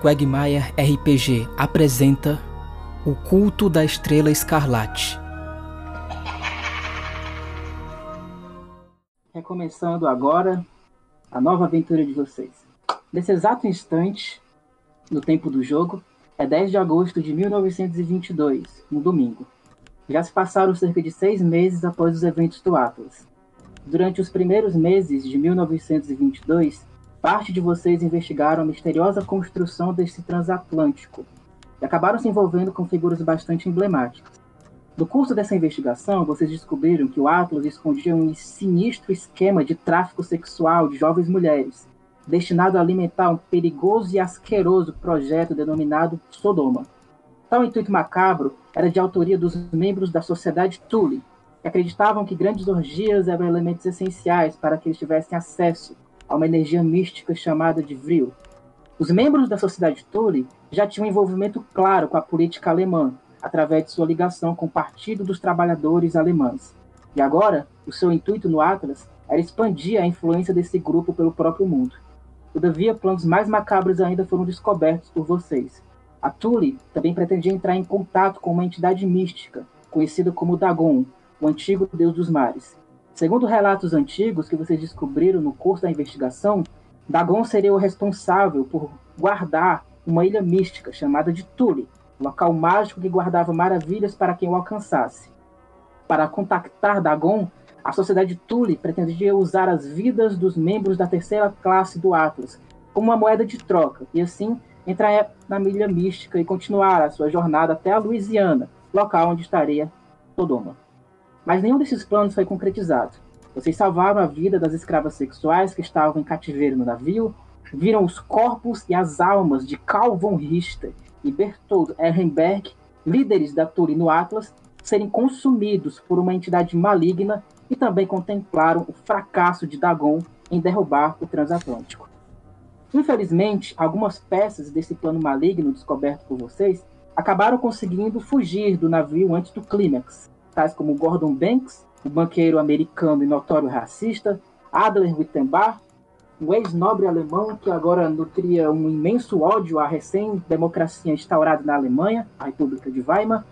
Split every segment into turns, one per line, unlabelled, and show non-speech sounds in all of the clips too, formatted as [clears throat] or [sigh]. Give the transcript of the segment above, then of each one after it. Quagmire RPG apresenta O Culto da Estrela Escarlate.
Recomeçando agora a nova aventura de vocês. Nesse exato instante, no tempo do jogo, é 10 de agosto de 1922, um domingo. Já se passaram cerca de seis meses após os eventos do Atlas. Durante os primeiros meses de 1922, parte de vocês investigaram a misteriosa construção deste transatlântico e acabaram se envolvendo com figuras bastante emblemáticas. No curso dessa investigação, vocês descobriram que o Atlas escondia um sinistro esquema de tráfico sexual de jovens mulheres, destinado a alimentar um perigoso e asqueroso projeto denominado Sodoma. Tal intuito macabro era de autoria dos membros da sociedade Tule, que acreditavam que grandes orgias eram elementos essenciais para que eles tivessem acesso a uma energia mística chamada de Vril. Os membros da sociedade Tule já tinham um envolvimento claro com a política alemã, através de sua ligação com o Partido dos Trabalhadores Alemães. E agora, o seu intuito no Atlas era expandir a influência desse grupo pelo próprio mundo. Todavia, planos mais macabros ainda foram descobertos por vocês. A Tule também pretendia entrar em contato com uma entidade mística, conhecida como Dagon, o antigo deus dos mares. Segundo relatos antigos que vocês descobriram no curso da investigação, Dagon seria o responsável por guardar uma ilha mística chamada de Tule, local mágico que guardava maravilhas para quem o alcançasse. Para contactar Dagon, a sociedade Tule pretendia usar as vidas dos membros da terceira classe do Atlas como uma moeda de troca e assim entrar na milha mística e continuar a sua jornada até a Louisiana, local onde estaria Sodoma. Mas nenhum desses planos foi concretizado. Vocês salvaram a vida das escravas sexuais que estavam em cativeiro no navio, viram os corpos e as almas de Carl von Richter e Bertold Ehrenberg, líderes da Tule no Atlas, serem consumidos por uma entidade maligna e também contemplaram o fracasso de Dagon em derrubar o transatlântico. Infelizmente, algumas peças desse plano maligno descoberto por vocês acabaram conseguindo fugir do navio antes do clímax, tais como Gordon Banks, o banqueiro americano e notório racista, Adler Wittenbach, um ex-nobre alemão que agora nutria um imenso ódio à recém-democracia instaurada na Alemanha, a República de Weimar,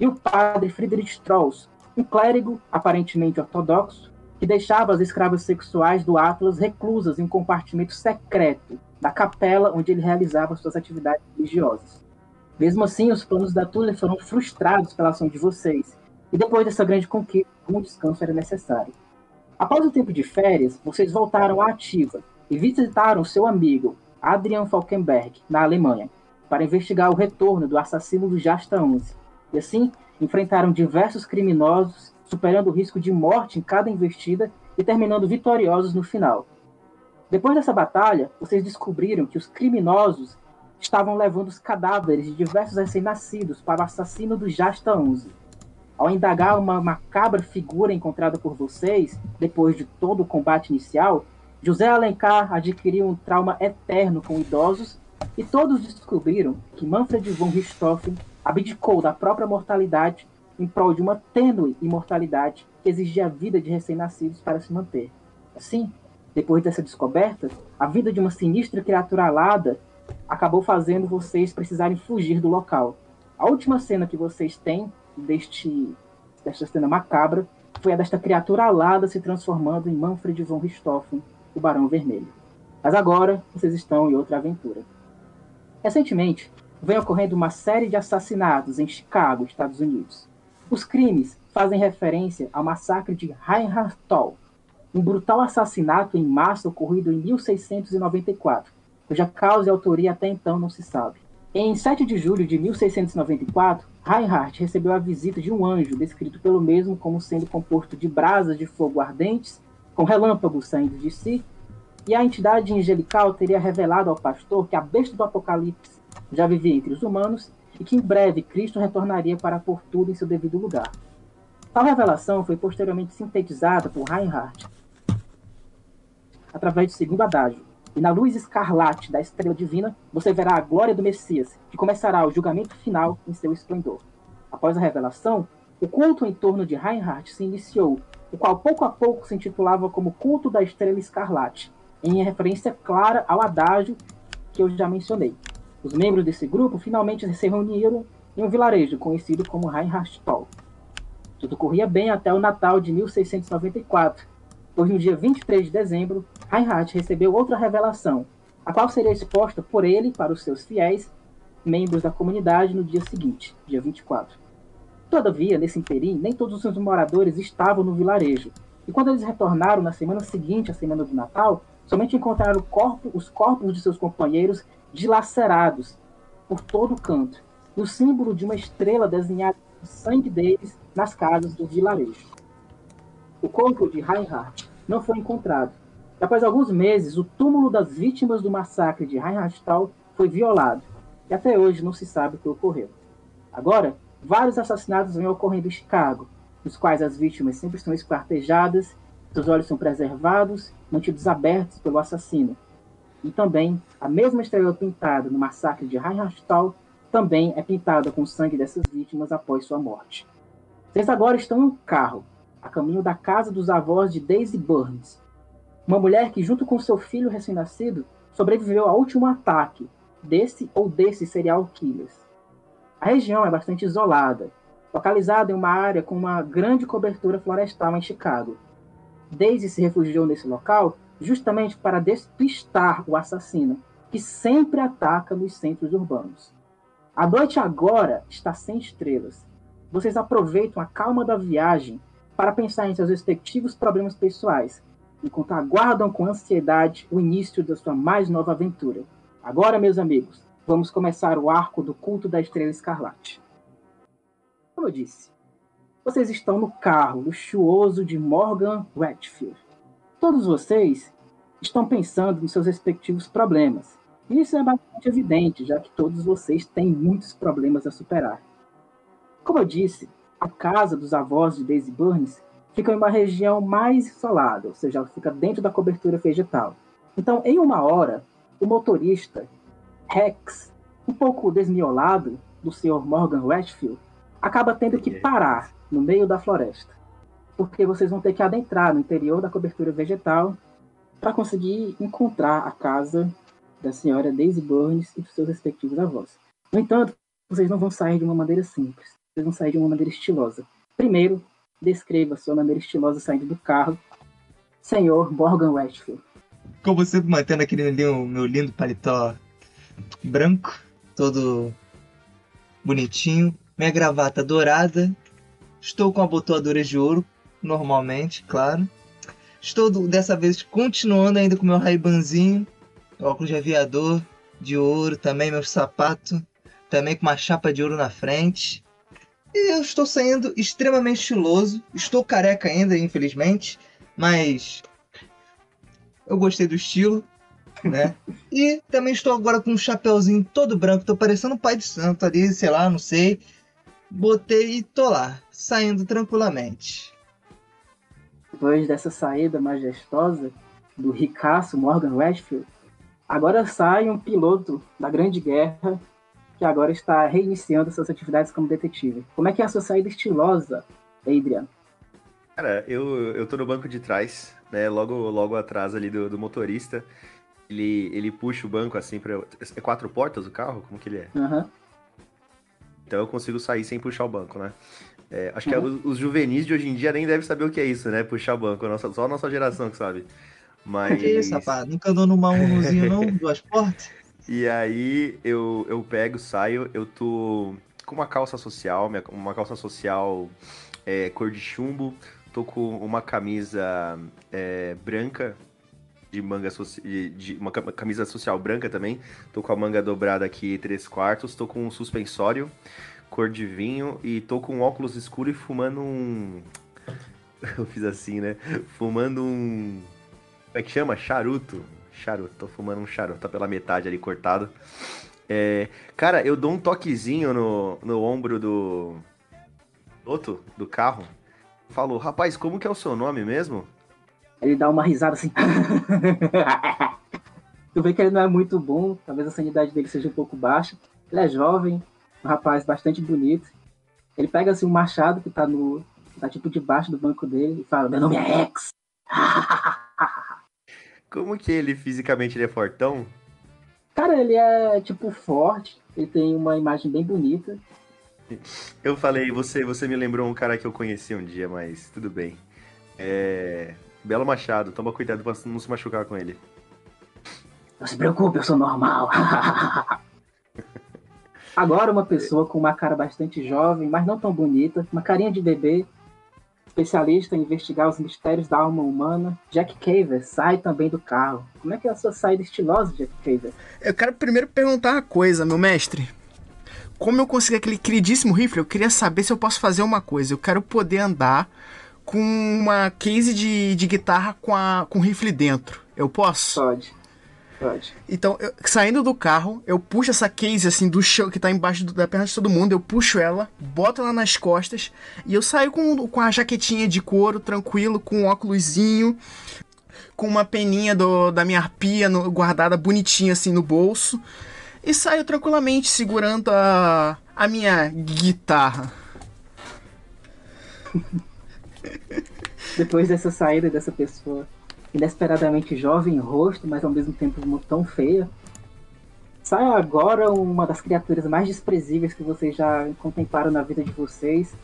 e o padre Friedrich Strauss, um clérigo aparentemente ortodoxo que deixava as escravas sexuais do Atlas reclusas em um compartimento secreto da capela onde ele realizava suas atividades religiosas. Mesmo assim, os planos da Tule foram frustrados pela ação de vocês, e depois dessa grande conquista, um descanso era necessário. Após o tempo de férias, vocês voltaram à ativa e visitaram seu amigo, Adrian Falkenberg, na Alemanha, para investigar o retorno do assassino do Jasta 11. E assim, enfrentaram diversos criminosos, superando o risco de morte em cada investida e terminando vitoriosos no final. Depois dessa batalha, vocês descobriram que os criminosos estavam levando os cadáveres de diversos recém-nascidos para o assassino do Jasta 11. Ao indagar uma macabra figura encontrada por vocês, depois de todo o combate inicial, José Alencar adquiriu um trauma eterno com idosos e todos descobriram que Manfred von Richthofen abdicou da própria mortalidade em prol de uma tênue imortalidade que exigia a vida de recém-nascidos para se manter. Assim, depois dessa descoberta, a vida de uma sinistra criatura alada acabou fazendo vocês precisarem fugir do local. A última cena que vocês têm deste desta cena macabra foi a desta criatura alada se transformando em Manfred von Richthofen, o Barão Vermelho. Mas agora vocês estão em outra aventura. Recentemente, vem ocorrendo uma série de assassinatos em Chicago, Estados Unidos. Os crimes fazem referência ao massacre de Reinhard Toll, um brutal assassinato em massa ocorrido em 1694, cuja causa e autoria até então não se sabe. Em 7 de julho de 1694, Reinhardt recebeu a visita de um anjo, descrito pelo mesmo como sendo composto de brasas de fogo ardentes, com relâmpagos saindo de si, e a entidade angelical teria revelado ao pastor que a besta do Apocalipse já vivia entre os humanos e que em breve Cristo retornaria para pôr tudo em seu devido lugar. Tal revelação foi posteriormente sintetizada por Reinhardt através do segundo adágio. E na luz escarlate da estrela divina, você verá a glória do Messias, que começará o julgamento final em seu esplendor. Após a revelação, o culto em torno de Reinhardt se iniciou, o qual pouco a pouco se intitulava como Culto da Estrela Escarlate, em referência clara ao adágio que eu já mencionei. Os membros desse grupo finalmente se reuniram em um vilarejo conhecido como Reinhardtstall. Tudo corria bem até o Natal de 1694, pois no dia 23 de dezembro, Reinhardt recebeu outra revelação, a qual seria exposta por ele para os seus fiéis, membros da comunidade, no dia seguinte, dia 24. Todavia, nesse interim, nem todos os moradores estavam no vilarejo, e quando eles retornaram na semana seguinte, a semana do Natal, somente encontraram corpo, os corpos de seus companheiros dilacerados por todo o canto, e o símbolo de uma estrela desenhada com sangue deles nas casas do vilarejo. O corpo de Reinhardt não foi encontrado. Após alguns meses, o túmulo das vítimas do massacre de Reinhardttal foi violado, e até hoje não se sabe o que ocorreu. Agora, vários assassinatos vêm ocorrendo em Chicago, nos quais as vítimas sempre são esquartejadas, seus olhos são preservados, mantidos abertos pelo assassino. E também, a mesma estrela pintada no massacre de Reinhardttal também é pintada com o sangue dessas vítimas após sua morte. Vocês agora estão em um carro, a caminho da casa dos avós de Daisy Burns, uma mulher que, junto com seu filho recém-nascido, sobreviveu ao último ataque desse ou desses serial killers. A região é bastante isolada, localizada em uma área com uma grande cobertura florestal em Chicago. Daisy se refugiou nesse local justamente para despistar o assassino, que sempre ataca nos centros urbanos. A noite agora está sem estrelas. Vocês aproveitam a calma da viagem para pensar em seus respectivos problemas pessoais, enquanto aguardam com ansiedade o início da sua mais nova aventura. Agora, meus amigos, vamos começar o arco do culto da Estrela Escarlate. Como eu disse, vocês estão no carro luxuoso de Morgan Redfield. Todos vocês estão pensando nos seus respectivos problemas. E isso é bastante evidente, já que todos vocês têm muitos problemas a superar. Como eu disse, a casa dos avós de Daisy Burns fica em uma região mais isolada, ou seja, ela fica dentro da cobertura vegetal. Então, em uma hora, o motorista, Rex, um pouco desmiolado do Sr. Morgan Westfield, acaba tendo que parar no meio da floresta, porque vocês vão ter que adentrar no interior da cobertura vegetal para conseguir encontrar a casa da senhora Daisy Burns e dos seus respectivos avós. No entanto, vocês não vão sair de uma maneira simples, vocês vão sair de uma maneira estilosa. Primeiro, descreva a sua maneira estilosa saindo do carro, senhor Morgan Westfield.
Como sempre, mantendo aquele meu, meu lindo paletó branco, todo bonitinho, minha gravata dourada, estou com abotoadura de ouro, normalmente, claro. Estou do- dessa vez continuando ainda com meu raibanzinho, óculos de aviador de ouro, também meu sapato, também com uma chapa de ouro na frente. E eu estou saindo extremamente estiloso, estou careca ainda, infelizmente, mas eu gostei do estilo, né? e também estou agora com um chapéuzinho todo branco, tô parecendo um pai de santo ali, sei lá, não sei. Botei e tô lá, saindo tranquilamente.
Depois dessa saída majestosa do ricaço Morgan Westfield, agora sai um piloto da Grande Guerra que agora está reiniciando suas atividades como detetive. Como é que é a sua saída estilosa, Adrian?
Cara, eu, eu tô no banco de trás, né? Logo, logo atrás ali do, do motorista. Ele, ele puxa o banco assim pra. eu- É quatro portas o carro? Como que ele é?
Aham.
Então eu consigo sair sem puxar o banco, né? É, acho que os, os juvenis de hoje em dia nem devem saber o que é isso, né? Puxar o banco. Nossa, só a nossa geração que sabe. Mas.
Que isso, rapaz? Nunca andou numa unozinho,
[laughs]
não? Duas portas?
E aí eu, eu pego, saio, eu tô com uma calça social, minha- uma calça social é, cor de chumbo, tô com uma camisa é, branca de manga soci- de, de- uma cam- camisa social branca também, tô com a manga dobrada aqui três quartos, tô com um suspensório cor de vinho e tô com óculos escuro e fumando um [laughs] eu fiz assim, né? Fumando um como é que chama? Charuto. Charuto. Tô fumando um charuto. Tá pela metade ali cortado. É, cara, eu dou um toquezinho no, no ombro do. Outro, do carro. Falou, rapaz, como que é o seu nome mesmo?
Ele dá uma risada assim. [laughs] tu vê que ele não é muito bom, talvez a sanidade dele seja um pouco baixa. Ele é jovem, um rapaz bastante bonito. Ele pega assim um machado que tá no. que tá tipo debaixo do banco dele e fala, meu nome é Rex.
Como que ele fisicamente ele é fortão?
Cara, cara, ele é, tipo, forte. Ele tem uma imagem bem bonita.
Eu falei, você, você me lembrou um cara que eu conheci um dia, mas tudo bem. É. Belo Machado, toma cuidado pra não se machucar com ele.
Não se preocupe, eu sou normal. [laughs] Agora uma pessoa com uma cara bastante jovem, mas não tão bonita, uma carinha de bebê, especialista em investigar os mistérios da alma humana, Jack Caver sai também do carro. Como é que é a sua saída estilosa, Jack Caver?
Eu quero primeiro perguntar uma coisa, meu mestre. Como eu consegui aquele queridíssimo rifle, eu queria saber se eu posso fazer uma coisa. Eu quero poder andar com uma case de, de guitarra com, a, com rifle dentro. Eu posso?
Pode. Pode.
Então, eu- saindo do carro, eu puxo essa case assim do chão que tá embaixo do- da perna de todo mundo, eu puxo ela, boto ela nas costas e eu saio com, com a jaquetinha de couro, tranquilo, com um óculosinho, com uma peninha do- da minha arpia no- guardada bonitinha assim no bolso e saio tranquilamente segurando a, a minha guitarra.
Depois dessa saída dessa pessoa inesperadamente jovem em rosto, mas ao mesmo tempo mu- tão feia, sai agora uma das criaturas mais desprezíveis que vocês já contemplaram na vida de vocês.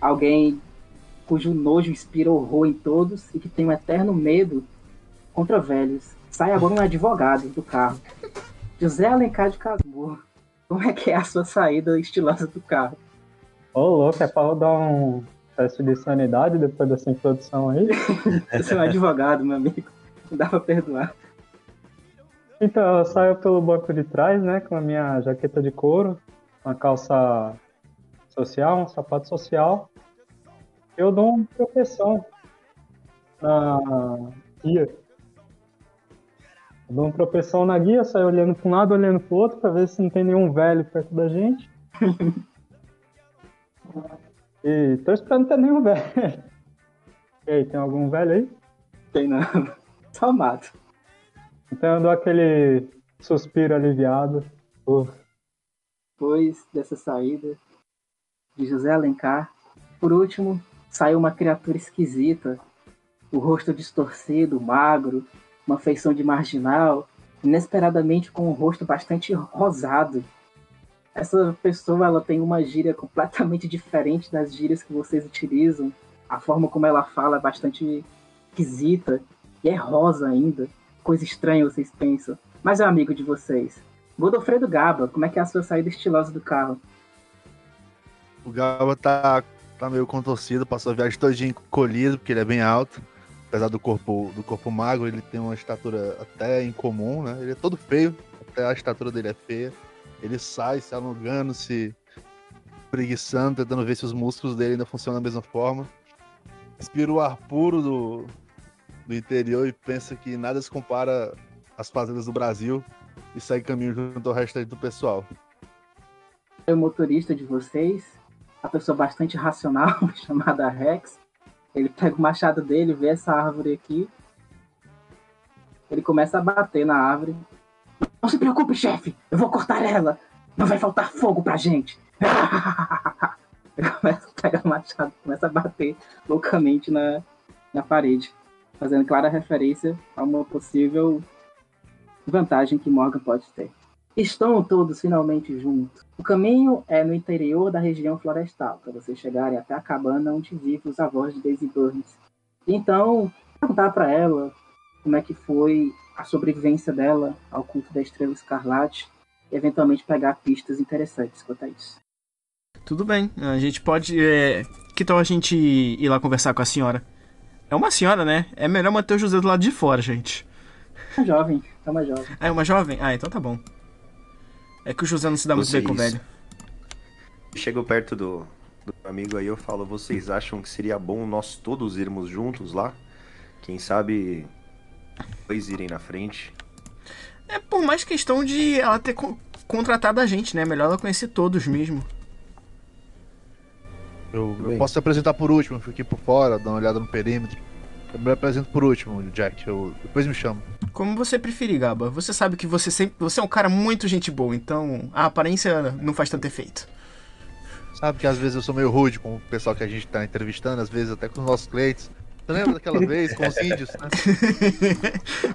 Alguém cujo nojo inspira horror em todos e que tem um eterno medo contra velhos. Sai agora um advogado do carro. José Alencar de Casmurro. Como é que é a sua saída estilosa do carro?
Ô, louco, é pra dar um teste de sanidade depois dessa introdução aí?
Você é um advogado, meu amigo. Não dá pra perdoar.
Então, eu saio pelo banco de trás, né, com a minha jaqueta de couro, uma calça social, um sapato social. Eu dou uma tropeção na guia. Eu dou uma tropeção na guia, saio olhando para um lado, olhando pro outro, para ver se não tem nenhum velho perto da gente. e tô esperando ter nenhum velho. E aí, tem algum velho aí?
Tem não. [laughs] Só mato.
Então eu dou aquele suspiro aliviado. Uf.
Depois dessa saída de José Alencar, por último, saiu uma criatura esquisita. O rosto distorcido, magro, uma feição de marginal, inesperadamente com um rosto bastante rosado. Essa pessoa ela tem uma gíria completamente diferente das gírias que vocês utilizam. A forma como ela fala é bastante esquisita e é rosa ainda. Coisa estranha vocês pensam. Mas é um amigo de vocês. Godofredo Gaba, como é que é a sua saída estilosa do carro?
O Gaba tá, tá meio contorcido, passou a viagem todinha encolhido, porque ele é bem alto. Apesar do corpo, do corpo magro, ele tem uma estatura até incomum, né? Ele é todo feio, até a estatura dele é feia. Ele sai se alongando, se preguiçando, tentando ver se os músculos dele ainda funcionam da mesma forma. Inspira o ar puro do, do interior e pensa que nada se compara às fazendas do Brasil e segue caminho junto ao resto do pessoal.
É o motorista de vocês, a pessoa bastante racional [laughs] chamada Rex. Ele pega o machado dele, vê essa árvore aqui. Ele começa a bater na árvore. Não se preocupe, chefe, eu vou cortar ela. Não vai faltar fogo pra gente. [laughs] Ele começa a pegar o machado, começa a bater loucamente na, na parede, fazendo clara referência a uma possível vantagem que Morgan pode ter. Estão todos finalmente juntos. O caminho é no interior da região florestal, para vocês chegarem até a cabana onde vivem os avós de Daisy Burns. Então, perguntar para ela como é que foi a sobrevivência dela ao culto da Estrela Escarlate e eventualmente pegar pistas interessantes quanto a isso.
Tudo bem, a gente pode. é, Que tal a gente ir lá conversar com a senhora? É uma senhora, né? É melhor manter o José do lado de fora, gente.
É uma jovem, é uma jovem.
Ah, é uma jovem? Ah, então tá bom. É que o José não se dá muito bem com o
Vocês-
velho.
Chego perto do, do amigo aí, eu falo, vocês acham que seria bom nós todos irmos juntos lá? Quem sabe dois irem na frente?
É por mais questão de ela ter con- contratado a gente, né? Melhor ela conhecer todos mesmo.
Eu, eu
Bem.
posso te apresentar por último, fico aqui por fora, dá uma olhada no perímetro. Eu me apresento por último, Jack. Eu, depois me chamo.
Como você preferir, Gaba. Você sabe que você sempre. Você é um cara muito gente boa, então a aparência não faz tanto efeito.
Sabe que às vezes eu sou meio rude com o pessoal que a gente tá entrevistando, às vezes até com os nossos clientes. Então Tu lembra daquela vez com os índios, né?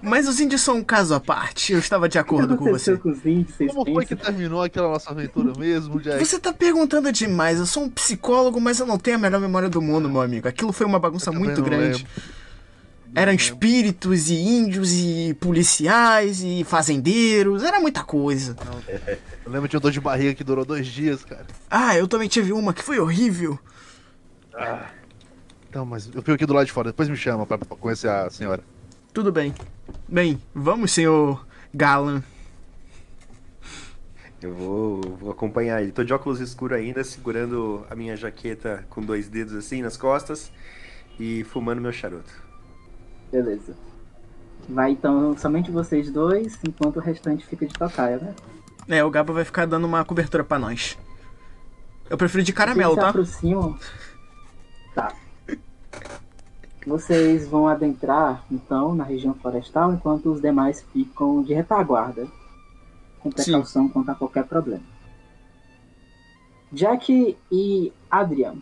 Mas os índios são um caso à parte. Eu estava
O
de
que
acordo com
aconteceu
você.
com os índios, vocês
Como foi que
pensam?
terminou aquela nossa aventura mesmo, Jack?
Você tá perguntando demais. Eu sou um psicólogo, mas eu não tenho a melhor memória do mundo, meu amigo. Aquilo foi uma bagunça
Eu também
muito
não
grande. Eram espíritos e índios e policiais e fazendeiros. Era muita coisa.
Eu lembro de uma dor de barriga que durou dois dias, cara.
Ah, eu também tive uma que foi horrível.
Então, mas eu fico aqui do lado de fora, depois me chama pra pra conhecer a senhora.
Tudo bem. Bem, vamos, senhor Galan.
Eu vou, vou acompanhar ele. Tô de óculos escuro ainda, segurando a minha jaqueta com dois dedos assim nas costas e fumando meu charuto.
Beleza. Vai então somente vocês dois, enquanto o restante fica de tocaia, né?
É, o Gaba vai ficar dando uma cobertura pra nós. Eu prefiro de caramelo,
Vocês se
tá?
aproximam. Tá. Vocês vão adentrar, então, na região florestal, enquanto os demais ficam de retaguarda. Com precaução contra qualquer problema. Jack e Adrian,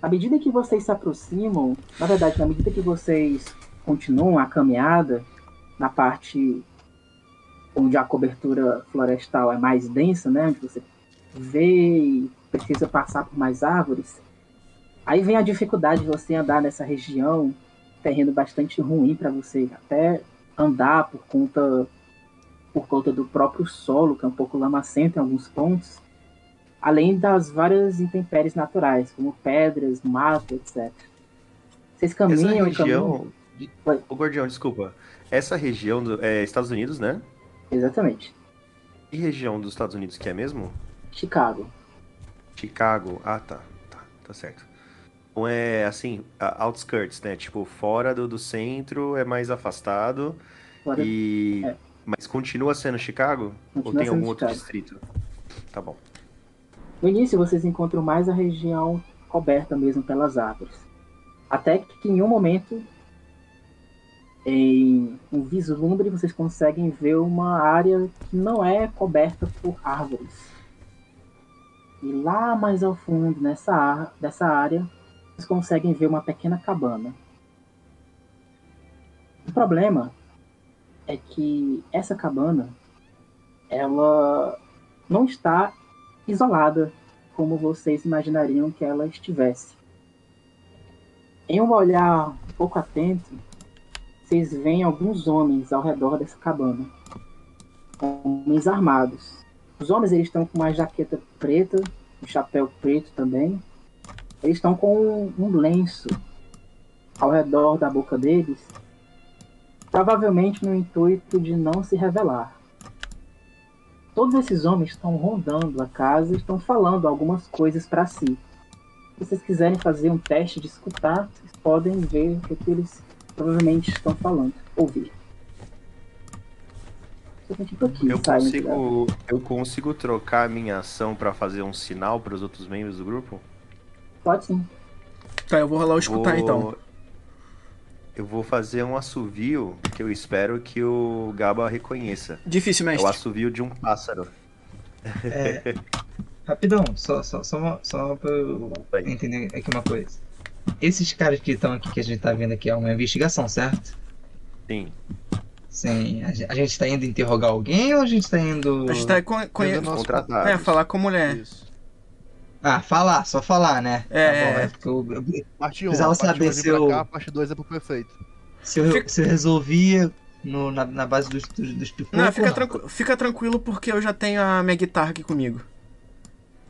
à medida que vocês se aproximam, na verdade, na medida que vocês continuam a caminhada na parte onde a cobertura florestal é mais densa, né? Onde você vê e precisa passar por mais árvores. Aí vem a dificuldade de você andar nessa região, terreno bastante ruim para você até andar por conta por conta do próprio solo, que é um pouco lamacento em alguns pontos, além das várias intempéries naturais, como pedras, mato, etc. Vocês
Essa
caminham e caminham.
região. de-
Oi.
Ô, Gordião, desculpa. Essa região do, é Estados Unidos, né?
Exatamente.
Que região dos Estados Unidos que é mesmo?
Chicago.
Chicago. Ah, tá. Tá, tá certo. Não é assim, a- outskirts, né? Tipo, fora do, do centro, é mais afastado.
Agora,
E.
É.
Mas continua sendo Chicago? Ou
Continua
tem
sendo
algum outro
Chicago.
distrito? Tá bom.
No início vocês encontram mais a região coberta mesmo pelas árvores. Até que em um momento, em um vislumbre, vocês conseguem ver uma área que não é coberta por árvores. E lá mais ao fundo, nessa, ar- dessa área, vocês conseguem ver uma pequena cabana. O problema é que essa cabana, ela não está isolada, como vocês imaginariam que ela estivesse. Em um olhar um pouco atento, vocês veem alguns homens ao redor dessa cabana. Homens armados. Os homens eles estão com uma jaqueta preta, um chapéu preto também. Eles estão com um, um lenço ao redor da boca deles, provavelmente no intuito de não se revelar todos esses homens estão rondando a casa e estão falando algumas coisas para si. Se vocês quiserem fazer um teste de escutar, vocês podem ver o que, que eles provavelmente estão falando, ouvir. Só tem tipo aqui,
Eu
sabe?
consigo, eu consigo trocar a minha ação pra fazer um sinal pros outros membros do grupo?
Pode sim.
Tá, eu vou rolar o escutar
Vou-
então.
Eu vou fazer um assovio que eu espero que o Gaba reconheça.
Difícil,
É o
mestre.
assovio de um pássaro.
É, rapidão, só, só, só, uma- só pra eu
Vai.
entender aqui uma coisa. Esses caras que estão aqui, que a gente tá vendo aqui, é uma investigação, certo?
Sim.
Sim, a, ge- a gente tá indo interrogar alguém ou a gente tá indo.
A gente tá con- conhe-
Nossa,
Contratado.
É, falar com a mulher.
Isso.
Ah, falar, só falar, né?
É.
Tá bom, é porque eu, eu-
Parte 1.
Precisava
parte
saber
um é vir
se
pra
eu-
cá, parte 2 é pro prefeito.
se, eu,
Fica-
se eu resolvia no- na, na base dos, dos, dos pipocos,
Não, fica, tranqu- fica tranquilo porque eu já tenho a minha guitarra aqui comigo.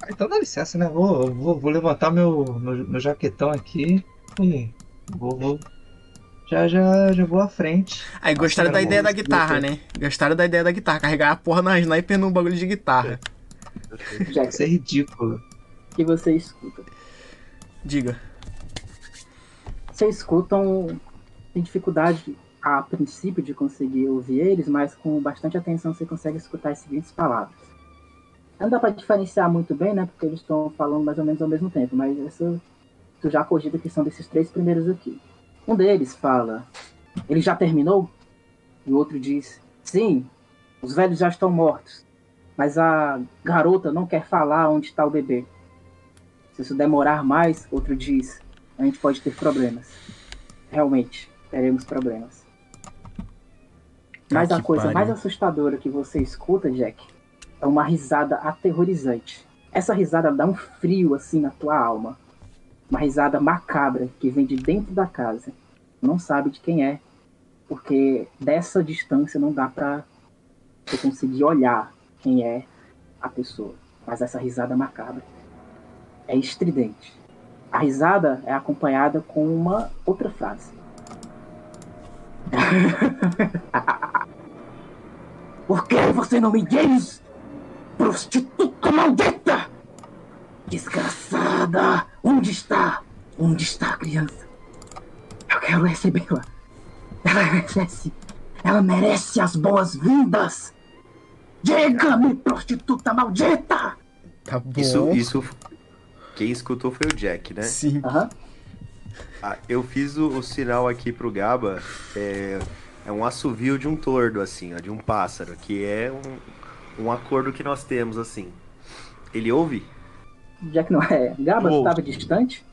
Ah, então dá licença, né? Vou, eu vou, vou levantar meu, meu, meu jaquetão aqui e vou, vou. Já, já, já vou à frente.
Aí gostaram da
cara,
ideia da
mano,
guitarra, né? Gostaram da ideia da guitarra. Carregar a porra na sniper num bagulho de guitarra.
Jackson,
Isso é ridículo.
que você escuta.
Diga.
Vocês escutam, tem dificuldade a princípio de conseguir ouvir eles, mas com bastante atenção você consegue escutar as seguintes palavras. Não dá pra diferenciar muito bem, né? Porque eles estão falando mais ou menos ao mesmo tempo, mas essa tu já cogita que são desses três primeiros aqui. Um deles fala: Ele já terminou? E o outro diz: Sim, os velhos já estão mortos. Mas a garota não quer falar onde está o bebê. Se isso demorar mais, outro diz: a gente pode ter problemas. realmente teremos problemas. Mas
Ah,
a
que
coisa
pariu.
mais assustadora que você escuta, Jack, é uma risada aterrorizante. Essa risada dá um frio assim na tua alma. Uma risada macabra que vem de dentro da casa. Não sabe de quem é, porque dessa distância não dá pra você conseguir olhar quem é a pessoa. Mas essa risada macabra é estridente. A risada é acompanhada com uma outra frase. [laughs] Por que você não me diz? Prostituta maldita! Desgraçada! Onde está? Onde está a criança? Eu quero recebê-la. Ela merece. Ela merece as boas-vindas! Diga-me, prostituta maldita!
Tá bom.
Isso, isso. Quem escutou foi o Jack, né?
Sim.
Aham.
Ah, eu fiz o, o sinal aqui pro Gaba. É, é um assovio de um tordo, assim, ó, de um pássaro, que é um, um acordo que nós temos, assim. Ele ouve?
Já que não é. Gaba,
Uou.
você tava distante?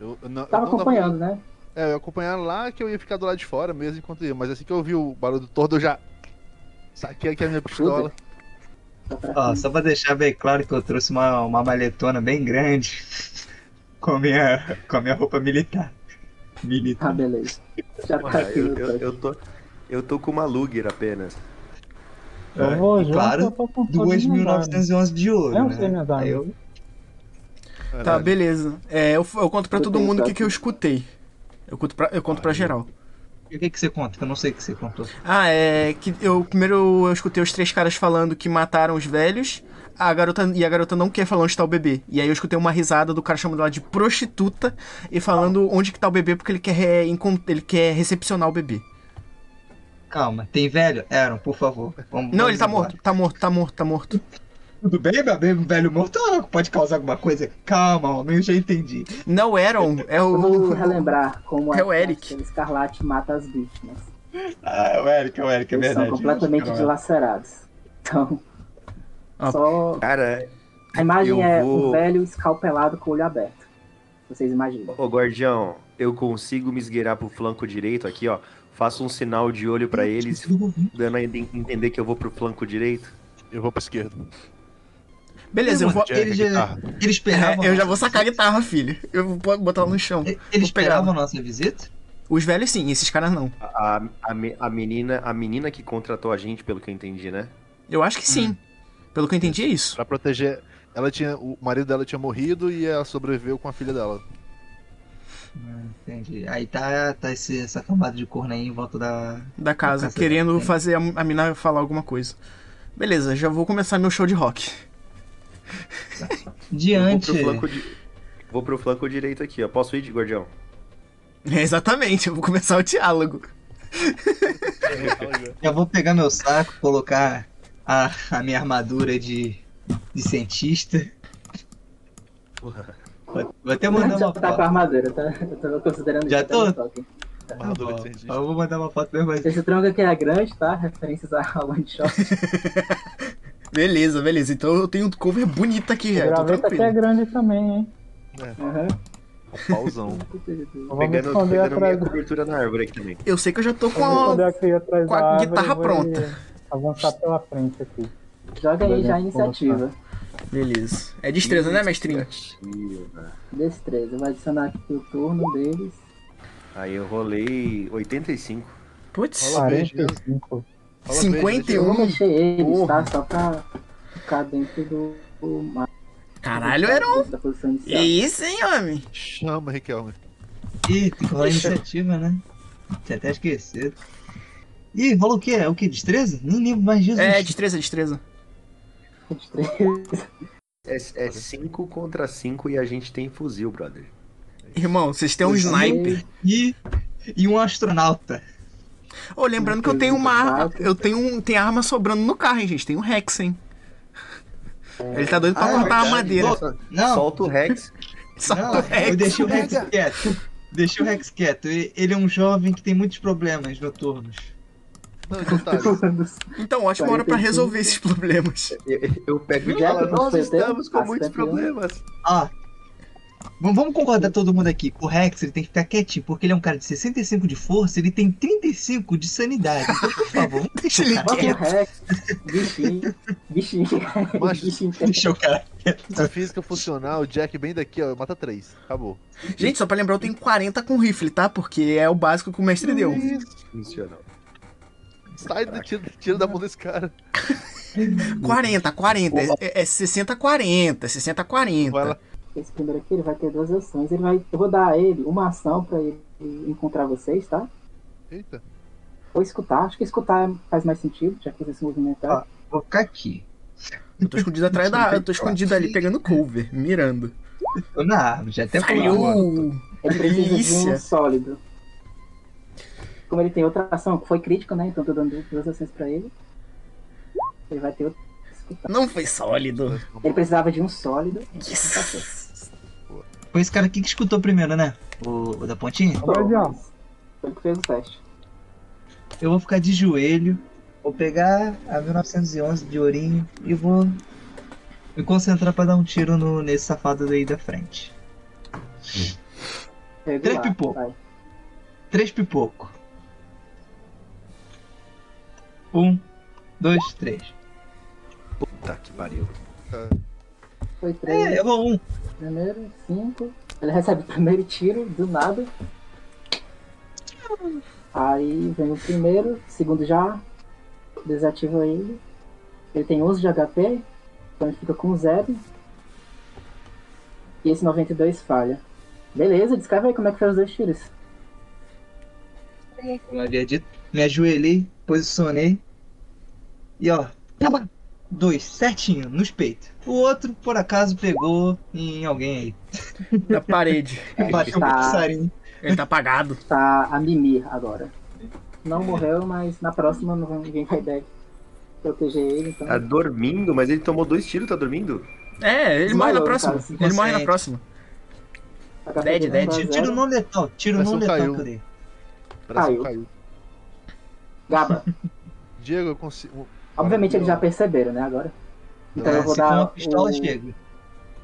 Eu, eu não- eu
Tava
não dava-
acompanhando, né?
É, eu ia acompanhar lá que eu ia ficar do lado de fora mesmo enquanto ia. Mas assim que eu vi o barulho do tordo, eu já saquei aqui a minha pistola.
Só pra-
Ó, só pra deixar bem claro que eu trouxe uma, uma maletona bem grande [laughs] com a minha, com a minha roupa militar.
Ah,
Militar.
beleza. Já tá
Ah,
aqui
eu,
no
eu, eu tô, eu tô com uma Luger apenas.
Eu Então, vou
e
junto, eu
claro,
tô com tudo minado.
2.911 de ouro.
Eu
né?
sei minhas
Aí
armas.
eu-
Tá,
Caralho.
beleza. É, eu, eu conto pra
Eu
todo
tenho
mundo o que,
sete.
que eu escutei. Eu conto pra, eu conto pra geral.
E o que, que você conta? Que eu não sei o que você contou.
Ah, é que eu primeiro eu escutei os três caras falando que mataram os velhos. A garota e a garota não quer falar onde tá o bebê. E aí eu escutei uma risada do cara chamando ela de prostituta e falando onde que tá o bebê porque ele quer re- encon- ele quer recepcionar o bebê.
Calma, tem velho? Eram, por favor. Vamos-
Não,
vamos
ele tá
embora.
morto, tá morto, tá morto, tá morto.
Tudo bem, meu bem, velho morto? Ah, Pode causar alguma coisa? Calma, homem, eu já entendi.
Não Aaron, é
Eu vou
o
relembrar como
É o
a
Eric.
Estrela Escarlate mata as vítimas.
Ah, o Eric, o Eric, é
Eles
verdade.
são completamente
Não, é.
dilacerados. Então,
Ah.
só...
Cara,
A imagem
Eu
é
vou-
um velho escalpelado com o olho aberto. Vocês imaginam.
ô guardião, eu consigo me esgueirar pro flanco direito aqui, ó. Faço um sinal de olho pra eles, dando a enten- entender que eu vou pro flanco direito.
Eu vou pra esquerda.
Beleza, eu vou
Jack,
Ele já-
guitarra.
Eles
é,
esperavam.
eu já
nossa
vou sacar a
visita?
guitarra, filho. Eu vou bo- botar ela no chão.
Eles
Vou pegar.
esperavam a nossa visita?
Os velhos sim, esses caras não.
A, a, me- a menina, a menina que contratou a gente, pelo que eu entendi, né?
Eu acho que sim. Pelo que eu entendi é isso.
Pra proteger. Ela tinha. O marido dela tinha morrido e ela sobreviveu com a filha dela.
Entendi. Aí tá, tá esse, essa camada de corno aí em volta da.
da casa,
Casa
querendo
também.
fazer a, a mina falar alguma coisa. Beleza, já vou começar meu show de rock. [laughs]
Diante.
Eu vou pro flanco, di- vou pro flanco direito aqui, ó. Posso ir, de guardião?
É, exatamente, eu vou começar o diálogo.
Eu vou pegar meu saco, colocar a, a minha armadura de, de cientista. Vou, vou até mandar
Já
uma
tá com a
foto.
armadura, tá? Eu tava considerando
Já
isso
tô?
até no toque.
Ah,
Armadura de cientista.
Eu vou mandar uma foto mesmo assim.
Esse tronco aqui é grande, tá? Referências a [laughs] One Shot.
Beleza, beleza. Então eu tenho um cover bonito aqui já, eu tô
Graveta aqui é
tranquilo.
grande também, hein?
Aham.
Pauzão.
Eu [laughs] vou me
Pegando,
esconder
pegando minha
atrás da-
cobertura na árvore aqui também.
Eu sei que eu já tô com
eu vou esconder
a...
aqui atrás
com a
da árvore,
guitarra
eu vou
pronta.
ir Avançar pela frente aqui.
Joga aí já a
Beleza,
iniciativa.
Beleza. É destreza, né, mestrinho?
Destreza. Eu vou adicionar aqui o turno deles.
Aí eu rolei 85.
Putz,
Fala bem,
45.
Fala bem,
51.
Eu vou mexer eles,
porra.
tá? Só pra ficar dentro do. do mapa.
Caralho, era um...
Da posição inicial.
É [laughs] isso, hein, homem?
Chama, Riquelme.
Ih, tem que rolar iniciativa, né? Tinha até esquecido. Ih, rolou o quê? É O quê? Destreza? Nem lembro mais disso.
É, destreza, destreza.
Destreza.
É 5 contra 5 e a gente tem fuzil, brother.
Irmão, vocês têm um
Fuzil.
sniper.
E, e um astronauta.
Ô, lembrando que eu tenho uma arma... Eu tenho um... Tem arma sobrando no carro, hein, gente. Tem um Rex, hein. Ele tá doido pra
Ah, é
cortar a
verdade.
madeira.
Volta. Não,
Solta o Rex.
Só um né?
não,
o Rex.
eu deixei o Rex quieto. Deixei o Rex quieto. Ele, ele é um jovem que tem muitos problemas noturnos.
Não, então tá.
[laughs]
Então, ótima hora pra
45.
resolver esses problemas.
Eu, eu pego e
Já
falo,
aconteceu
nós estamos com
bastante
muitos problemas.
Ah, Vamos vamos concordar todo mundo aqui. O Rex ele tem que ficar quietinho, porque ele é um cara de 65 de força, ele tem 35 de sanidade. Então, por favor, vamos
Deixa ele
Bota o
quieto.
Rex, bichinho,
[laughs]
bichinho,
Mas-
bichinho.
deixar o cara.
A física funcional, o Jack bem daqui, ó, mata três. Acabou.
Gente, só pra lembrar, eu tenho 40 com rifle, tá? Porque é o básico que o mestre deu.
Funcional.
Sai do tiro, tiro da mão desse cara.
40, 40. É- É, é 60, 40. 60, 40.
Vai lá.
Esse primeiro aqui, ele vai ter duas ações. Ele vai, eu vou dar a ele uma ação pra ele encontrar vocês, tá?
Eita.
Ou escutar. Acho que escutar faz mais sentido, já que vocês se
Ah.
movimentaram.
Vou ficar aqui.
Eu tô escondido atrás da. Eu tô escondido ali pegando cover, mirando.
Tô na árvore, já até pulei.
Falhou!
ele precisa de
delícia.
um sólido. Como ele tem outra ação, que foi crítica, né? Então eu tô dando duas ações pra ele. Ele vai ter outra. Escutar.
Não foi sólido.
Ele precisava de um sólido.
Yes.
Foi esse cara aqui que escutou primeiro, né? O, o da pontinha?
Vai, Diabo.
Foi ele que fez o teste.
Eu vou ficar de joelho, vou pegar a 1911 de ourinho e vou me concentrar pra dar um tiro no, nesse safado daí da frente.
Regular,
Três pipocos.
vai.
Três pipoco. Um, dois, três.
Puta Tá, que pariu.
Foi três.
É, eu vou um.
Primeiro, cinco. Ele recebe o primeiro tiro, do nada. Aí vem o primeiro, segundo já desativa ele. Ele tem 11 de HP, então ele fica com zero. E esse 92 falha. Beleza, descreve aí como é que foi os dois tiros.
Como eu havia dito, me ajoelhei, posicionei. E ó, tava dois, certinho, nos peitos. O outro, por acaso, pegou em alguém aí.
Na parede.
Bateu um
tá.
passarinho.
Ele tá apagado.
Tá a mimir agora. Não morreu, mas na próxima não- ninguém vai deve proteger ele, então.
Tá dormindo, mas ele tomou dois tiros, tá dormindo?
É, ele morre na
Desmaiou,
próxima.
cara,
Ele morre na
inconsciente.
próxima.
HP
dead,
dele
dead.
vai a
Tiro
Tá zero.
não letal, tiro não
Pressão
letal
caiu.
que eu dei.
Coração
Caiu.
caiu.
Gaba.
Diego, eu consigo.
Obviamente eles já perceberam, né, agora. Então
É,
eu vou
Se for assim uma
dar
pistola,
o-
chega.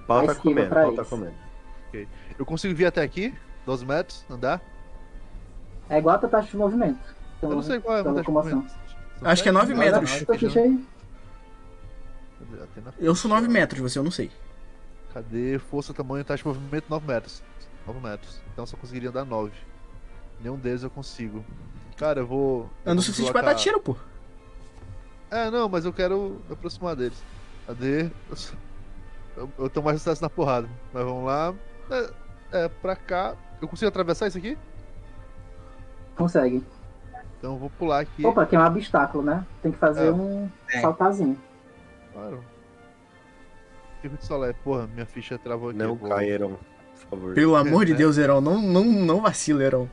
Pau tá
Esquiva
comendo,
pra
pau tá
isso.
comendo.
Eu consigo vir até aqui? 12 metros? Andar?
É igual a tua taxa de movimento. Então,
Eu não sei qual é a
então
vantagem
locomoção.
de movimento.
Acho que é 9
Vai lá,
metros.
tua
né?
ficha aí.
Já tem na-
Eu sou 9 metros, você, eu não sei.
Cadê força, tamanho, taxa de movimento? 9 metros. 9 metros. Então eu só conseguiria andar 9. Nenhum deles eu consigo. Cara, eu vou.
Ando
eu
o
vou
suficiente pra
deslocar-
dar tiro, pô.
É, não, mas eu quero me aproximar deles. Cadê? Eu, eu tenho mais sucesso na porrada. Mas vamos lá. É, é, pra cá. Eu consigo atravessar isso aqui?
Consegue.
Então eu vou pular aqui.
Opa, tem um obstáculo, né? Tem que fazer
É.
um
Tem.
saltazinho.
Claro. Fico de solé. é? Porra, minha ficha travou aqui.
Não
vou-
caíram, por favor.
Pelo amor de
né?
Deus, Heron, não, não, não vacila, Heron.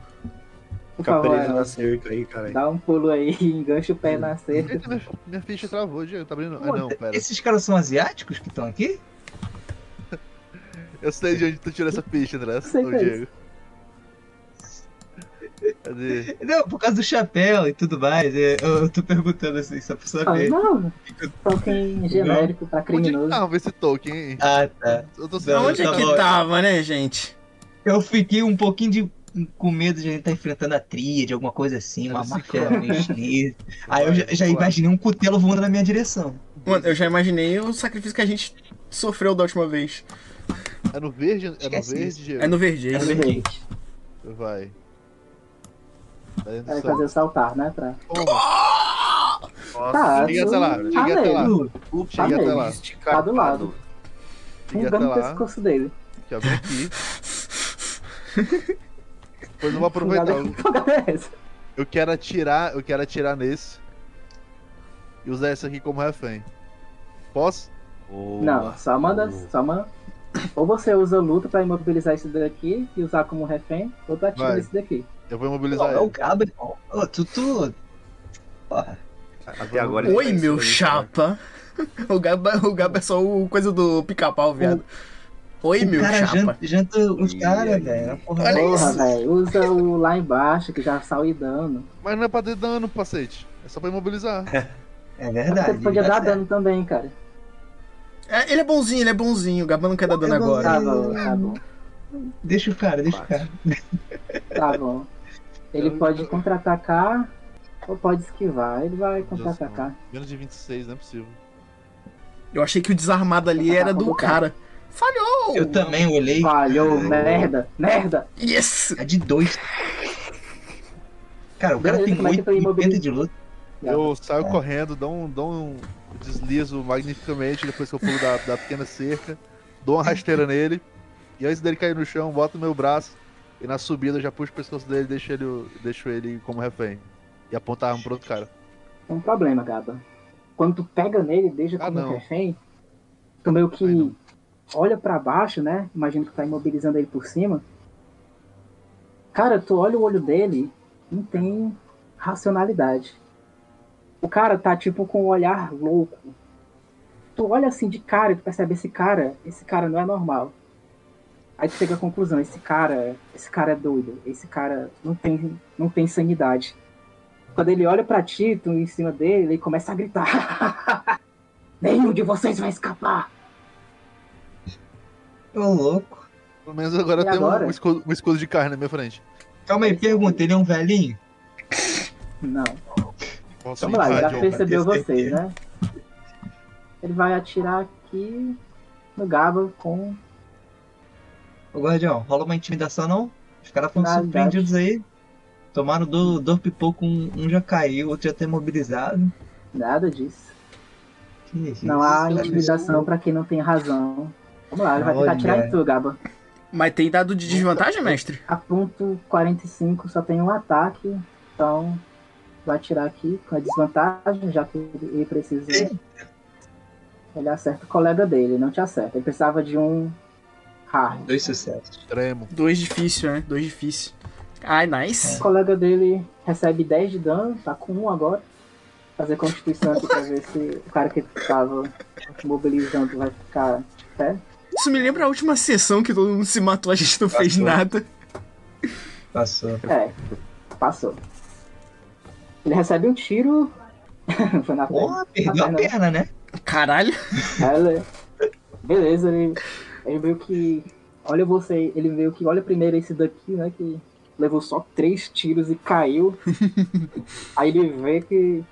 Por
Fica
favor,
preso
Ana,
na cerca aí,
É.
cara.
dá um pulo aí, [laughs] engancha o pé na cerca.
[laughs] Eita, minha, minha ficha travou, Diego. Tá abrindo. Ah,
Pô,
não, pera.
Esses caras são asiáticos que estão aqui?
Eu sei de onde tu tirou essa ficha, né? André.
Sei
Ô,
que é
Diego. Cadê? é
Não, por causa do chapéu e tudo mais. é, Eu, eu tô perguntando assim, só pra
Ah,
saber.
não,
[laughs]
token genérico pra
Onde
criminoso.
tava tá, esse Tolkien, hein?
Ah, tá.
Eu tô
Não,
Onde é
tá
que
bom.
tava, né, gente?
Eu fiquei um pouquinho de, com medo de a gente estar enfrentando a tríade, alguma coisa assim, uma
Esse
máfia
cara.
meio chinesa. Aí eu já, já imaginei um cutelo voando na minha direção.
Mano, eu já imaginei o sacrifício que a gente sofreu da última vez.
É no verde? É no
Esquece
verde, Diego?
É no verde, é no verde.
Vai. Tá dentro
Vai fazer
do sangue.
o saltar, né? Pra...
Toma.
Tá,
Cheguei até lá,
tá
cheguei até lá.
nele.
Cheguei até
mesmo.
lá.
Tá do lado.
Cheguei
Um
até
dano no
lá.
pescoço dele.
Que
[laughs]
abre aqui. Depois eu vou aproveitar.
[laughs]
Eu-
Qual é essa?
Eu quero atirar, eu quero atirar nesse. E usar esse aqui como refém. Posso?
Não, só manda. Só manda. Ou você usa luta pra imobilizar esse daqui e usar como refém, ou tu atira
Vai.
esse daqui.
Eu vou
Não,
imobilizar
é o
ele.
cabo, irmão. Ô, tu, tu. Porra.
Até agora ele tá
Oi,
em cima
meu
dele,
chapa. [laughs] O Gaba, o Gaba é só o coisa do pica-pau, viado. Oi,
o
meu
cara
chapa.
janta, janta os
Ih,
caras,
aí.
velho. é uma porra.
Olha
Porra,
isso.
velho. Usa o lá embaixo que já sai dano.
Mas não é pra ter dano, pacete. É só pra imobilizar.
É
Você
verdade.
podia
tá
dar
certo.
dano também, cara.
É, ele é bonzinho, ele é bonzinho. O Gaba não quer dar dano
Eu não
agora.
Tá bom, tá bom.
Deixa o cara, deixa o cara.
Tá bom. Ele
Eu-
pode
eu-
contra-atacar ou pode esquivar. Ele vai contra-atacar.
Menos de 26, não é possível.
Eu achei que o desarmado ali era do cara. Falhou!
Eu também olhei.
Falhou, né? merda, merda.
Yes!
É de dois. Cara, o cara
Beleza,
tem
como é que eu tô
8,80
imobilizado?
de luta.
Eu saio
É.
correndo, dou um, dou um deslizo magnificamente depois que eu pulo da, da pequena cerca, dou
[laughs]
uma rasteira nele, e antes dele cair no chão, boto meu braço, e na subida eu já puxo o pescoço dele e deixo ele, deixo ele como refém. E aponto a arma pro outro cara.
Tem um problema, Gaba. Quando tu pega nele, deixa
Ah,
como
não.
refém, tu meio
Ai,
que
não.
olha pra baixo, né? Imagina que tu tá imobilizando ele por cima. Cara, tu olha o olho dele, não tem racionalidade. O cara tá tipo com um olhar louco. Tu olha assim de cara e tu percebe esse cara, esse cara não é normal. Aí tu chega à conclusão, esse cara, esse cara é doido, esse cara não tem, não tem sanidade. Quando ele olha pra ti, tu em cima dele, ele começa a gritar. [laughs] Nenhum de vocês vai escapar.
Ô, louco.
Pelo menos agora
E
tem
agora?
Um, um escudo, um escudo de carne na minha frente.
Calma aí, pergunta, ele é um velhinho?
Não.
Posso
Vamos lá, ele já
invadir um-
percebeu
Marquês
vocês,
certeiro.
né? Ele vai atirar aqui no Gaba com.
Ô, Guardião, rola uma intimidação não? Os caras foram
Nada.
surpreendidos aí. Tomaram do, do pipoco, um, um já caiu, outro já tá imobilizado.
Nada disso.
Que isso?
Não há
cara?
intimidação pra quem não tem razão. Vamos lá, ele vai tentar
Olha.
atirar em tu, Gaba.
Mas tem dado de desvantagem, mestre?
A ponto 45 só tem um ataque, então vai atirar aqui com a desvantagem, já que ele precisa. Ele acerta o colega dele, não te acerta. Ele precisava de um hard.
Dois sucessos.
Extremo.
Dois difícil, né? Dois difícil. Ai, nice.
O colega dele recebe 10 de dano, tá com 1 agora. Fazer constituição aqui pra ver se o cara que tava mobilizando vai ficar.
Isso me lembra a última sessão que todo mundo se matou, a gente não fez
Passou.
nada.
Passou.
É, passou. Ele recebe um tiro. [laughs] Foi na perna.
Porra, perdeu a
Não.
perna, né?
Tá Caralho.
Ela- é. Beleza, ele, ele meio que. Olha você, ele meio que olha primeiro esse daqui, né? Que levou só três tiros e caiu. Aí ele vê que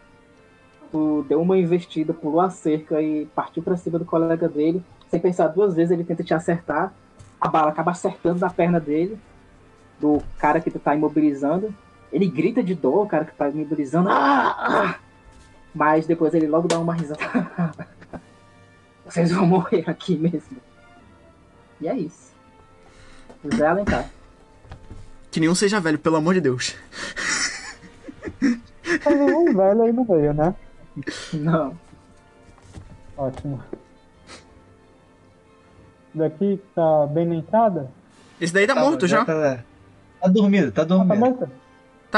o- deu uma investida, pulou a cerca e partiu pra cima do colega dele. Sem pensar duas vezes, ele tenta te acertar. A bala acaba acertando na perna dele, do cara que tu tá imobilizando. Ele grita de dor, o cara que tá imobilizando. "Ah! Ah!" Mas depois ele logo dá uma risada. Vocês vão [laughs] morrer aqui mesmo. E é isso. José Alencar.
Que nenhum seja velho, pelo amor de Deus.
Um velho aí no meio, né?
Não.
Ótimo. Esse Daqui que tá bem na entrada.
Esse daí tá, morto já. Tá,
Tá, tá dormido, tá
Ah, tá
dormindo.
morta?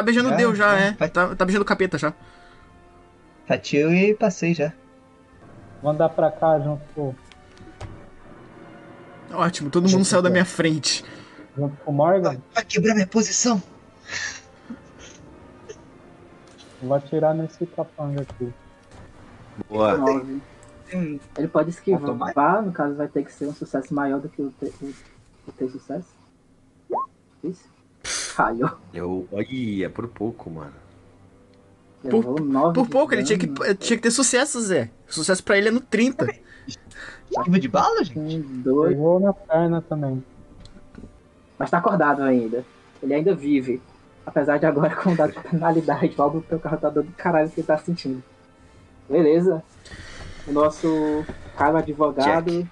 beijando
Já,
Deus já,
já.
é.
Vai.
Tá, tá beijando o capeta já.
Fatiu Tá e passei já.
Vou andar pra cá junto com,
Ótimo, todo mundo saiu da minha frente.
junto com o
Tá
Tá.
Morgan.
Vai quebrar minha posição.
Vou atirar nesse capanga aqui.
né? Boa.
Nove.
Tem-
Ele pode
Automático.
esquivar, no caso vai ter que ser um sucesso maior do que o, te, o, o teu sucesso. Isso. Falhou.
Eu... Olha, por pouco, mano.
Levou nove
Por
de
pouco, ele tinha que, eh,
dano.
tinha que ter sucesso, Zé. Sucesso pra ele é no 30.
Esquiva de bala, gente?
Um, dois.
Pegou na perna também.
Mas tá acordado ainda. Ele ainda vive. Apesar de agora [laughs] com dado de penalidade. Logo o teu carro tá dando caralho que ele tá sentindo. Beleza. O nosso caro advogado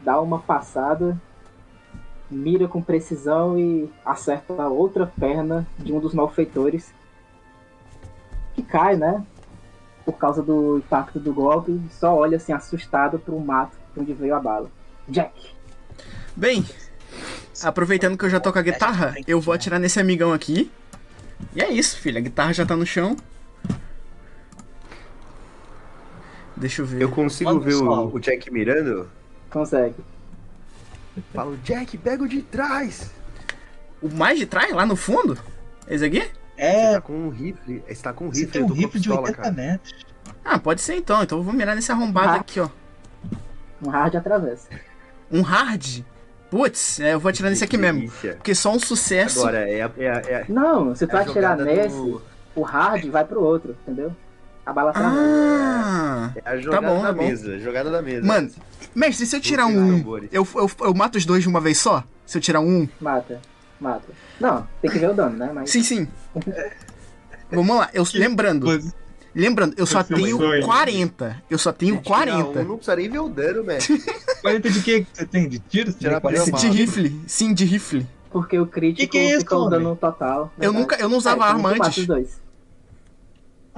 dá uma passada, mira com precisão e acerta a outra perna de um dos malfeitores. Que cai, né? Por causa do impacto do golpe, e só olha assim assustado pro mato onde veio a bala. Jack,
Bem, aproveitando que eu já toco a guitarra, eu vou atirar nesse amigão aqui. E é isso, filho. A guitarra já tá no chão. Deixa eu ver.
Eu consigo
Manda
ver
só.
o, o Jack mirando?
consegue.
Falo, Jack, pega o de trás!
O mais de trás, lá no fundo? Esse aqui?
Você
É,
tá com um rifle. Você tá com um
você
rifle,
tem
eu
um
tô com a
rifle de
pistola,
80
cara.
metros.
Ah, pode ser então. Então eu vou mirar nesse arrombado
Ah.
aqui, ó.
Um hard atravessa.
Um hard? Putz, é, eu vou atirar nesse aqui mesmo.
Delícia.
Porque só um sucesso.
Agora, é, a- é, a- é, a-
Não, se tu
é a
atirar
jogada
nesse,
do-
o hard vai pro outro, entendeu? A bala ah.
Ah!
é a jogada
bom,
da
tá bom.
mesa. Jogada da mesa.
Mano, mestre, e se eu tirar um, um, eu, eu, eu mato os dois de uma vez só? Se eu tirar um?
mata. Mata. Não, tem que ver o dano, né? Mas
Sim, sim. Vamos lá, eu lembrando,
Mas-
lembrando, eu só
Você é um
tenho
sonho.
40. Eu só tenho
um, Não,
40.
não precisa nem ver o dano,
[laughs]
mestre.
40 de que que você tem? De tiro? Você
Tirar
tem 40?
pela
De rifle, sim, de rifle.
porque o crítico
Que que é isso,
fica um
homem?
dano total.
Eu
verdade.
nunca, eu não usava
É,
arma
então tu Mata
antes.
os dois.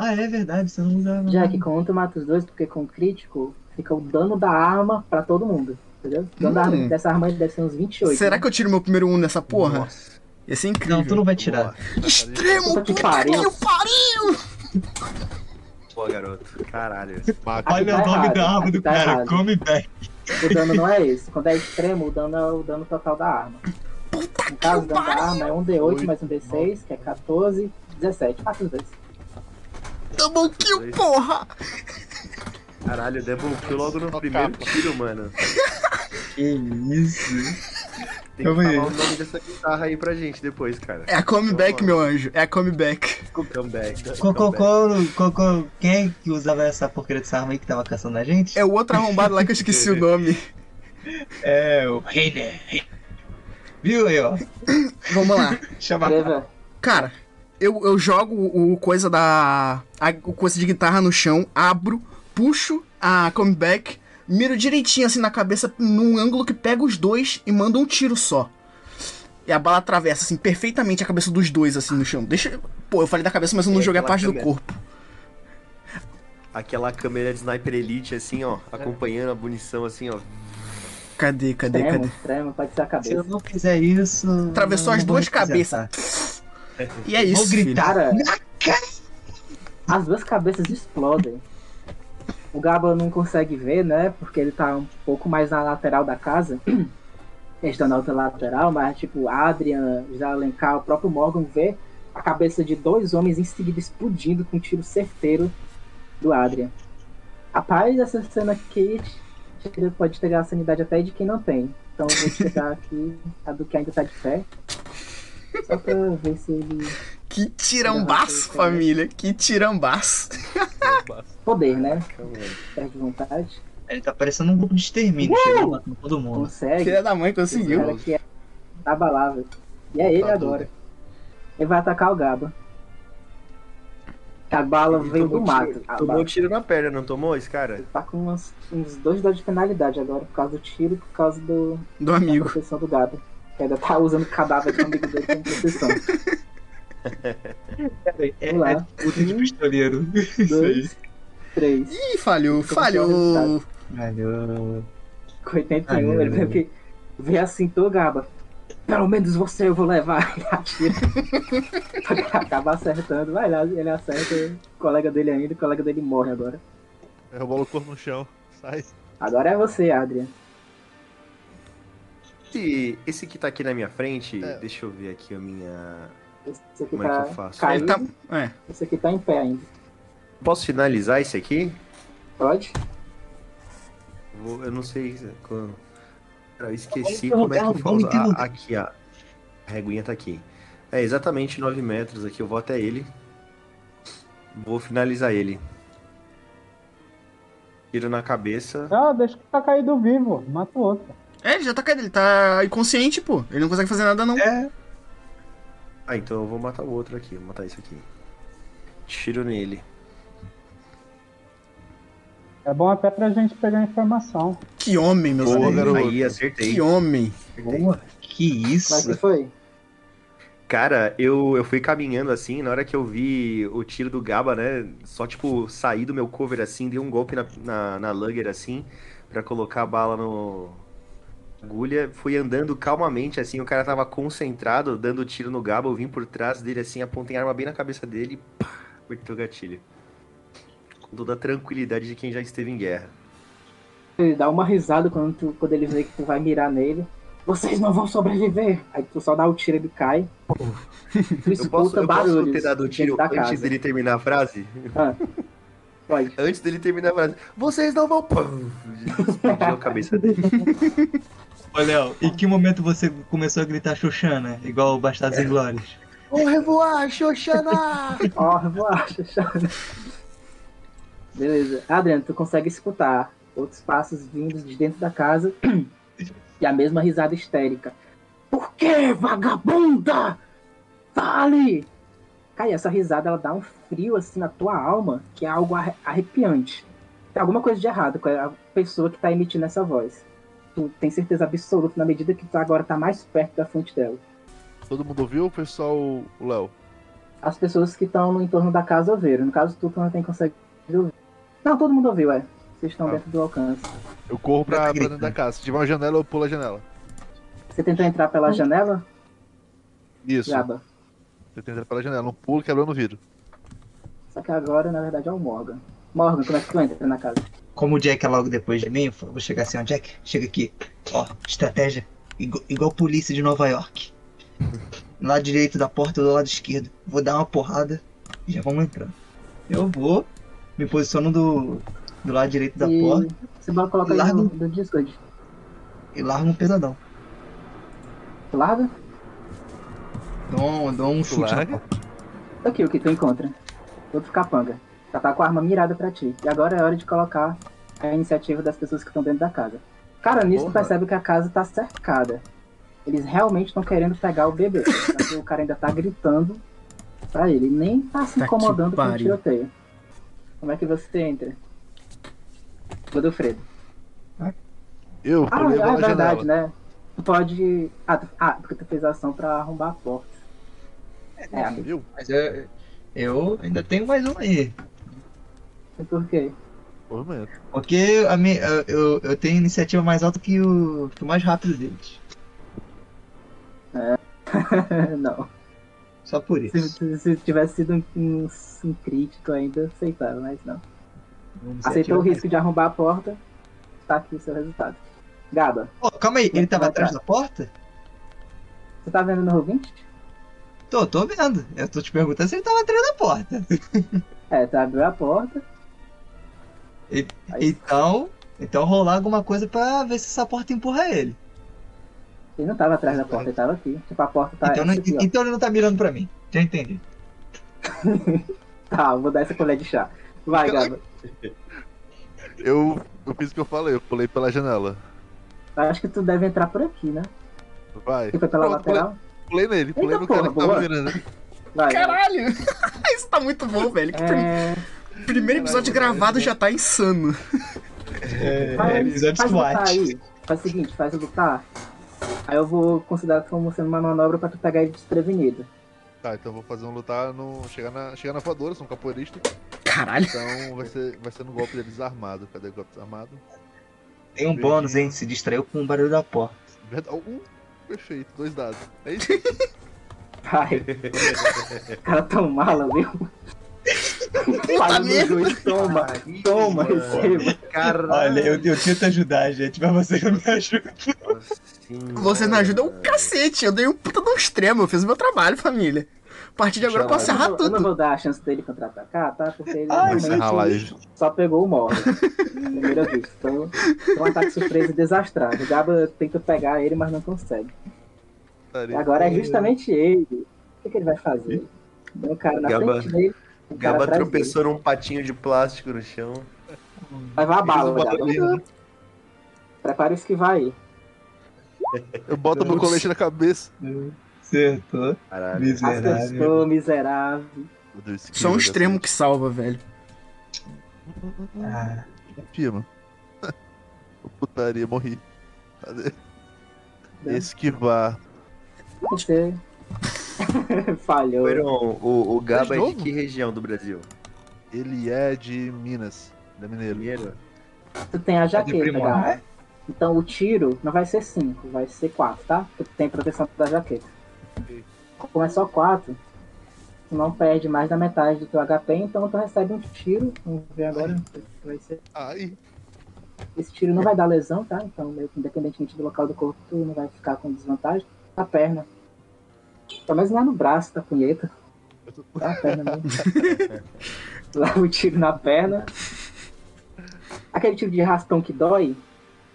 Ah, é verdade, você não usava.
Jack, com um tu mata os dois, porque com o crítico fica o dano da arma pra todo mundo. Entendeu? O dano da arma-
Hum.
dessa arma deve ser uns 28.
Será que eu tiro meu primeiro um nessa porra?
Nossa.
Ia ser
Não, tu
incrível.
não vai tirar.
Extremo,
Puta
puta
que
que
pariu.
pariu!
Pô, garoto. Caralho.
Maca.
Aqui
Olha
tá
o nome
errado,
da arma
aqui
do
tá
cara,
errado.
come back.
O dano não é esse. Quando é extremo, o dano é o dano total da arma. No caso, o dano da arma é um D8 mais um D6, que é 14, 17. Mata os dois.
Double kill, porra!
Caralho, double kill logo no
Só
primeiro
capa.
tiro, mano.
Que isso?
Tem que
Calma aí.
falar o nome dessa guitarra aí pra gente depois, cara.
É a comeback, meu anjo. É a comeback.
Comeback.
Qual, qual,
comeback.
qual, qual, qual, quem é que usava essa porcaria dessa arma aí que tava caçando a gente?
É o outro arrombado lá que eu esqueci o nome.
É, o Reiner. Viu aí, ó?
Vamos lá.
Chama.
Trevor,
Cara, eu, eu jogo o, o coisa da. a- o coisa de guitarra no chão, abro, puxo a comeback, miro direitinho assim na cabeça, num ângulo que pega os dois e manda um tiro só. E a bala atravessa, assim, perfeitamente a cabeça dos dois, assim, no chão. Deixa. Pô, eu falei da cabeça, mas eu não
É,
joguei a
aquela
parte do
câmera.
corpo.
Aquela câmera de Sniper Elite, assim, ó. Acompanhando a munição, assim, ó.
Cadê, cadê,
extremo,
cadê?
extremo, pode ser a
Se eu
cabeça.
não fizer isso.
Atravessou
eu
as
não vou
duas
representar.
cabeças. E é isso.
Vou gritar.
Cara, as duas cabeças explodem. O Gaba não consegue ver, né? Porque ele tá um pouco mais na lateral da casa. [clears throat] Eles estão na outra lateral, mas tipo, a Adrian, já Alencar, o próprio Morgan vê a cabeça de dois homens em seguida explodindo com um tiro certeiro do Adrian. Rapaz, essa cena aqui tira- pode pegar a sanidade até de quem não tem. Então eu vou tirar aqui a do que ainda tá de pé. Só pra ver se ele.
Que tirambaço, família. Que tirambaço.
Poder, né?
Calma aí.
Perde vontade.
Ele tá parecendo um grupo de extermínio, chegando matando todo mundo.
Consegue.
é
Filha da mãe
Esse
conseguiu.
cara aqui é abalável. E é ele
Tá
agora. Ele vai atacar o Gaba. A bala
Ele
veio do
tomou
mato.
tiro-
A
Tomou
bala.
um tiro na perna, não tomou esse cara?
Ele tá com umas- uns dois dados de penalidade agora, por causa do tiro e por causa do,
Do
da
amigo.
proteção do Gaba. Que ainda tá usando o cadáver do amigo dele como
[laughs]
proteção.
É,
Vamos lá.
puta
Hum?
de pistoleiro.
Dois, três.
Ih, falhou,
Ficou
falhou.
Valeu.
Com 81,
Ai,
ele veio que. Vê assim, tô Gaba. Pelo menos você eu vou levar. [laughs] Ele atira. Acaba acertando. Vai lá, ele acerta o colega dele ainda, o colega dele morre agora.
Eu bolo o corpo no chão. Sai.
Agora é você, Adrian.
Esse, esse que tá aqui na minha frente,
É.
deixa eu ver aqui a minha.
Esse aqui
Como é que
tá
eu faço?
Ele
caído,
tá. É.
esse aqui tá em pé ainda.
Posso finalizar esse aqui?
Pode?
Vou- eu não sei. se- é quando- Cara, eu esqueci
Vamos
como é que eu
interrogar, vamos
faço. Ah,
interrogar.
aqui, ó. A reguinha tá aqui. É exatamente 9 metros aqui. Eu vou até ele. Vou finalizar ele. Tiro na cabeça.
Ah, deixa que tá caído vivo, mata o outro.
É, ele já tá caído, ele tá inconsciente, pô. Ele não consegue fazer nada,
É.
não.
Ah, então eu vou matar o outro aqui. Vou matar esse aqui. Tiro nele.
É bom até pra gente pegar informação.
Que homem, meus
Boa,
amigos.
garoto.
Aí, acertei.
Que homem. [laughs]
acertei.
Boa. Que
Mas
isso.
que foi?
Cara, eu, eu fui caminhando assim, na hora que eu vi o tiro do Gaba, né? Só, tipo, saí do meu cover assim, dei um golpe na, na, na Lugger assim, pra colocar a bala no. Agulha, fui andando calmamente assim, o cara tava concentrado, dando tiro no Gaba, eu vim por trás dele assim, apontei a arma bem na cabeça dele e pá, apertei o gatilho. Com toda a tranquilidade de quem já esteve em guerra.
Ele dá uma risada quando, tu- quando ele vê que tu vai mirar nele. Vocês não vão sobreviver! Aí tu só dá o tiro e ele cai. Tu
Eu posso,
escuta
eu posso ter
barulhos
dado o
dentro
tiro
da
antes
casa.
dele terminar a frase?
Pode.
Antes dele terminar a frase, vocês não vão. Pum! Explodiu a cabeça dele.
Ô, Léo, em que momento você começou a gritar Xoxana, igual o Bastardos Inglórios?
Au revoir, Xoxana!
Ó, relaxa, chave. Beleza. Adriano, tu consegue escutar outros passos vindos de dentro da casa e a mesma risada histérica. Por que, vagabunda? Fale! Cara, e essa risada ela dá um frio assim na tua alma, que é algo arre- arrepiante. Tem alguma coisa de errado com a pessoa que tá emitindo essa voz. Tu tem certeza absoluta na medida que tu agora tá mais perto da fonte dela.
Todo mundo ouviu ou foi só o o Léo?
as pessoas que estão no entorno da casa ouviram. No caso, tu não tem conseguido ouvir. Não, todo mundo ouviu, é. Vocês estão
Ah.
dentro do alcance.
Eu corro pra, pra dentro
Grita.
da casa. Se tiver uma janela, eu pulo a janela.
Você tentou entrar pela janela,
Isso.
Jaba?
Eu tento entrar pela janela. Não pulo quebrando o vidro.
Só que agora, na verdade, é o Morgan. Morgan, como é que tu entra na casa?
Como o Jack é logo depois de mim, eu vou chegar assim, ó, Jack, chega aqui. Ó, estratégia. Igual, igual polícia de Nova York. No lado direito da porta ou do lado esquerdo. Vou dar uma porrada e já vamos entrando. Eu vou, me posiciono do, do lado direito da
E
porta
Você pode colocar aí
Larga.
no, no Discord.
e largo um pesadão.
Tu larga?
Dou, um- dou um chute na
larga?
porta.
Aqui, o que tu encontra. Outro capanga. Já tá com a arma mirada pra ti. E agora é hora de colocar a iniciativa das pessoas que estão dentro da casa. Cara, nisso tu
Porra.
percebe que a casa tá cercada. Eles realmente estão querendo pegar o bebê. Mas o cara ainda tá gritando pra ele. Nem tá se
Tá que
incomodando com o
pariu.
tiroteio. Como é que você entra? Godofredo.
Eu
Ah,
pulei
é
pela
verdade,
janela.
né? Tu pode. Ah, tu- ah, porque tu fez a ação pra arrombar a porta. É, amigo.
Viu?
Mas eu, eu ainda tenho mais uma aí.
Por quê? [laughs]
Pô, mano.
Porque a minha, eu, eu tenho iniciativa mais alta que o, que o mais rápido deles.
Não.
Só por
Se,
isso.
se- se tivesse sido um, um- um crítico ainda, aceitava, mas não.
Uma iniciativa
Aceitou o
mais-
risco de arrombar a porta, tá aqui o seu resultado. Gaba,
Ó, calma aí, ele tava
Vai
atrás
atrás.
da porta?
você tá vendo no roll 20?
Tô, tô vendo. Eu tô te perguntando se ele tava atrás da porta.
É, tu abriu a porta, Aí.
Então, então rolar alguma coisa pra ver se essa porta empurra ele.
ele não tava atrás da porta, ele tava aqui. Tipo, a porta tá.
então, não-
aqui, ó.
então ele não tá mirando pra mim. Já entendi.
Tá, eu vou dar essa colher de chá. Vai,
Então
Gaba.
Eu, eu fiz o que eu falei. Eu pulei pela janela.
Eu Acho que tu deve entrar por aqui, né?
Vai.
Você foi pela
Pronto, pulei,
lateral?
pulei nele. Pulei
Eita
no cara
porra,
que tava
boa.
mirando.
Vai. Gaba.
Caralho! Isso tá muito bom, velho. Que prim-
É,
primeiro episódio
Caralho,
gravado já tá insano.
É,
faz um lutar aí. Faz o seguinte, faz o lutar. Aí eu vou considerar como sendo uma manobra pra tu pegar ele desprevenido.
Tá, então eu vou fazer um lutar no. Chegar na, chegar na voadora, sou um capoeirista.
Caralho.
Então vai ser, vai ser no golpe deles armado. Cadê o golpe desarmado?
Tem um bônus, hein? Se distraiu com o barulho da porta.
Verdade. Um, perfeito, dois dados. É isso?
Ai, o cara tão mala, viu? Fala no
merda.
juiz, toma, toma, receba.
Caralho.
Olha, eu, eu tento ajudar, gente, mas vocês não me ajudam.
Vocês não ajudam um cacete. Eu dei um puta de um extremo. Eu fiz o meu trabalho, família. A partir de agora eu posso
Eu
errar
não- Eu não
tudo.
vou dar a chance dele contra-atacar, tá? Porque ele
é
Ai,
realmente
Encerrar a live.
só pegou o Morgan. Primeira vez. Então, foi um ataque surpresa desastrado. O Gaba tenta pegar ele, mas não consegue. E agora é justamente ele. O que, que ele vai fazer? Tem um cara na
Gaba-
frente dele. Um cara
Gaba
atrás
tropeçou num patinho de plástico no chão.
dele. Vai
Tá
levar a bala, Gaba. Prepara o esquivar aí.
Eu boto meu colete na cabeça.
Acertou.
Caralho.
Miserável.
Acertou, miserável.
Meu Deus, esse
Só um
clima,
extremo que salva, velho.
Ah,
dessa firma. [laughs] Putaria, morri. Cadê?
Né?
Deu.
Esquivar.
Você [laughs] falhou.
Verão, um, o, o Gaba é
novo?
de que região do Brasil?
Ele é de Minas. Ele é mineiro.
Mineiro?
Tu tem a
É de
jaqueta,
primorar,
cara. Então o tiro não vai ser 5, vai ser 4, tá? Porque tu tem proteção da jaqueta.
Ok.
Como é só 4, tu não perde mais da metade do teu HP, então tu recebe um tiro. Vamos ver agora. Vai ser...
Ai,
Esse tiro não vai dar lesão, tá? Então, meio que independentemente do local do corpo, tu não vai ficar com desvantagem. A perna. Pelo menos lá no braço da punheta. Tá, a perna mesmo.
[laughs]
lá o tiro na perna. Aquele tiro de rastão que dói,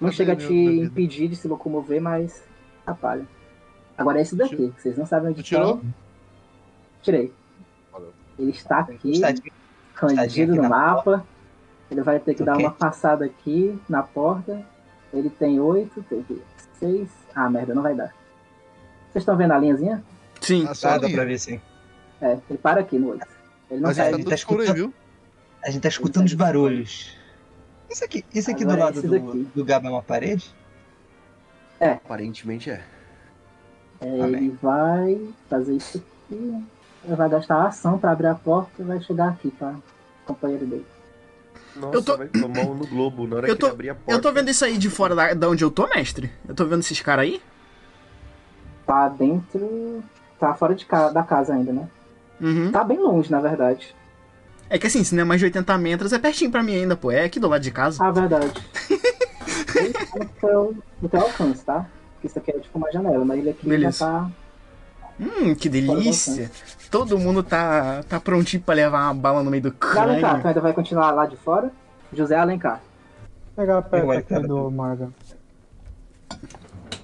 Não
Cadê
chega a
meu-
te
minha vida?
impedir de se locomover, mas atrapalha. Agora é esse daqui, que vocês não sabem onde
Tu tirou?
estão. Tirei.
Valeu.
Ele está aqui,
tá
Tadinho. Tadinho
candido
aqui
no
na
mapa. Ele vai ter que dar
Ok.
uma passada aqui na porta. Ele tem oito, teve seis. Ah, merda, não vai dar. Vocês estão vendo a linhazinha?
Sim.
Ah, só
Ah,
a
dá
linha.
pra ver sim.
É, ele para aqui no oito. Ele não
Mas
sai.
tá
ele
tudo
tá
escuro aí, viu?
A gente tá escutando os barulhos. Isso aqui, isso aqui do
Agora
lado
esse
do,
daqui.
do Gabo é uma parede?
Aparentemente é.
É, Ele vai fazer isso aqui. Ele vai gastar a ação pra abrir a porta e vai chegar aqui pra companheiro dele.
Nossa,
Eu tô-
vai tomar um no globo na hora
Eu
que
tô-
ele abrir a porta.
Eu tô vendo isso aí de fora da, da onde eu tô, mestre? Eu tô vendo esses caras aí?
Tá dentro. Tá fora de ca... da casa ainda, né?
Uhum.
Tá bem longe, na verdade.
É que assim, se não é mais de 80 metros, é pertinho pra mim ainda, pô. É aqui do lado de casa.
Ah, verdade. Ele tá no teu, no teu alcance, tá? Porque isso aqui é tipo uma janela, mas ele aqui
Beleza.
já tá.
Hum, que delícia. Todo mundo tá, tá prontinho pra levar uma bala no meio do
José
né?
Alencar, tu
crânio.
ainda né? Então vai continuar lá de fora? José Alencar.
Pegar perto
Agora que
aqui
tá-
do Morgan.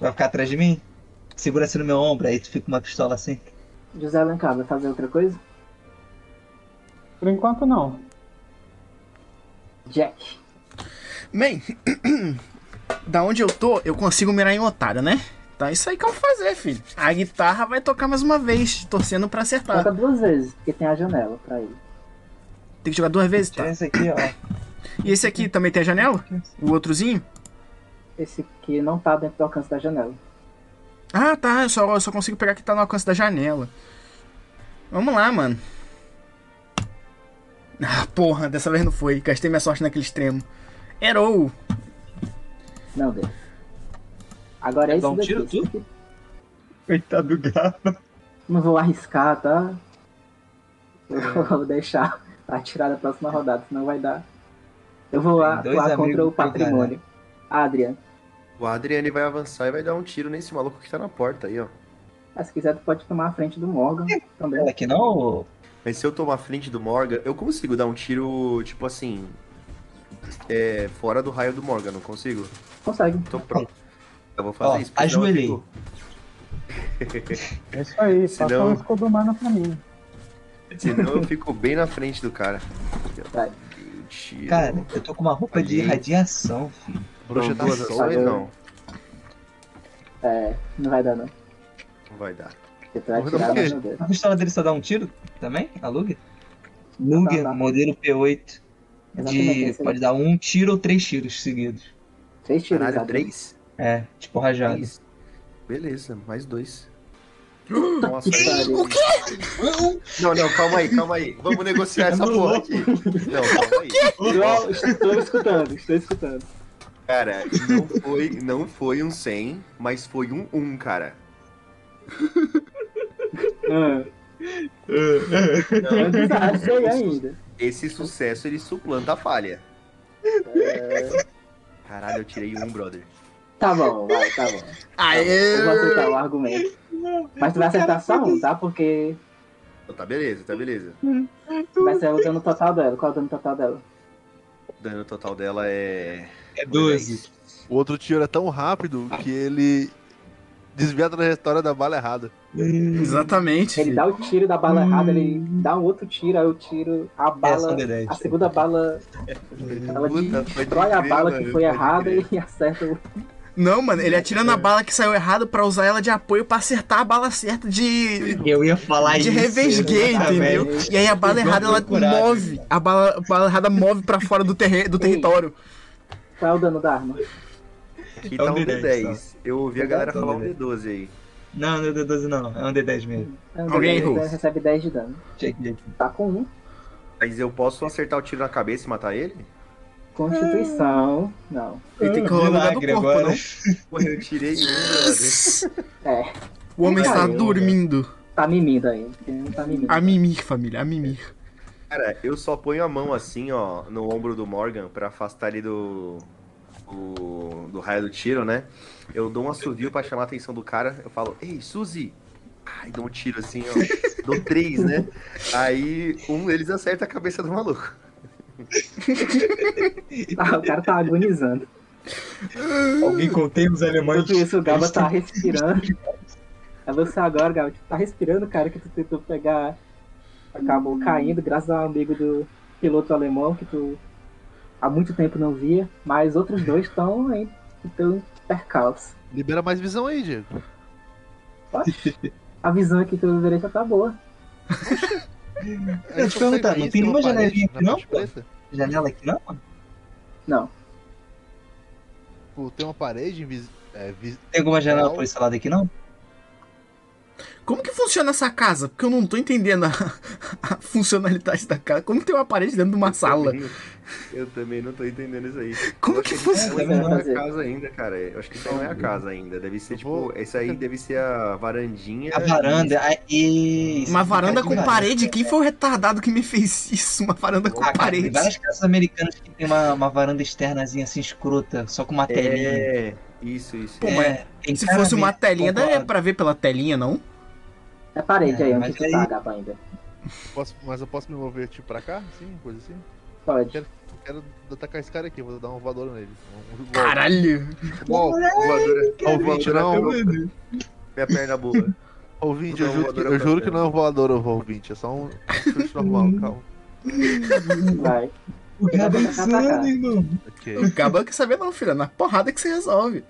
Vai ficar atrás de mim? Segura assim no meu ombro, aí tu fica uma pistola assim.
José Alencar, vai fazer outra coisa?
Por enquanto não.
Jack.
Bem, [clears throat] da onde eu tô, eu consigo mirar em otário, né? Tá isso aí que eu vou fazer, filho. A guitarra vai tocar mais uma vez, torcendo pra acertar.
Toca duas vezes, porque tem a janela pra ele.
Tem que jogar duas vezes, tá?
Tira isso aqui, ó.
E esse aqui também tem a janela? O outrozinho?
Esse aqui não tá dentro do alcance da janela.
Ah, tá. Eu só, eu só consigo pegar que tá no alcance da janela. Vamos lá, mano. Ah, porra, dessa vez não foi. Gastei minha sorte naquele extremo. Errou!
Não deu. Agora é esse
Dá um
daqui.
tiro,
esse
tu?
daqui.
Coitado do Gabo.
Não vou arriscar, tá? Eu vou deixar pra tirar da próxima rodada, senão vai dar. Eu vou lá
Tem dois
lá
amigos né?
contra o
pro caralho.
patrimônio. Adrian,
O Adrian ele vai avançar e vai dar um tiro nesse maluco que tá na porta aí, ó.
ah, se quiser, tu pode tomar a frente do Morgan também.
Aqui não, ô?
Mas se eu tomar a frente do Morgan, eu consigo dar um tiro, tipo assim. É, fora do raio do Morgan, não consigo?
Consegue.
Tô pronto. Eu vou fazer
Ó,
isso. porque senão eu
ajoelhei.
fico-
É isso aí,
Se
passa
não-
um escudo humano pra mim.
Senão eu fico bem na frente do cara.
Vai.
Eu tiro.
Cara, eu tô com uma roupa de
Olhei.
radiação, filho.
Bruxa tá
Provações,
usando.
não.
É, não vai dar, não.
Não vai dar.
Porque tu vai
Morgan,
tirar, né,
por quê?
mas não deu.
A pistola dele só dá um tiro também? A Luger? Luger,
Tá, tá.
modelo P8.
Exatamente,
De,
esse é. aí.
pode dar um tiro ou três tiros seguidos.
Três tiros,
Caralho,
Adrian.
três?
É, tipo rajada.
Três. Beleza, mais dois. Nossa,
Pariu.
o quê? Não, não, calma aí, calma aí. Vamos negociar essa porra aqui. Não, calma aí.
Não, Estou escutando, estou escutando.
Cara, não foi, não foi um 100, mas foi um 1, cara.
Ah, eu desarcei ainda.
Esse sucesso ele suplanta a falha. Caralho, eu tirei um, brother.
Tá bom, vai, tá bom. Eu vou
Aê!
aceitar o argumento. Mas tu vai acertar só um, tá? Porque
Então, tá beleza, tá beleza.
tu vai ser o dano total dela. Qual é o dano total dela?
O dano total dela é.
É 12.
O outro tiro era tão rápido que ele desvia a trajetória da bala errada.
Exatamente.
Hum. Ele dá o tiro da bala errada, ele dá um outro tiro, aí eu tiro a
É,
bala.
só de 10.
A segunda bala. Ela
Puta, pode
destrói a
crer,
bala
mano,
que foi
pode
errada
crer.
e [laughs] acerta o.
Não, mano,
É,
ele atira na bala que saiu errado pra usar ela de apoio pra acertar a bala certa de.
Eu ia falar
De
isso.
revesguei,
Ah,
entendeu? E aí a bala
Eu vou
errada ela
procurar,
move. A bala, a bala errada move pra fora do,
[laughs]
terre, do território.
Qual é o dano da arma?
Aqui
É um
tá um
D10,
D10. Eu ouvi a galera
Tá um
falar um
D10.
D12 aí.
Não, não é D12 não. É um D10 mesmo.
É um dano,
Alguém
então
errou.
recebe 10 de dano.
Check it.
Tá com 1.
Mas eu posso acertar o tiro na cabeça e matar ele?
Constituição. Não.
Ele tem que rolar o lugar do
Milagre
corpo, né?
agora.
não?
Pô, eu tirei um, brother.
É.
O homem está
Caramba.
dormindo.
Tá mimindo ainda. Ele não tá mimindo. [laughs]
A mimir, família, a mimir.
Cara, eu só ponho a mão assim, ó, no ombro do Morgan pra afastar ele do. do, do raio do tiro, né? Eu dou um assovio pra chamar a atenção do cara, eu falo, ei, Suzy! Ai, dou um tiro assim, ó. dou três, né? Aí um deles acerta a cabeça do maluco.
Ah, o cara tá agonizando.
[laughs] Alguém contém os alemães.
Enquanto isso, o Gaba tá respirando. É você agora, Gaba, que tá respirando, cara, que tu tentou pegar. Acabou caindo, graças ao amigo do piloto alemão, que tu há muito tempo não via. Mas outros dois estão aí, estão em percalço.
Libera mais visão aí, Diego.
Oxe, a visão aqui que eu verei já tá boa.
A gente
te perguntar,
consegue
não
ver
tem nenhuma
isso numa parede,
janelinha aqui
na
não,
parte
pô?
preta?
Janela aqui não, mano?
Não,
Tipo, tem uma parede invis- é, vis-
Tem alguma janela
Não.
por esse lado aqui não?
Como que funciona essa casa? Porque eu não tô entendendo a, [laughs] a funcionalidade da casa. Como que tem uma parede dentro de uma sala?
Também não- Eu também não tô entendendo isso aí.
Como
Eu
que
acho
funciona?
isso aí não é
fazer?
a casa ainda, cara. Eu acho que isso aí não é a casa ainda. Deve ser,
Eu vou-
tipo, esse aí deve ser a varandinha.
A varanda, é aí.
Uma varanda com
Cara,
parede? Quem foi o retardado que me fez isso? Uma varanda com
Ah, cara, tem
parede.
várias casas americanas que tem uma, uma varanda externazinha assim escrota, só com uma telinha.
É, isso, isso.
Pô,
isso.
mas
tem
Se
É, cara
fosse uma
mesmo,
telinha, daria
concordo.
pra ver pela telinha, não?
é parede
É,
aí
mas
onde tu
aí-
tá, Gaba, ainda.
posso- mas eu posso me mover tipo pra cá? Sim, coisa assim.
Pode.
Eu quero atacar esse cara aqui, vou dar um voador nele. Um- um-
Caralho!
Uou,
Voadora.
Ó, o Vampirão.
Minha perna boa.
Ouvinte, eu
Não,
juro, que,
voador é
eu
pra
juro que
frente.
não é um voador, ô, ouvinte. É só um chute normal, calma.
Vai.
O tá
Gabo é insano,
irmão.
Ok.
O Gabão quer saber não, filha. Na porrada que você resolve.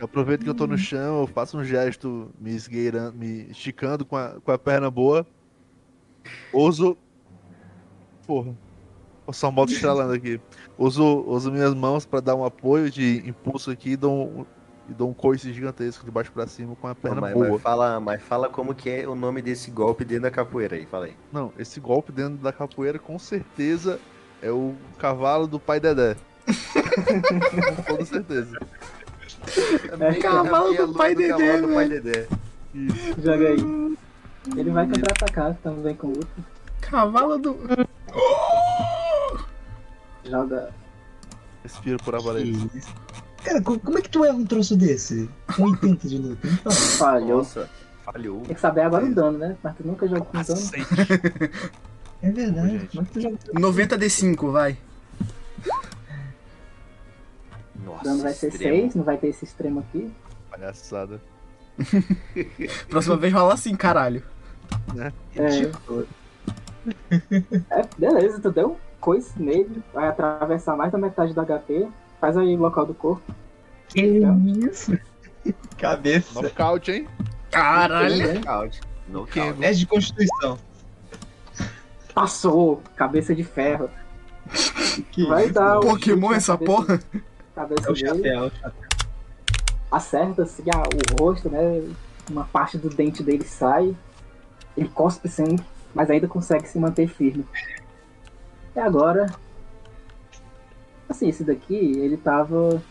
Eu aproveito que eu tô no chão, eu faço um gesto me esgueirando, me esticando com a, com a perna boa. Uso. Porra. Vou Só um moto estralando aqui. Uso, uso minhas mãos pra dar um apoio de impulso aqui e dou um, e dou um coice gigantesco de baixo pra cima com a [laughs] perna
mas,
boa.
mas fala, mas fala como que é o nome desse golpe dentro da capoeira aí. Fala aí.
Não, esse golpe dentro da capoeira com certeza é o cavalo do pai Dedé. com toda certeza.
Cavalo
É a
do pai né?
luta
Dedé,
Cavalo do pai Dedé.
Joga aí. Ele vai contra-atacar também então com o outro.
Cavalo do.
Joga.
Respiro por aparelho.
Cara, co- como é que tu é um troço desse? Com 80 de luta? então. Me fala.
Falhou.
Nossa, falhou.
Tem que saber agora o dano, né? Mas tu nunca jogou com dano.
Cacete.
É verdade.
Gente.
Como é que tu joga
90 D5, vai.
O dano
Nossa,
Então vai ser
extremo.
6, não vai ter esse extremo aqui.
Palhaçada.
Próxima vez rola assim, caralho.
ridículo?
É, beleza, tu deu um coice nele, vai atravessar mais da metade do HP, faz aí o local do corpo.
Que isso? Tá? [laughs] Cabeça.
Knockout, hein?
Caralho!
né?
Nocaute. Nocaute.
10 é de constituição.
Passou! Cabeça de
[laughs]
ferro.
Que
Vai dar um o
Pokémon é essa porra?
cabeça
É o
dele.
chapéu. é o chapéu.
Acerta assim a- o rosto, né? Uma parte do dente dele sai. Ele cospe sangue, mas ainda consegue se manter firme. E agora. Assim, esse daqui, ele tava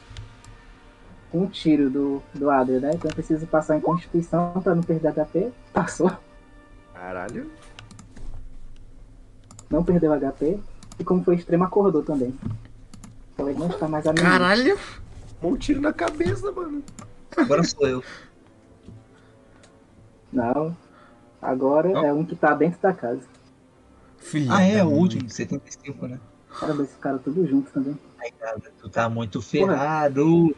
com um tiro do, do Adria, né? Então eu preciso passar em Constituição pra não perder HP. Passou.
Caralho.
não perdeu HP. E como foi extremo, acordou também. Então ele não está mais a menino.
Caralho!
Um tiro na cabeça, mano.
Agora sou eu.
Não. Agora
Não?
é um que tá dentro da casa.
Filha.
Ah, é,
da
o
mãe.
último, 75, né?
Caramba, esse cara tudo junto também.
Ai, cara, tu tá muito ferrado.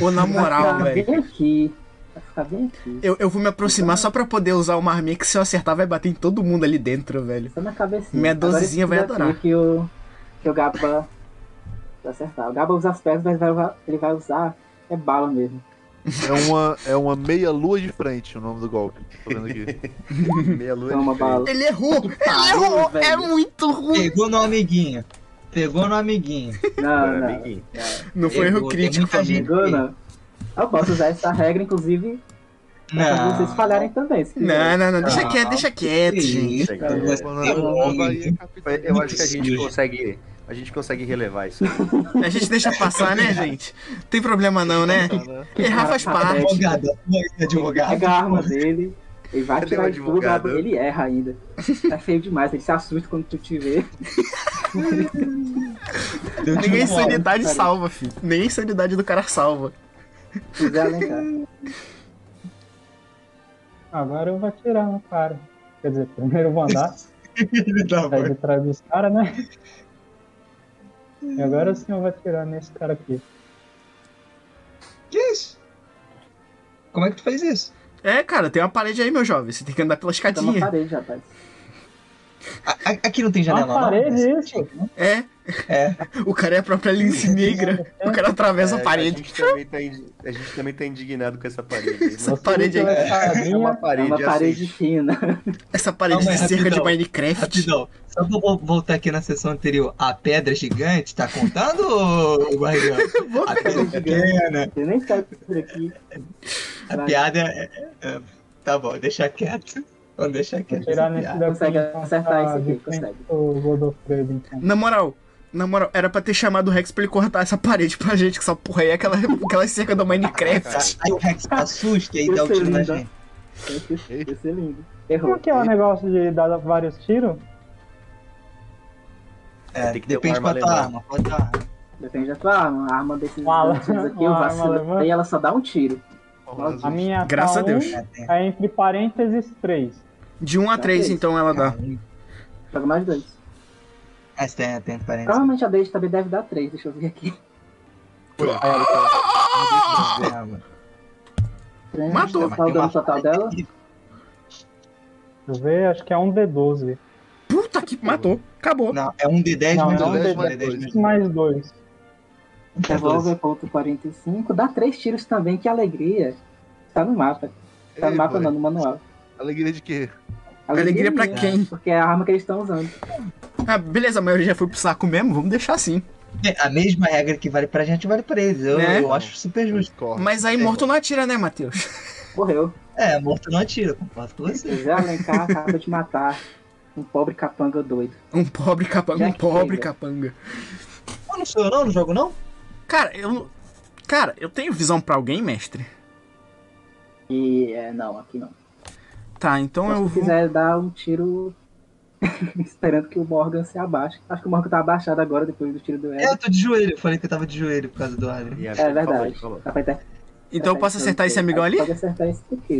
Ô, na moral,
Vai ficar
velho.
Tá bem aqui. Vai ficar bem aqui.
Eu, eu vou me aproximar só pra poder usar uma arminha que se eu acertar vai bater em todo mundo ali dentro, velho.
Só na cabecinha.
Minha
Agora esse
dozezinha vai
daqui
adorar.
Que o, que o Gaba vai acertar. O Gaba usa as pernas, mas vai, usar- ele vai usar é bala mesmo.
É uma, é uma meia lua de frente o nome do golpe. Tô vendo aqui.
Meia lua
Toma
de frente.
bala.
Ele errou! Ele
pariu,
errou!
velho.
É muito ruim!
Pegou no amiguinho. Pegou no amiguinho.
Não,
Cara,
Ah, não.
amiguinho.
Não foi
Errou,
né?
erro
tem
crítico,
muita
família.
gente.
Pegou, não. Eu posso usar essa regra, inclusive, pra
Não.
vocês falharem também. se quiserem.
Não, não, não. Deixa
Não.
quieto, deixa quieto, gente.
Isso,
Chega,
você-
Mano, Havaí é capital.
Eu acho que a gente
Sujo.
consegue. A gente consegue relevar isso. aí.
A gente deixa passar, né, gente? Tem problema não, né? Errar faz parte.
Advogado, advogado.
tá, pega a arma dele, ele vai
Cadê o
atirar em tudo,
advogado?
ele erra ainda. É feio demais, ele se assusta quando tu te
[laughs]
vê.
Deu tipo um tiro
Ninguém
no alvo.
insanidade
Cara.
salva, filho. Nem insanidade do cara salva.
José Alencar.
Agora eu vou atirar no cara. Quer dizer, primeiro eu vou andar,
Filho da
sair
mãe.
de trás dos caras, né? E agora sim eu vou atirar nesse cara aqui.
Como é que tu fez isso?
É, cara, tem uma parede aí, meu jovem. Você tem que andar pela
Tá na
escadinha.
parede, rapaz.
A- a- aqui não tem janela, não.
Uma parede,
né?
isso.
É.
É.
[laughs] O cara é a própria lince negra. O cara atravessa a
É,
parede.
A gente, também tá, indi- a gente também tá indignado com essa parede. aí,
Essa
mano.
parede aí.
É,
É
É
uma
carinha,
parede,
uma parede
assim.
fina. [laughs]
Essa parede
Calma aí,
de cerca de
rapidão.
Minecraft.
Rapidão, só pra eu vo- voltar aqui na sessão anterior. A pedra gigante tá contando, ô Guardião?
Vou
A pedra pequena.
Você nem sabe por aqui.
A piada é. é- Tá bom, deixa quieto. Vamos deixar
Vou
quieto.
tirar
essa
nesse
piada.
daqui. então,
Consegue acertar isso aqui,
de frente
consegue.
pro Godofredo, então.
Na moral, na moral, era pra ter chamado o Rex pra ele cortar essa parede pra gente, que essa porra aí é aquela, [laughs] aquela cerca do Minecraft.
Aí o Rex assusta e
Eu
dá o
sei,
tiro na
né?
gente.
Ia ser lindo.
Como
Errou.
que é o negócio de dar vários tiros?
É,
Tem que ter
depende
uma
pra
arma
tua
alemã.
arma. Pra tua arma.
Depende da tua arma. A arma desses
Uma ala-
bandidos aqui,
uma
eu
arma
vacilo.
alemã.
E ela só dá um tiro.
A minha
Graças
tá
a Deus.
um,
É, tem-
é entre parênteses 3.
De 1 a 3, então ela dá.
Joga mais dois.
É, tem, tem parênteses.
Provavelmente a Deide também deve dar três. Deixa eu ver aqui. Três,
Matou.
Qual o dano total
[laughs]
dela?
Deixa eu ver, acho que é um D12.
Puta que matou. Acabou.
Não, é um D10
Não,
mais
é um
dois,
D10
um D10 mais dois.
Mais 2.
É doze.
Revolver ponto 45. Dá três tiros também, que alegria. Tá no mapa. Tá no mapa não, no manual.
é, Alegria de quê?
Alegria pra
minha,
quem?
Porque é a arma que eles estão usando.
Ah, beleza, a maioria já foi pro saco mesmo, vamos deixar assim.
É, A mesma regra que vale pra gente vale pra eles. Eu,
Né?
eu acho super justo.
Corre.
Mas aí morto não atira, né, Matheus?
Morreu.
É, morto não atira, concordo com você.
José Alencar acaba de matar um pobre capanga doido.
Um pobre capanga, um
Já que
pobre
pega.
capanga.
Eu não sou eu não, no jogo não?
Cara, eu não. Cara, eu tenho visão pra alguém, mestre?
E é, não, aqui não.
Tá, então eu
Se
vou.
quiser dar um tiro [laughs] esperando que o Morgan se abaixe. Acho que o Morgan tá abaixado agora depois do tiro do
É,
Ed.
eu tô de joelho. Eu falei que eu tava de joelho por causa do Arlen.
E a-
É,
falou,
verdade.
falou.
Dá pra inter-
Então eu posso acertar esse amigão ali? Uhum.
Pode acertar esse aqui.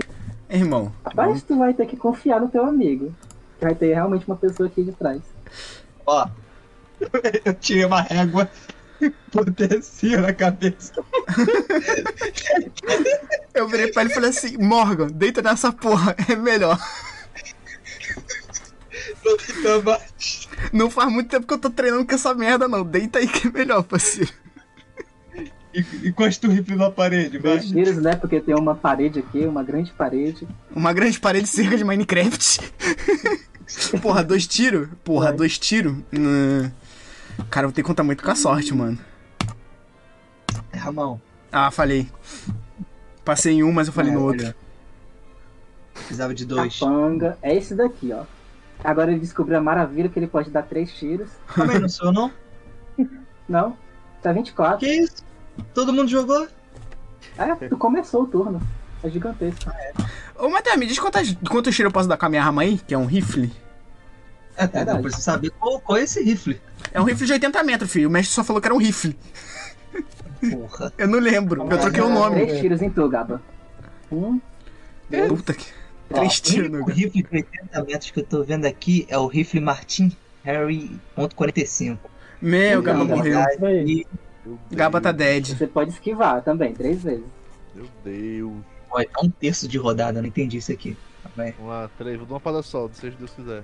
Irmão.
Mas tu vai ter que confiar no teu amigo. Que vai ter realmente uma pessoa aqui de trás.
Ó, [laughs] eu tirei uma régua potencia na cabeça.
Eu virei pra ele e falei assim: Morgan, deita nessa porra, [laughs] é melhor.
Tava-
Não faz muito tempo que eu tô treinando com essa merda, não. Deita aí que é melhor, parceiro.
E- Encosta o rifle na parede, vai.
Dois tiros, né? Porque tem uma parede aqui, uma grande parede.
Uma grande parede cerca de Minecraft. [laughs] Porra, dois tiros? Porra,
Vai.
dois tiros? Cara, eu vou ter que contar muito com a sorte, mano.
É, Ramão,
Ah, falei. Passei em um, mas eu falei
É,
no
olha.
outro.
precisava de dois.
Capanga. É esse daqui, ó. Agora ele descobriu a maravilha que ele pode dar três tiros.
Também não sou eu não?
Não? Tá 24.
Que isso? Todo mundo jogou?
[laughs]
É, tu começou o turno. É gigantesco.
Ô, Matheus, me diz quantas, quantos tiros eu posso dar com a minha arma aí, que é um rifle.
É, tá,
Verdade.
eu preciso saber qual, qual é esse rifle.
É um rifle de 80 metros, filho. O mestre só falou que era um rifle.
Porra.
Eu não lembro. Eu troquei o
Dá
nome.
Três tiros em tu, Gaba. Um,
Puta que. Três tiros
o
no
único rifle de 80 metros que eu tô vendo aqui é o rifle Martin Harry.45.
Meu, o Gaba
Não,
morreu.
Isso aí.
Meu Deus.
Gaba tá dead.
você pode esquivar também, três vezes.
Meu Deus.
Ó, é um terço de rodada, eu não entendi isso aqui. Vai.
Vamos lá, três. Vou dar uma parada só, seja Deus quiser.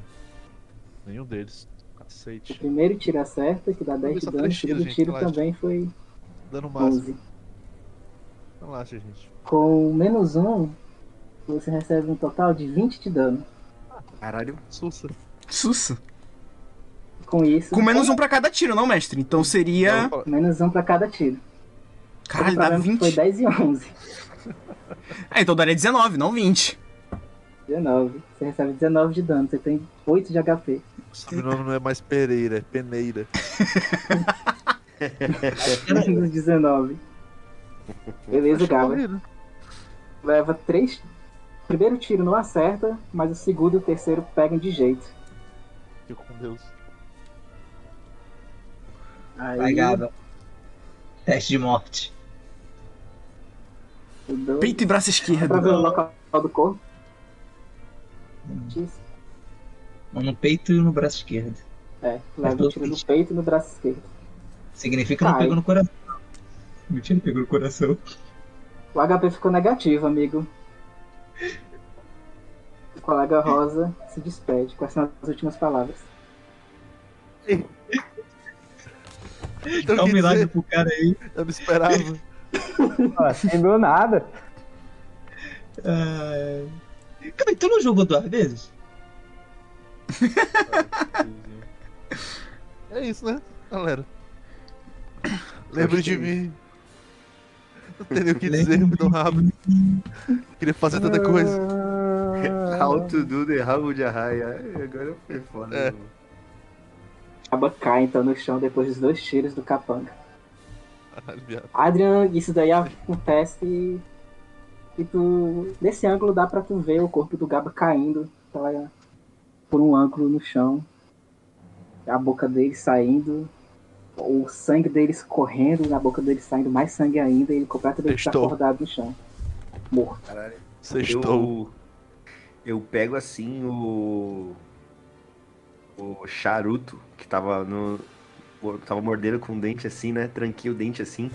Nenhum deles. Aceite.
O primeiro tiro acerta, que dá 10 de
só
dano. O
três tiros,
segundo
gente,
tiro
relaxa.
também foi
Dano máximo.
11.
Relaxa, gente.
Com menos um, você recebe um total de 20 de dano.
Caralho.
Sussa.
Sussa.
Com isso,
Com menos um pra cada tiro, não, mestre? Então seria.
menos um pra cada tiro.
Caralho,
O
Ah, dá
problema é que Foi
20.
10 e 11.
Ah, então daria 19, não 20.
19. Você recebe 19 de dano. Você tem 8 de HP.
O sobrenome não é mais Pereira, é Peneira.
[laughs] Menos 19. Beleza, Gaba.
Morri, né?
leva três. O primeiro tiro não acerta, mas o segundo e o terceiro pegam de jeito.
Fico com Deus.
Vai,
Aí
Gaba. Teste de morte.
eu dou
Peito e braço
pra
esquerdo.
ver o local do corpo.
Um no peito e um no braço esquerdo.
É, leva o tiro no peito e no braço esquerdo.
Tá,
Significa que não
Ai.
pegou no coração. Meu tiro pegou no coração.
O HP ficou negativo, amigo. O colega Rosa se despede. Quais são as últimas palavras?
Então,
Dá um
quer
milagre
dizer,
pro cara aí.
eu não esperava.
Ah, sem deu nada.
Ah, Cara, tu não jogou duas vezes?
É isso, né,
[coughs]
galera? Lembre de mim. Não tem nem o que dizer, me dão rápido. Queria fazer tanta coisa.
How to do the rabo de arraia. Ai, Agora foi foda.
É.
mano.
Acaba cai então no chão depois dos dois tiros do capanga.
Caralho, viado.
Adrian, isso daí acontece e, e tu. Nesse ângulo dá pra tu ver o corpo do Gaba caindo pela- por um ângulo no chão. A boca dele saindo. O sangue dele escorrendo, na boca dele saindo mais sangue ainda, e ele completamente
Estou.
desacordado no chão. Morto.
Sextou.
Eu, eu pego assim o. O charuto que tava no. Tava mordendo com o dente assim, né? Tranquei o dente assim.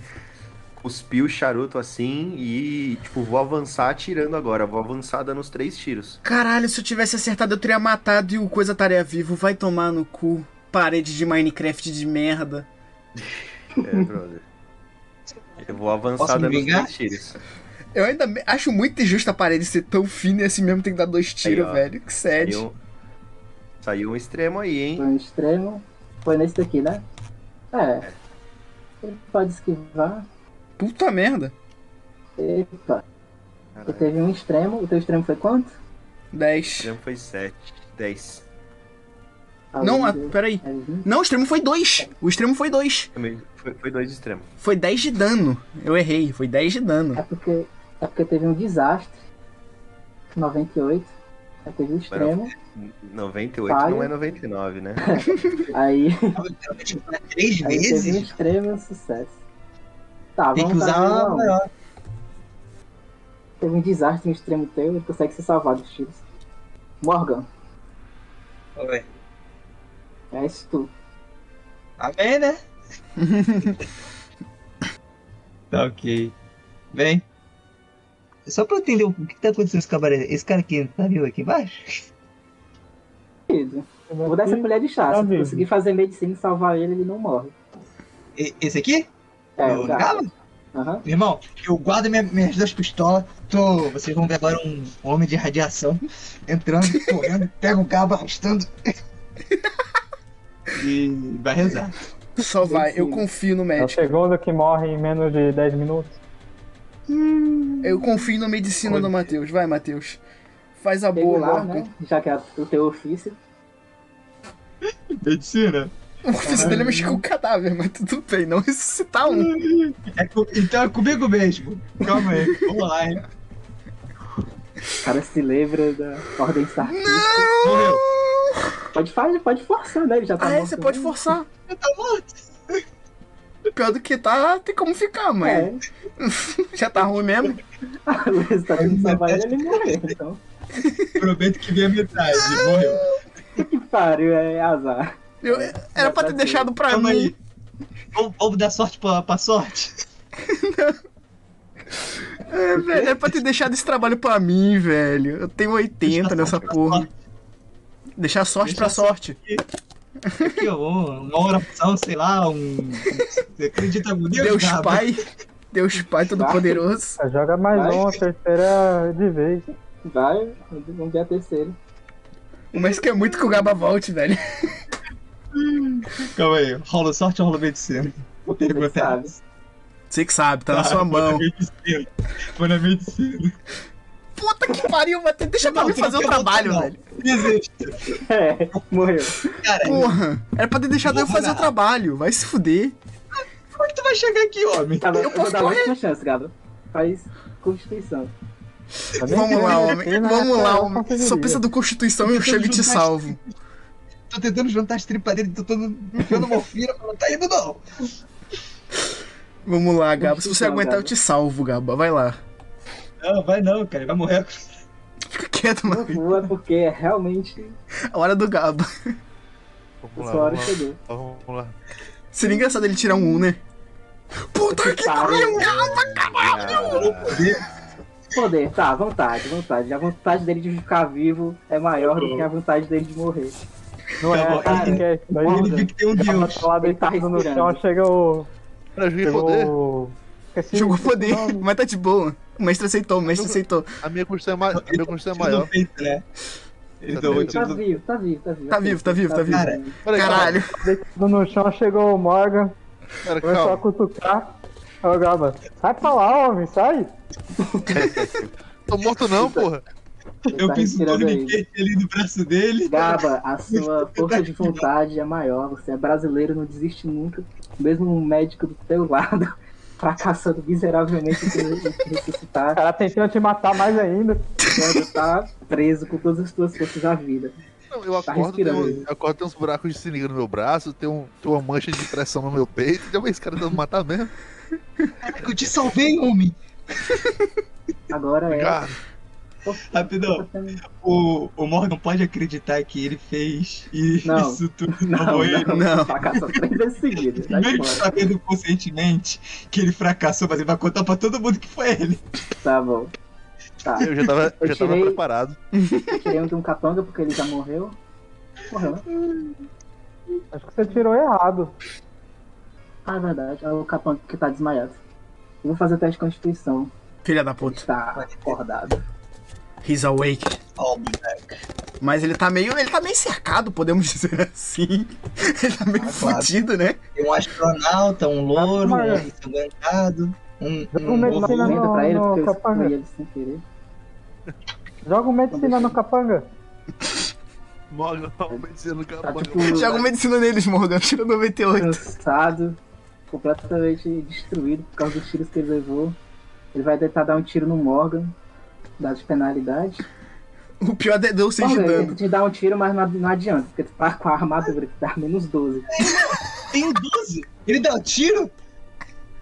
Cuspi o charuto assim e, tipo, vou avançar atirando agora. Vou avançar dando os três tiros.
Caralho, se eu tivesse acertado, eu teria matado e o coisa estaria vivo. Vai tomar no cu. Parede de Minecraft de merda.
É, brother. Eu vou avançar
Posso me
dando os
vingar?
três tiros.
Eu ainda me- acho muito injusto a parede ser tão fina e assim mesmo tem que dar dois tiros,
ó.
velho. Que sede.
Saiu, um- saiu um extremo aí,
Foi
hein?
no extremo. Foi nesse daqui, né? É. Ele pode esquivar.
Puta merda.
Epa. Tu
Caralho, o
teve um extremo. O teu extremo foi quanto?
10.
extremo foi 7, 10.
Não,
Ah,
a... peraí.
é vinte.
Não, o extremo foi 2. O extremo foi 2.
Foi, foi dois extremos.
Foi 10 de dano. Eu errei. Foi 10 de dano.
É porque, é porque teve um desastre. 98. Aí teve o extremo.
98
Falha.
não é 99, né?
Aí,
Três
aí teve um
vezes?
extremo e um sucesso. Tá,
Tem que
vamos
usar
fazer um a
a
um.
maior.
Teve um desastre no extremo teu, ele consegue se salvar dos tiros. Morgan,
Ué,
é isso tu.
Tá bem,
[laughs]
né? tá ok. Bem,
Só pra eu entender o que tá acontecendo nesse cabaré. Esse cara aqui tá vivo aqui embaixo?
Querido, Vou dar essa colher de chá.
tá
Se tu
vivo.
conseguir fazer medicina e salvar ele, ele não morre.
e- esse aqui?
tá.
É,
Não, Tá
o gato.
Galo?
Aham.
Meu irmão, eu guardo minha- minhas duas pistolas. Tô, vocês vão ver agora um homem de radiação entrando, correndo, [laughs] pega o cabo arrastando. [laughs] e vai rezar.
Só vai.
Sim.
Eu confio no
É o
médico.
segundo que morre em menos de 10 minutos.
Eu confio na medicina do Matheus. Vai, Matheus. Faz a boa,
Regular,
Morgan.
né? Já que é o teu ofício.
Medicina?
O ofício dele é mexer com o cadáver, mas tudo bem. Não ressuscitar um.
É co- então é comigo mesmo. Calma aí, vamos lá, hein?
O cara se lembra da ordem sarcástica.
Morreu.
Pode, fa- pode forçar, né? Ele já tá
Ah, é,
morto
você pode
mesmo.
forçar.
Tá morto.
Pior do que tá, tem como ficar, mas
É,
[laughs] já tá ruim mesmo.
[laughs] o resultado de salvar ele, ele morreu. Então,
Prometo que vem a metade. Morreu.
que pariu, é azar.
Eu- era pra ter
Tá
deixado pra
Calma
mim.
aí. Vamos, vamos dar sorte pra, pra sorte?
É, velho, era pra ter deixado esse trabalho pra mim, velho. Eu tenho 80 nessa porra. Deixar sorte
Deixa
pra
a
sorte.
Aqui, ó, um, uma oração, sei lá, um. Você acredita no Deus?
Deus
Gabo?
Pai, Deus Pai Todo-Poderoso.
Ah, Joga mais
Vai.
uma, terceira de vez.
Vai, vamos ver a terceira.
Mas que é muito que o Gaba volte, velho.
Calma aí, rola sorte ou rola medicina? Vou perguntar.
sabe.
Você que sabe, tá na sua
Foi na
mão.
medicina. Foi na medicina.
Puta que pariu, Matheus. Deixa pra
Não,
mim
não
fazer o
quer
trabalho,
voltar, não.
velho.
Desiste.
É, morreu.
Cara,
Porra, era pra ter deixado eu
Não vou
fazer o
nada.
trabalho. Vai se fuder.
como é que tu vai chegar aqui, homem?
Tá bom, eu,
posso
vou dar mais
correr.
uma chance, Gabo. Faz Constituição.
Tá bem
Vamos
que
lá,
eu
homem.
sei, mas
Vamos
eu
lá,
não
homem. Só
conseguiria.
pensa do Constituição e eu chego e te salvo.
Tô tentando juntar as tripas dele, tô todo enfiando morfina, mas não tá indo não.
Vamos lá, Gaba. Se você
Constituição,
aguentar, eu
Gaba.
te salvo, Gaba. Vai lá.
Não, vai não, cara, vai morrer.
Fica quieto, mano.
Não voa porque é realmente
A hora do Gaba.
Vamos
a
lá,
sua hora
vamos lá,
chegou.
vamos lá.
Seria engraçado ele tirar um 1, né? Puta que
Tá.
pariu!
Poder, tá, vontade, vontade. A vontade dele de ficar vivo é maior do que a vontade dele de morrer. Não é,
Tá bom,
cara,
Que é isso daí?
Ele fica tem um deus.
Tá lá
Ele tá
deitado no chão,
respirando.
chega o.
Cara, eu joguei
Chega
poder.
o. Esqueci
Jogou
esqueci o
poder,
nome.
mas tá de boa. O mestre aceitou, o mestre aceitou.
A minha construção é, ma... a minha construção é
Tiro do
maior.
peito, né? Ele
Tá
deu um
doido.
tiro
Tá
do
vivo, tá vivo, tá vivo.
Tá vivo, tá vivo, tá vivo.
Cara,
Peraí,
Caralho.
Deitado no chão, chegou o Morgan,
Cara,
começou a
calma.
cutucar. Aí o Gaba, sai pra lá, homem, sai!
Tô morto não, porra.
eu
tá
fiz um
respirando aí.
torniquete ali no braço dele.
Gaba, a sua força de vontade é maior, você é brasileiro, não desiste nunca. Mesmo um médico do teu lado, [laughs] fracassando miseravelmente em te- em te
O
ressuscitar,
cara tentando te matar mais ainda.
quando tá preso com todas as tuas forças à vida.
Não, eu
Tá
acordo, tem
respirando.
um, eu acordo, tem uns buracos de seringa no meu braço, tem, um, tem uma mancha de pressão no meu peito. Deu esse cara tentando matar mesmo.
Caraca, eu te salvei, homem.
Agora é.
Cara,
Rapidão. O, o Morgan pode acreditar que ele fez e
Não.
isso tudo
Não,
foi ele.
não,
Não.
Fracassa três vezes seguidas. Tá
Mesmo
fora.
sabendo conscientemente que ele fracassou, mas ele vai contar pra todo mundo que foi ele.
Tá bom. Tá,
eu já tava,
Eu
já tava
tirei-
preparado.
eu tirei um de um capanga porque ele já morreu. Morreu, né?
Acho que você tirou errado.
Ah, é verdade. É o capanga que tá desmaiado. Eu vou fazer o teste de constituição.
Filha da puta.
Está acordado.
He's awake. Mas ele tá meio. Ele tá meio cercado, podemos [laughs] dizer assim. Ele tá meio
Ah, claro.
fudido, né?
Tem um astronauta, um louro,
Morgan.
um ensanguentado, um,
Joga um
um
medicina
ovo.
Comenda pra ele
no
porque eu
capanga.
excluí ele sem querer.
Joga um medicina no capanga.
Morgan, o medicina no
Tá
capanga.
tipo
Joga medicina neles, Morgan. Tira 98.
cansado, completamente destruído por causa dos tiros que ele levou. Ele vai tentar dar um tiro no Morgan, dado de penalidade.
O pior é deu 6 de
Morgan, ele
dano.
tenta te dar um tiro, mas não não adianta, porque tu tá com a armadura que dá menos 12.
Tem um 12. Ele dá um tiro.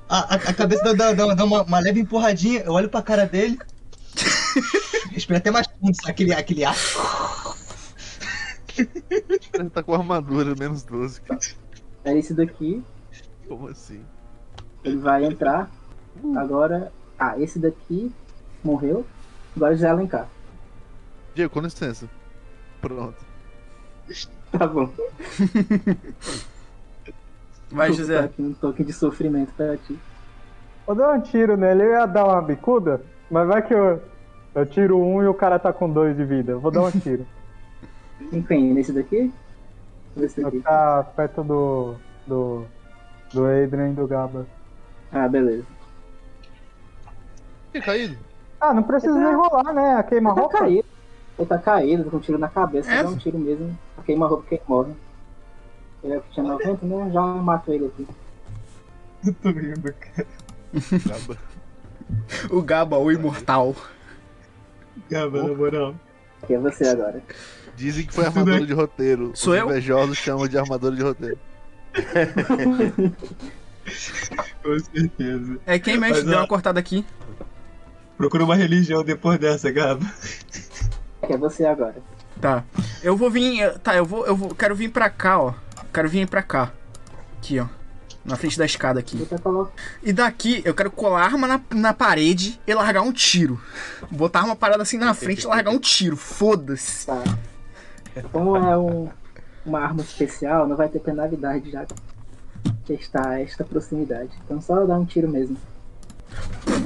A, a, a cabeça dá, dá- dá- dá uma, uma leve empurradinha. Eu olho pra cara [laughs] dele. Respira até mais fundo, sabe aquele, aquele ar.
Ele tá com armadura, menos 12. cara.
É esse daqui,
Como assim?
ele vai entrar. Agora. Ah, esse daqui morreu. Agora já é Alencar.
Diego, com licença. Pronto.
Tá bom.
Vai,
Vou botar
José.
aqui Um toque de sofrimento pra ti.
Vou dar um tiro nele, eu ia dar uma bicuda, mas vai que eu, eu tiro um e o cara tá com dois de vida. Eu Vou dar
[laughs]
um tiro.
Em quem? Nesse daqui? Nesse
Vou
daqui.
ficar tá perto do. do. do Adrian e do Gaba.
Ah, beleza.
Tinha caído?
Ah, não precisa nem rolar, né? A
Ele tá
queima-roupa.
caído. Ele tá caído, com um tiro na cabeça,
É.
dá um tiro mesmo. Queima a roupa que ele morre. Ele é que tinha 90, né? Já mato ele aqui.
Eu tô rindo, cara.
Gaba.
O Gaba, o imortal.
Gaba, na moral.
Que é você agora.
Dizem que foi armadura de roteiro.
Sou
Os
eu?
invejosos chamam de armadura de roteiro.
Com certeza.
É quem mexe?
Mas,
Deu
ó,
uma cortada aqui.
Procura uma religião depois dessa, Gaba.
Que é você agora.
Tá. Eu vou vir. eh, Tá, eu vou. Eu vou, quero vir pra cá, ó. Quero vir pra cá. Aqui, ó. Na frente da escada aqui.
Você coloca.
E daqui eu quero colar a arma na, na parede e largar um tiro. Botar uma parada assim na frente e largar um tiro. Foda-se.
Tá. Como é um, uma arma especial, não vai ter penalidade já que está a esta proximidade. Então só dá um tiro mesmo.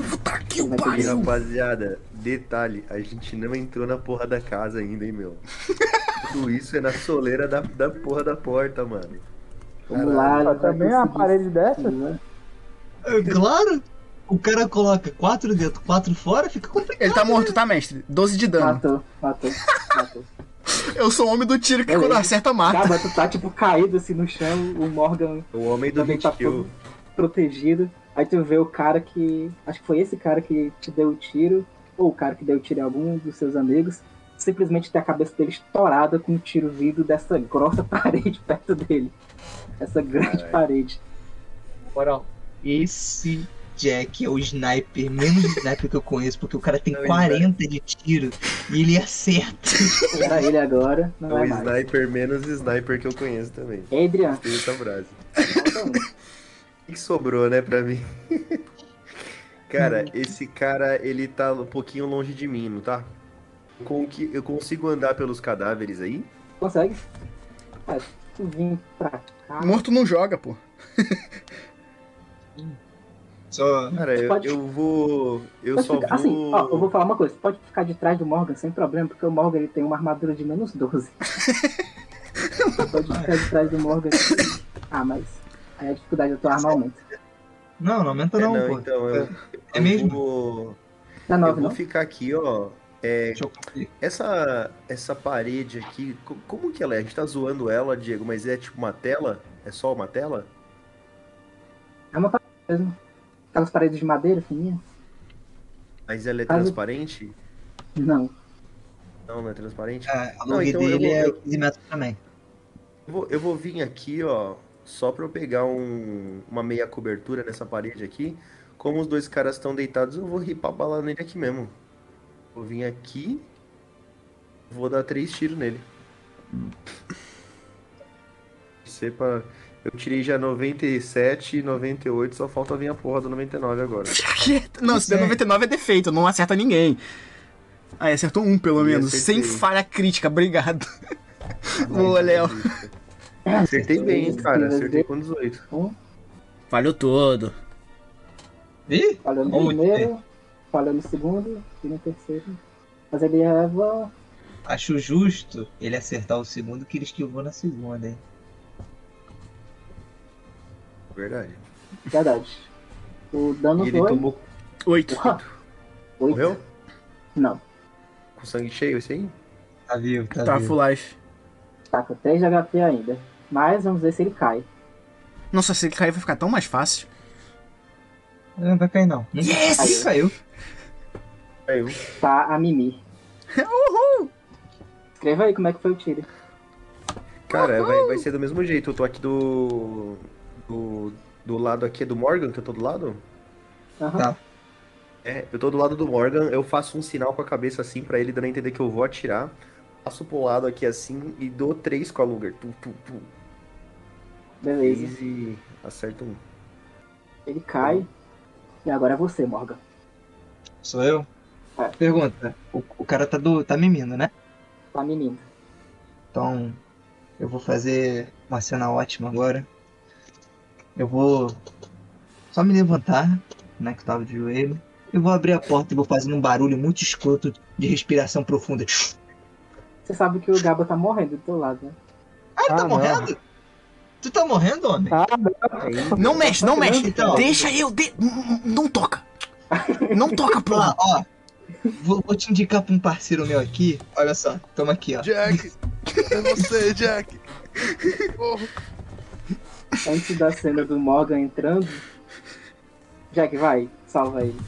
Puta que
Vai ter
E
pariu.
rapaziada, detalhe, a gente não entrou na porra da casa ainda,
[laughs]
hein, meu? Tudo isso é na soleira da, da porra da porta, mano.
Vamos lá, ele
Ah,
vai
Também é uma
conseguir
parede
sim,
dessa?
né?
É Claro! O cara coloca quatro dentro, quatro fora, fica complicado.
Ele tá morto, tá, mestre? 12 de dano.
Matou, matou, matou.
Eu sou o homem do tiro que
Beleza.
quando acerta mata.
Gaba, tu tá tipo caído assim no chão, o Morgan
O homem do
também
hit
tá
kill.
todo protegido. Aí tu vê o cara que. Acho que foi esse cara que te deu o tiro, ou o cara que deu o tiro em algum dos seus amigos. Simplesmente tem a cabeça dele estourada com um tiro vindo dessa grossa [laughs] parede perto dele. Essa grande
Caralho.
parede.
Moral, esse Jack é o sniper menos sniper que eu conheço, porque o cara tem
Não, ele
40 de tiro e ele acerta.
Era ele agora,
É
não
o
é mais.
sniper menos sniper que eu conheço também.
Adrian,
Tem essa frase.
falta um.
O que sobrou, né, pra mim? [laughs]
Uhum.
cara, esse cara, ele tá um pouquinho longe de mim, não tá? Com que eu consigo andar pelos cadáveres aí?
Consegue? Ah, tu vim pra cá.
Morto não joga, [laughs] pô.
Só.
Cara, eu,
Pode-
eu vou. Eu
Pode
só
ficar- Assim, ó, eu
vou.
vou falar uma coisa. Pode ficar de trás do Morgan sem problema, porque o Morgan ele tem uma armadura de menos 12. Você pode ficar de trás do Morgan. Ah, mas aí a dificuldade da tua arma aumenta.
Não, não aumenta
É,
não,
não,
pô.
então, eu,
É
eu
mesmo?
vou-
Dá né?
eu
9,
vou
não?
ficar aqui, ó. É,
Deixa eu conferir.
Essa, essa parede aqui, co- como que ela é? A gente tá zoando ela, Diego, mas é tipo uma tela? É só uma tela?
É uma parede mesmo. Aquelas paredes de madeira fininha?
Mas ela é
Caso-
transparente?
Não.
Não, não é transparente?
Ah, a
Não,
log
então eu
dele
vou-
é 15 metros também.
Eu vou, eu vou vir aqui, ó, só pra eu pegar um- uma meia cobertura nessa parede aqui. Como os dois caras estão deitados, eu vou ripar a bala nele aqui mesmo. Vou vir aqui, vou dar três tiros nele. Você é pra... Eu tirei já 97, 98, só falta vir a porra do 99 agora.
Não, se der 99 é defeito, não acerta ninguém. Aí acertou um, pelo
Ih,
menos.
acertei.
Sem falha crítica, [laughs] obrigado. Boa, Léo.
Acertei bem, hein, cara. Acertei com 18.
Falhou todo.
Ih,
Falhou no
Muito
primeiro, falhou no segundo e no terceiro. Mas ele leva.
acho justo ele acertar o segundo que ele esquivou na segunda, hein?
Verdade.
Verdade. O dano
E ele
foi.
tomou.
Oito.
Uau, oito.
Morreu?
Não.
Com sangue cheio esse aí?
Tá vivo, tá,
Tá
vivo.
full life.
Tá com 3 de HP ainda. Mas vamos ver se ele cai.
Nossa, se ele cair vai ficar tão mais fácil.
Não vai cair não. Aí
Yes!
caiu.
Caiu.
Tá a Mimi. Escreva aí como é que foi o tiro.
Cara, vai, vai ser do mesmo jeito. Eu tô aqui do. Do, do lado aqui do Morgan, que eu tô do lado.
Aham.
Tá.
É, eu tô do lado do Morgan, eu faço um sinal com a cabeça assim pra ele, dando a entender que eu vou atirar. Passo pro lado aqui assim e dou três com a Luger. Tu, tu, tu.
Beleza.
Três e acerto um.
Ele cai. E agora é você, Morgan.
Sou eu?
É.
Pergunta. O, o cara tá, do, tá mimindo, né?
Tá menino.
Então, eu vou fazer uma cena ótima agora. Eu vou só me levantar, né, que eu tava de joelho. Eu vou abrir a porta e vou fazer um barulho muito escroto de respiração profunda. Ah,
Você sabe que o Gaba tá morrendo do teu lado, né?
Ah, ele
Ah,
tá
não.
morrendo? Tu tá morrendo, homem?
Ah,
Não mexe, não mexe.
Então.
Deixa eu. de- N- n- Não toca. Não toca,
Ó,
porra.
ó. Vou, vou te indicar pra um parceiro meu aqui. Olha só, toma aqui, ó.
Jack! É você, Jack! Porra.
Antes da cena do Morgan entrando. Jack, vai. Salva ele.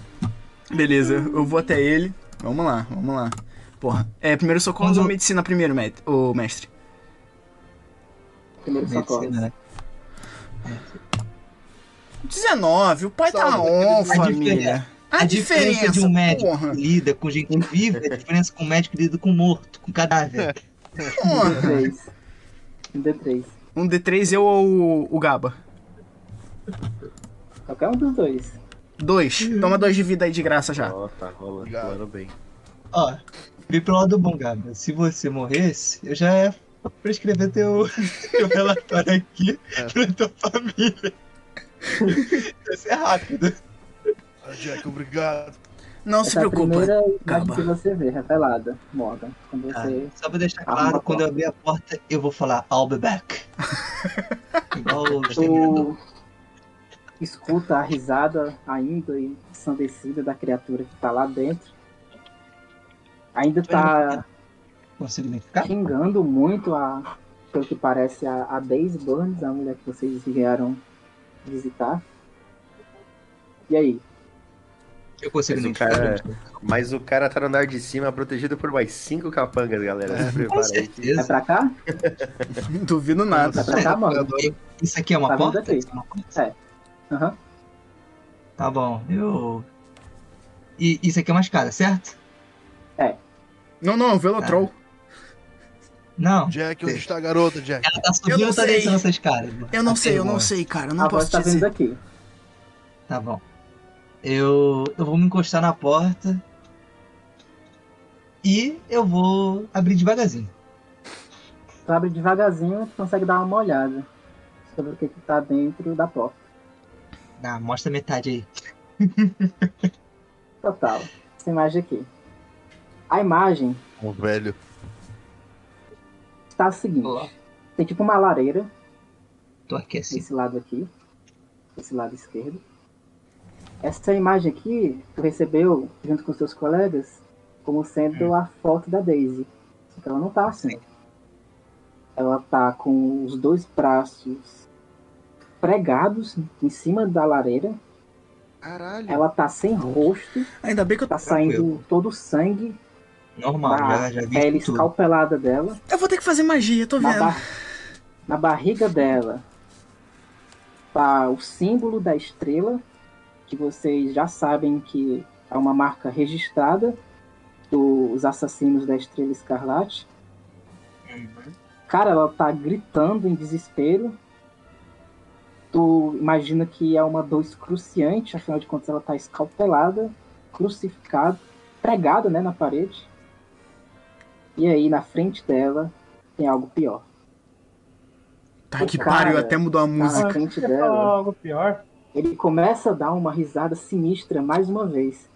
Beleza, eu vou até ele. Vamos lá, vamos lá. Porra. É, primeiro socorro
Quando-
ou medicina primeiro, met- ô, mestre?
Primeiro socorro.
Medicina, né?
19, o pai tá
Salve,
on,
A
família.
diferença- A diferença de um médico
porra.
que lida com gente viva é a diferença com um médico que lida com morto, com cadáver.
porra.
D3. Um D3.
Um D3 eu ou o Gaba?
Qualquer um dos dois.
Dois. Toma dois de vida aí de graça já.
Ó, tá rolando,
Obrigado.
rolando bem.
Ó, vem pro lado bom, Gabo. Se você morresse, eu já ia prescrever teu, [laughs] teu relatório aqui pra tua família. [laughs] Ia ser rápido.
Ah, Jack, obrigado.
Não se
Essa é a
preocupa.
primeira
Gaba. Tá.
imagem que você vê, revelada, Morgan. Quando você.
Ah, Só pra deixar
Arruma a
claro,
porta.
quando eu abrir a porta, eu vou falar I'll be back. [laughs] Igual o Exterminador.
Tu escuta a risada ainda ensandecida da criatura que tá lá dentro. Ainda tá
Consigo identificar?
xingando muito a pelo que parece a, a Daisy Burns, a mulher que vocês vieram visitar. E aí?
Eu consigo
Mas o
identificar. é,
cara- Mas o cara tá no andar de cima, protegido por mais cinco capangas, galera. Se
Com
prepara aí.
É
certeza.
pra cá?
Duvido
É
nada.
pra cá,
Tá
Morgan?
Isso aqui é uma
Tá vindo
porta?
aqui.
Isso é uma porta?
Aham.
Tá bom, eu. E isso aqui é uma escada, certo?
Não, não, Velotrol.
Não,
Jack, onde está a garota, Jack?
ela tá
Eu
subindo
não
ou tá
sei.
descendo essas caras?
Eu não
A
sei, eu não
pergunta.
sei, cara. eu Não
a voz
posso
tá vindo
dizer.
daqui.
Tá bom. Eu, eu vou me encostar na porta. E eu vou abrir devagarzinho.
Tu abre devagarzinho e consegue dar uma olhada sobre o que, que tá dentro da porta.
Ah, mostra metade aí.
Total. Essa imagem aqui. A imagem
Um velho.
está a tá seguinte.
Olá.
Tem tipo uma lareira
Tô aqui assim.
desse lado aqui, desse lado esquerdo. Essa imagem aqui, tu recebeu junto com seus colegas como sendo
Hum.
a foto da Daisy. Só que ela não tá assim. Ela tá com os dois braços pregados em cima da lareira.
Caralho.
Ela tá sem rosto,
Ainda bem que eu.
tá saindo todo o sangue
Normal,
da
já, já
É,
vi
pele
isso tudo.
escalpelada dela.
Eu vou ter que fazer magia, tô
na,
vendo.
bar- na barriga dela tá o símbolo da estrela, que vocês já sabem que é uma marca registrada dos assassinos da Estrela Escarlate. Cara, ela tá gritando em desespero. Tu imagina que é uma dor excruciante, afinal de contas ela tá escalpelada, crucificada, pregada né, na parede. E aí na frente dela tem algo pior.
Tá que
Cara,
pariu, até mudou a
Tá
música.
na frente
Quer falar
dela,
algo pior?
ele começa a dar uma risada sinistra mais uma vez.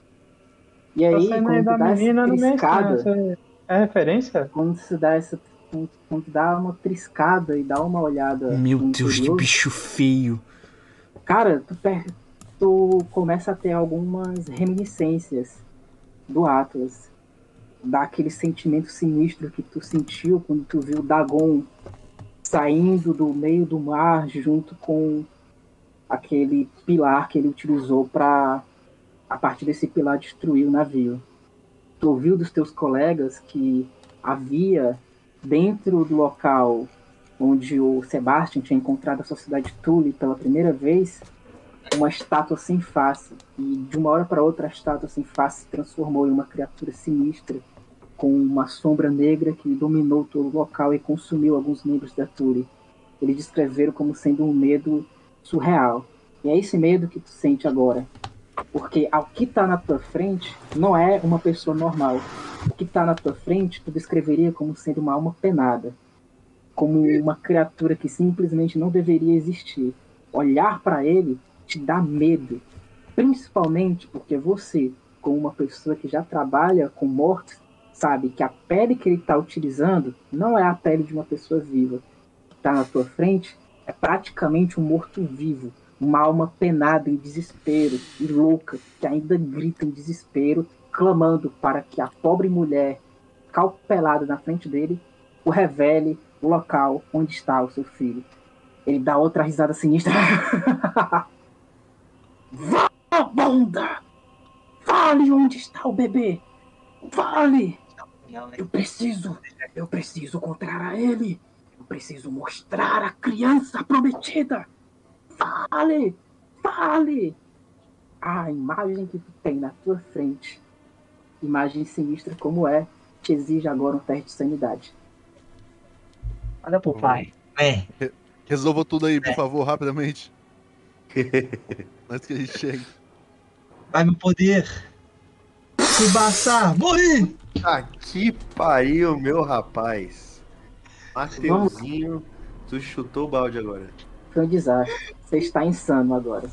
E aí, tá
Você
quando
nem da
tu dá
menina
essa
no meio.
triscada,
É referência?
quando se dá essa. Quando quando dá uma triscada e dá uma olhada.
Meu
no
Deus, que
interior,
bicho feio.
Cara, tu, per- tu começa a ter algumas reminiscências do Atlas. Daquele sentimento sinistro que tu sentiu quando tu viu o Dagon saindo do meio do mar junto com aquele pilar que ele utilizou para a partir desse pilar destruir o navio. Tu ouviu dos teus colegas que havia dentro do local onde o Sebastian tinha encontrado a sociedade Tule pela primeira vez, uma estátua sem face. E de uma hora para outra, a estátua sem face se transformou em uma criatura sinistra, com uma sombra negra que dominou todo o local e consumiu alguns membros da Tule. Eles descreveram como sendo um medo surreal. E é esse medo que tu sente agora. Porque ao que tá na tua frente não é uma pessoa normal. O que tá na tua frente tu descreveria como sendo uma alma penada como uma criatura que simplesmente não deveria existir. Olhar para ele te dá medo, principalmente porque você, como uma pessoa que já trabalha com mortos, sabe que a pele que ele está utilizando não é a pele de uma pessoa viva. Está na tua frente é praticamente um morto vivo, uma alma penada em desespero e louca que ainda grita em desespero, clamando para que a pobre mulher calpelada na frente dele o revele o local onde está o seu filho. Ele dá outra risada sinistra. [laughs] Vagabunda! Fale onde está o bebê! Fale! Eu preciso! Eu preciso encontrar a ele! Eu preciso mostrar a criança prometida! Fale! Fale! A imagem que tu tem na tua frente, imagem sinistra como é, te exige agora um teste de sanidade.
Olha pro pai. É,
Resolva tudo aí, por favor,
[laughs]
rapidamente. Antes que a gente chegue.
vai meu poder. Subassar, morri!
Ah, que pariu, meu rapaz. Mateuzinho, tu chutou o balde agora.
Foi um desastre. Você está insano agora.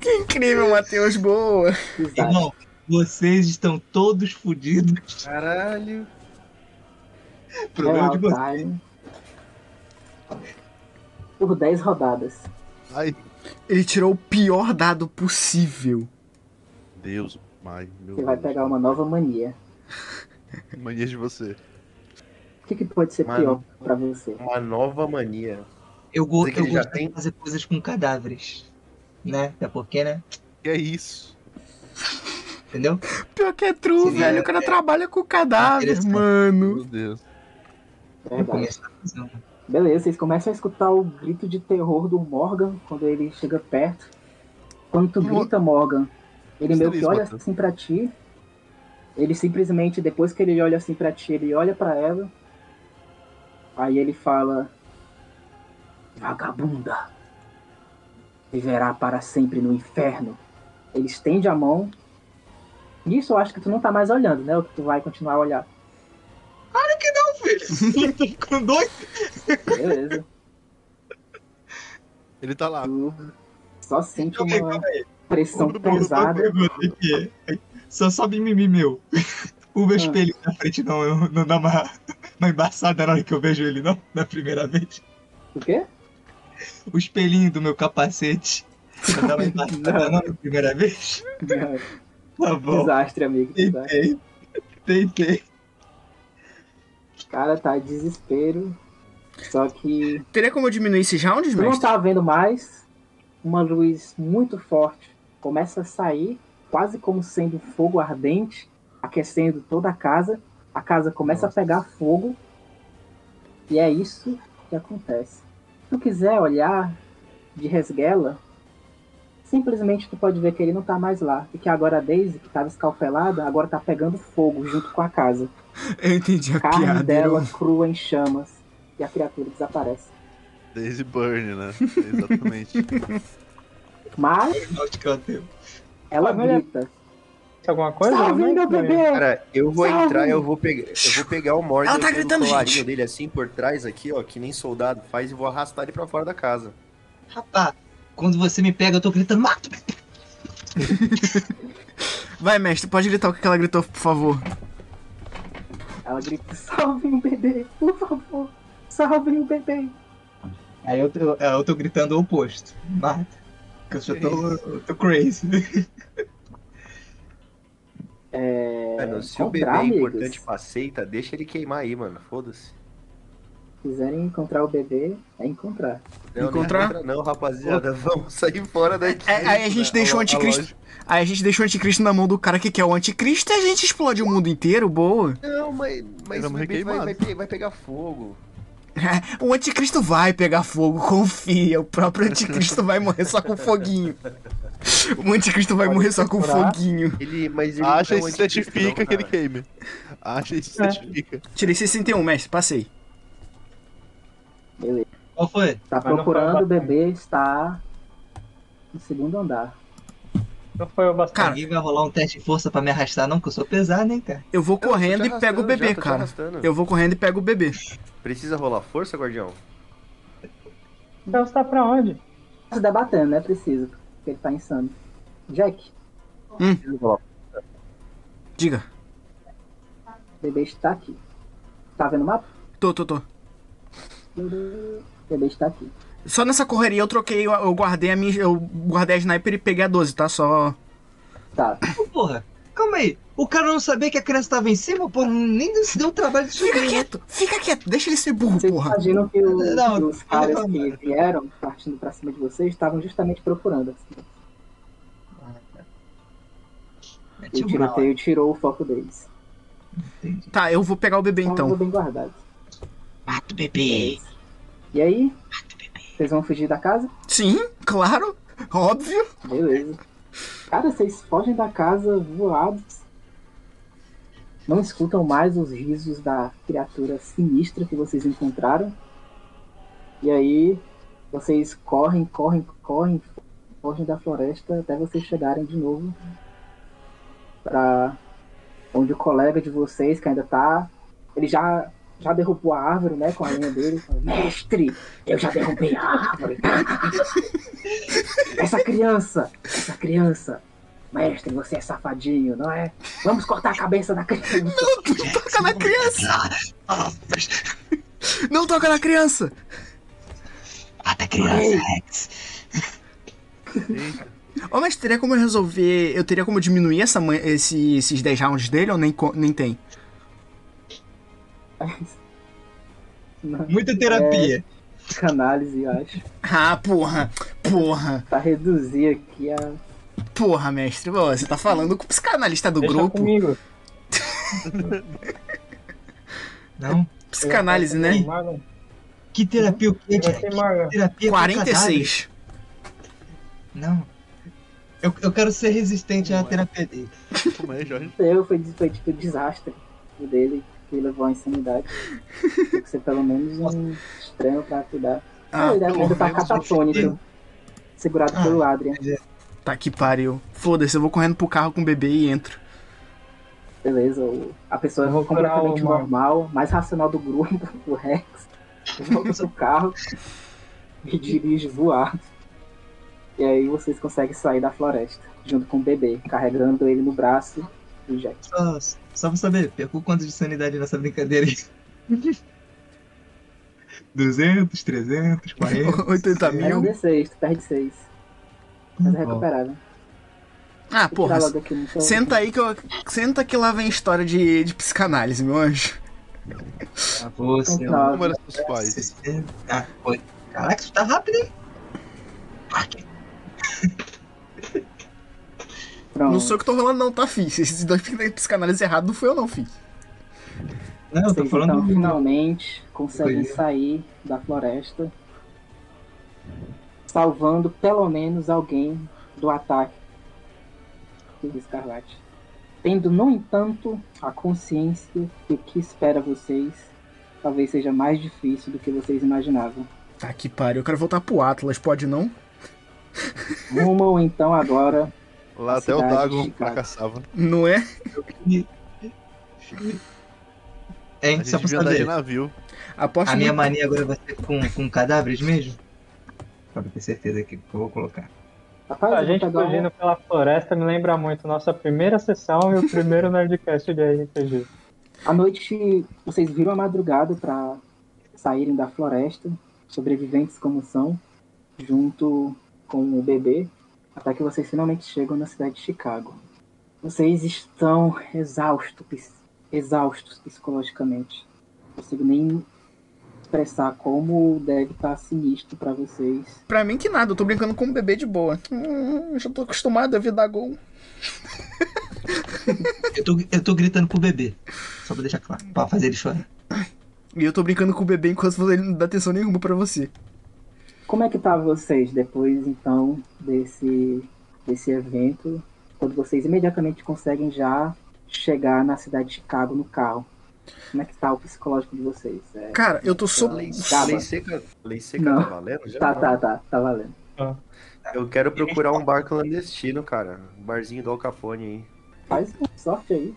Que incrível, Matheus, boa.
Desastre.
Irmão, vocês estão todos fodidos.
Caralho.
Problema de
Real
vocês.
time. Por 10 rodadas.
Ai,
Ele tirou o pior dado possível.
Deus, pai. Meu
Você vai
Deus.
pegar uma nova mania.
Mania de você.
O que, que pode ser
Mano.
pior pra você? É
Uma nova mania.
Eu, go
Sei que
eu
ele já
gosto
tem.
de fazer coisas com cadáveres. Né? Até porque, né?
Que é isso?
Entendeu?
Pior que é true,
Sim,
velho.
é-
O cara trabalha com cadáver,
interessante.
mano.
Meu Deus.
É
Eu
Verdade.
começo a fazer um.
Beleza, vocês começam a escutar o grito de terror do Morgan quando ele chega perto. Quando tu
Mo-
grita, Morgan, ele meio que
Feliz,
olha
Matheus.
assim pra ti. Ele simplesmente, depois que ele olha assim pra ti, ele olha pra ela. Aí ele fala: Vagabunda, viverá para sempre no inferno. Ele estende a mão. Nisso eu acho que tu não tá mais olhando, né? Ou que tu vai continuar a olhar.
filho. Tô ficando doido.
Beleza.
Ele tá lá.
Tu só sente
Calma aí,
uma
calma Então, aí.
pressão
Uma- uma- uma
pesada.
pergunta aqui. Só sobe mimimi meu. [laughs] O meu
Ah.
espelho na frente não, não dá uma, uma embaçada na hora que eu vejo ele, não? Na primeira vez.
O quê?
O espelhinho do meu capacete. Não [laughs] dá uma embaçada não na primeira vez? Tá bom.
Desastre, amigo.
Então,
Desastre.
Tentei. Tentei.
Cara, tá desespero. Só que
Teria como eu diminuir esses rounds,
Tu não
mestre?
tá vendo mais. Uma luz muito forte começa a sair, quase como sendo fogo ardente, aquecendo toda a casa. A casa começa a pegar fogo. E é isso que acontece. Se tu quiser olhar de resguela, simplesmente tu pode ver que ele não tá mais lá. E que agora a Daisy, que tava escalfelada, agora tá pegando fogo junto com a casa.
Eu
[laughs]
entendi a
Carne
piada.
dela
eu-
crua em chamas. E a criatura desaparece.
Daisy Burn, né? Exatamente.
Mas
Acho que eu atendo.
ela
Olha,
grita.
Tem alguma coisa?
Salve,
Não,
meu
não.
Tá bebê!
Cara, eu vou
Salve!
entrar, eu vou pegar, eu vou pegar o Mordor
Ela tá
pelo
gritando,
colarinho
gente.
dele assim por trás aqui, ó, que nem soldado faz e vou arrastar ele pra fora da casa.
Rapá, quando você me pega, eu tô gritando, mato!
Vai, mestre, pode gritar o que ela gritou, por favor.
Ela grita, [laughs] salve o bebê, por favor, salve o bebê.
Aí eu tô, É, eu tô gritando o oposto. Mata. Porque eu já tô, eu tô crazy.
Mano, se o bebê
encontrar,
é
amigos.
importante pra seita, deixa ele queimar aí, mano. Foda-se.
Quiserem encontrar o bebê, é encontrar.
Não, Não,
Encontrar?
encontra não, rapaziada. [laughs] Vamos sair fora daqui.
É, aí a gente
um
deixou o anticristo. Aí a gente deixou o anticristo na mão do cara que quer o anticristo e a gente explode o mundo inteiro, boa.
Não, mas, mas o
Vamos
bebê vai,
requeimado.
vai pe- vai pegar fogo.
O anticristo vai pegar fogo, [laughs] confia. O próprio anticristo vai morrer só com foguinho. O anticristo vai morrer só com foguinho.
Ele, mas ele
Acha
não
e
é um
se
anticristo,
certifica
não,
que ele
cara.
queime. Acha e se certifica.
Tirei 61, mestre, passei.
Qual foi?
Tá
Mas não
procurando
fala
o bebê, está no segundo andar.
Não foi o bastante.
Cara,
Ninguém vai rolar um teste de força pra me arrastar, não, que eu sou pesado, hein, cara.
Eu vou
Não, tô te
correndo e
arrastando
pego o
já,
bebê,
tô te
cara.
arrastando.
Eu vou correndo e pego o bebê.
Precisa rolar força, guardião?
Então você tá pra onde?
Tá se debatendo, não é preciso, porque ele tá insano. Jack,
Diga.
o bebê está aqui. Tá vendo o mapa?
Tô, tô, tô.
O bebê está aqui.
Só nessa correria eu troquei, eu, eu guardei a minha. Eu guardei a sniper e peguei a 12, tá? Só.
Tá,
Ô, porra, calma aí. O cara não sabia que a criança tava em cima, porra, nem se deu o trabalho de
Fica
subir. né?
[laughs] quieto, fica quieto, deixa ele ser burro,
vocês
porra.
imaginam que, o-
Não,
que os caras
não,
que vieram partindo pra cima de vocês estavam justamente procurando. Assim. E o tiroteio tirou o foco deles.
Tá, eu vou pegar o bebê
Tava
então.
bem guardado.
Mato bebê.
E aí? Vocês vão fugir da casa?
Sim, claro, óbvio. [laughs]
Beleza. Cara, vocês fogem da casa voados. Não escutam mais os risos da criatura sinistra que vocês encontraram. E aí, vocês correm, correm, correm, fogem da floresta até vocês chegarem de novo pra onde o colega de vocês, que ainda tá. Ele já, já derrubou a árvore, né? Com a linha dele. Fala, Mestre, eu já derrubei a árvore. Essa criança, essa criança. Mestre, você é safadinho, não é? Vamos cortar a cabeça da criança.
Toca na criança! Não toca na criança!
Mata a criança, Rex.
Ô, mas teria como eu resolver. Eu teria como diminuir essa, man- esse- esses 10 rounds dele ou nem, co- nem tem?
Não,
Muita terapia.
Canálise, eu acho.
Ah, porra! Porra!
Pra reduzir aqui a.
Porra, mestre! Ô, Você tá falando com o psicanalista do
Deixa
grupo?
comigo.
Não?
Psicanálise, né?
Marlon,
Que terapia o quê,
ele vai
Jack?
ser Marlon.
Terapia pra
46.
cadáver? Não. Eu, eu quero ser resistente à terapia dele.
Como é, Jorge?
Eu, foi, foi tipo um desastre o dele. que levou à insanidade. Tem que ser pelo menos um estranho pra cuidar.
Ah,
ele deve
pelo
estar
menos um
catatônico. Segurado
Ah.
pelo Adrian.
Tá que pariu. Foda-se, eu vou correndo pro carro com o bebê e entro.
Beleza, o- a pessoa
Eu vou curar
completamente
uma-
normal, mais racional do grupo, [laughs] o Rex. Volta pro seu carro e dirige voado. E aí vocês conseguem sair da floresta, junto com o bebê, carregando ele no braço do Jack.
Só, só pra saber, perco quanto de sanidade nessa brincadeira
[laughs]
aí?
200, 300, 40.
80
Era um
mil.
D6, tu perde 6. Mas é recuperável.
Ah,
Vou tirar
porra.
logo aqui no seu-
Senta aí que eu. Senta que lá vem história de, de psicanálise, meu anjo. assim,
Você,
Não.
Como eram seus pais?
Ah, foi. Caraca, isso tá rápido, hein?
Pronto.
Não sou eu que tô rolando, não, tá, fi? Esses dois ficam psicanálise errado, não fui eu, não, fi.
Não, eu tô
Vocês
falando.
então finalmente conseguem
Coisa.
sair da floresta, salvando pelo menos alguém do ataque do Escarlate. Tendo, no entanto, a consciência que o que espera vocês talvez seja mais difícil do que vocês imaginavam.
Tá que pariu, eu quero voltar pro Atlas, pode não?
Rumam então agora.
Lá
A
até o
cidade de
Dagon
Chicago.
fracassava. né?
Não é?
A
Hein,
gente
É, só pra
devia andar de
saber.
navio.
Aposto
A minha
muito-
mania agora vai ser com, com cadáveres mesmo? Só pra ter certeza aqui que eu vou colocar.
Rapaz,
A
eu vou
gente
pegar um-
fugindo pela floresta me lembra muito nossa primeira sessão e o primeiro [laughs] Nerdcast de RPG.
À noite, vocês viram a madrugada para saírem da floresta, sobreviventes como são, junto com o bebê, até que vocês finalmente chegam na cidade de Chicago. Vocês estão exaustos, pis- exaustos psicologicamente. Não consigo nem expressar como deve estar sinistro para vocês
Pra mim que nada, eu tô brincando com um bebê de boa. Hum, eu já tô acostumado a vir dar gol.
Eu tô, eu tô gritando pro bebê. Só pra deixar claro. Pra fazer ele chorar.
E eu tô brincando com o bebê enquanto ele não dá atenção nenhuma pra você.
Como é que tá vocês depois então desse desse evento, quando vocês imediatamente conseguem já chegar na cidade de Chicago no carro? Como é que tá o psicológico de vocês? É,
Cara, eu tô so...
Lei,
Tava.
lei seca, lei seca
Não.
tá valendo já?
tá,
Não.
tá, tá, tá valendo.
Eu quero procurar um bar clandestino, cara. Um barzinho do Alcafone aí.
Faz com sorte aí.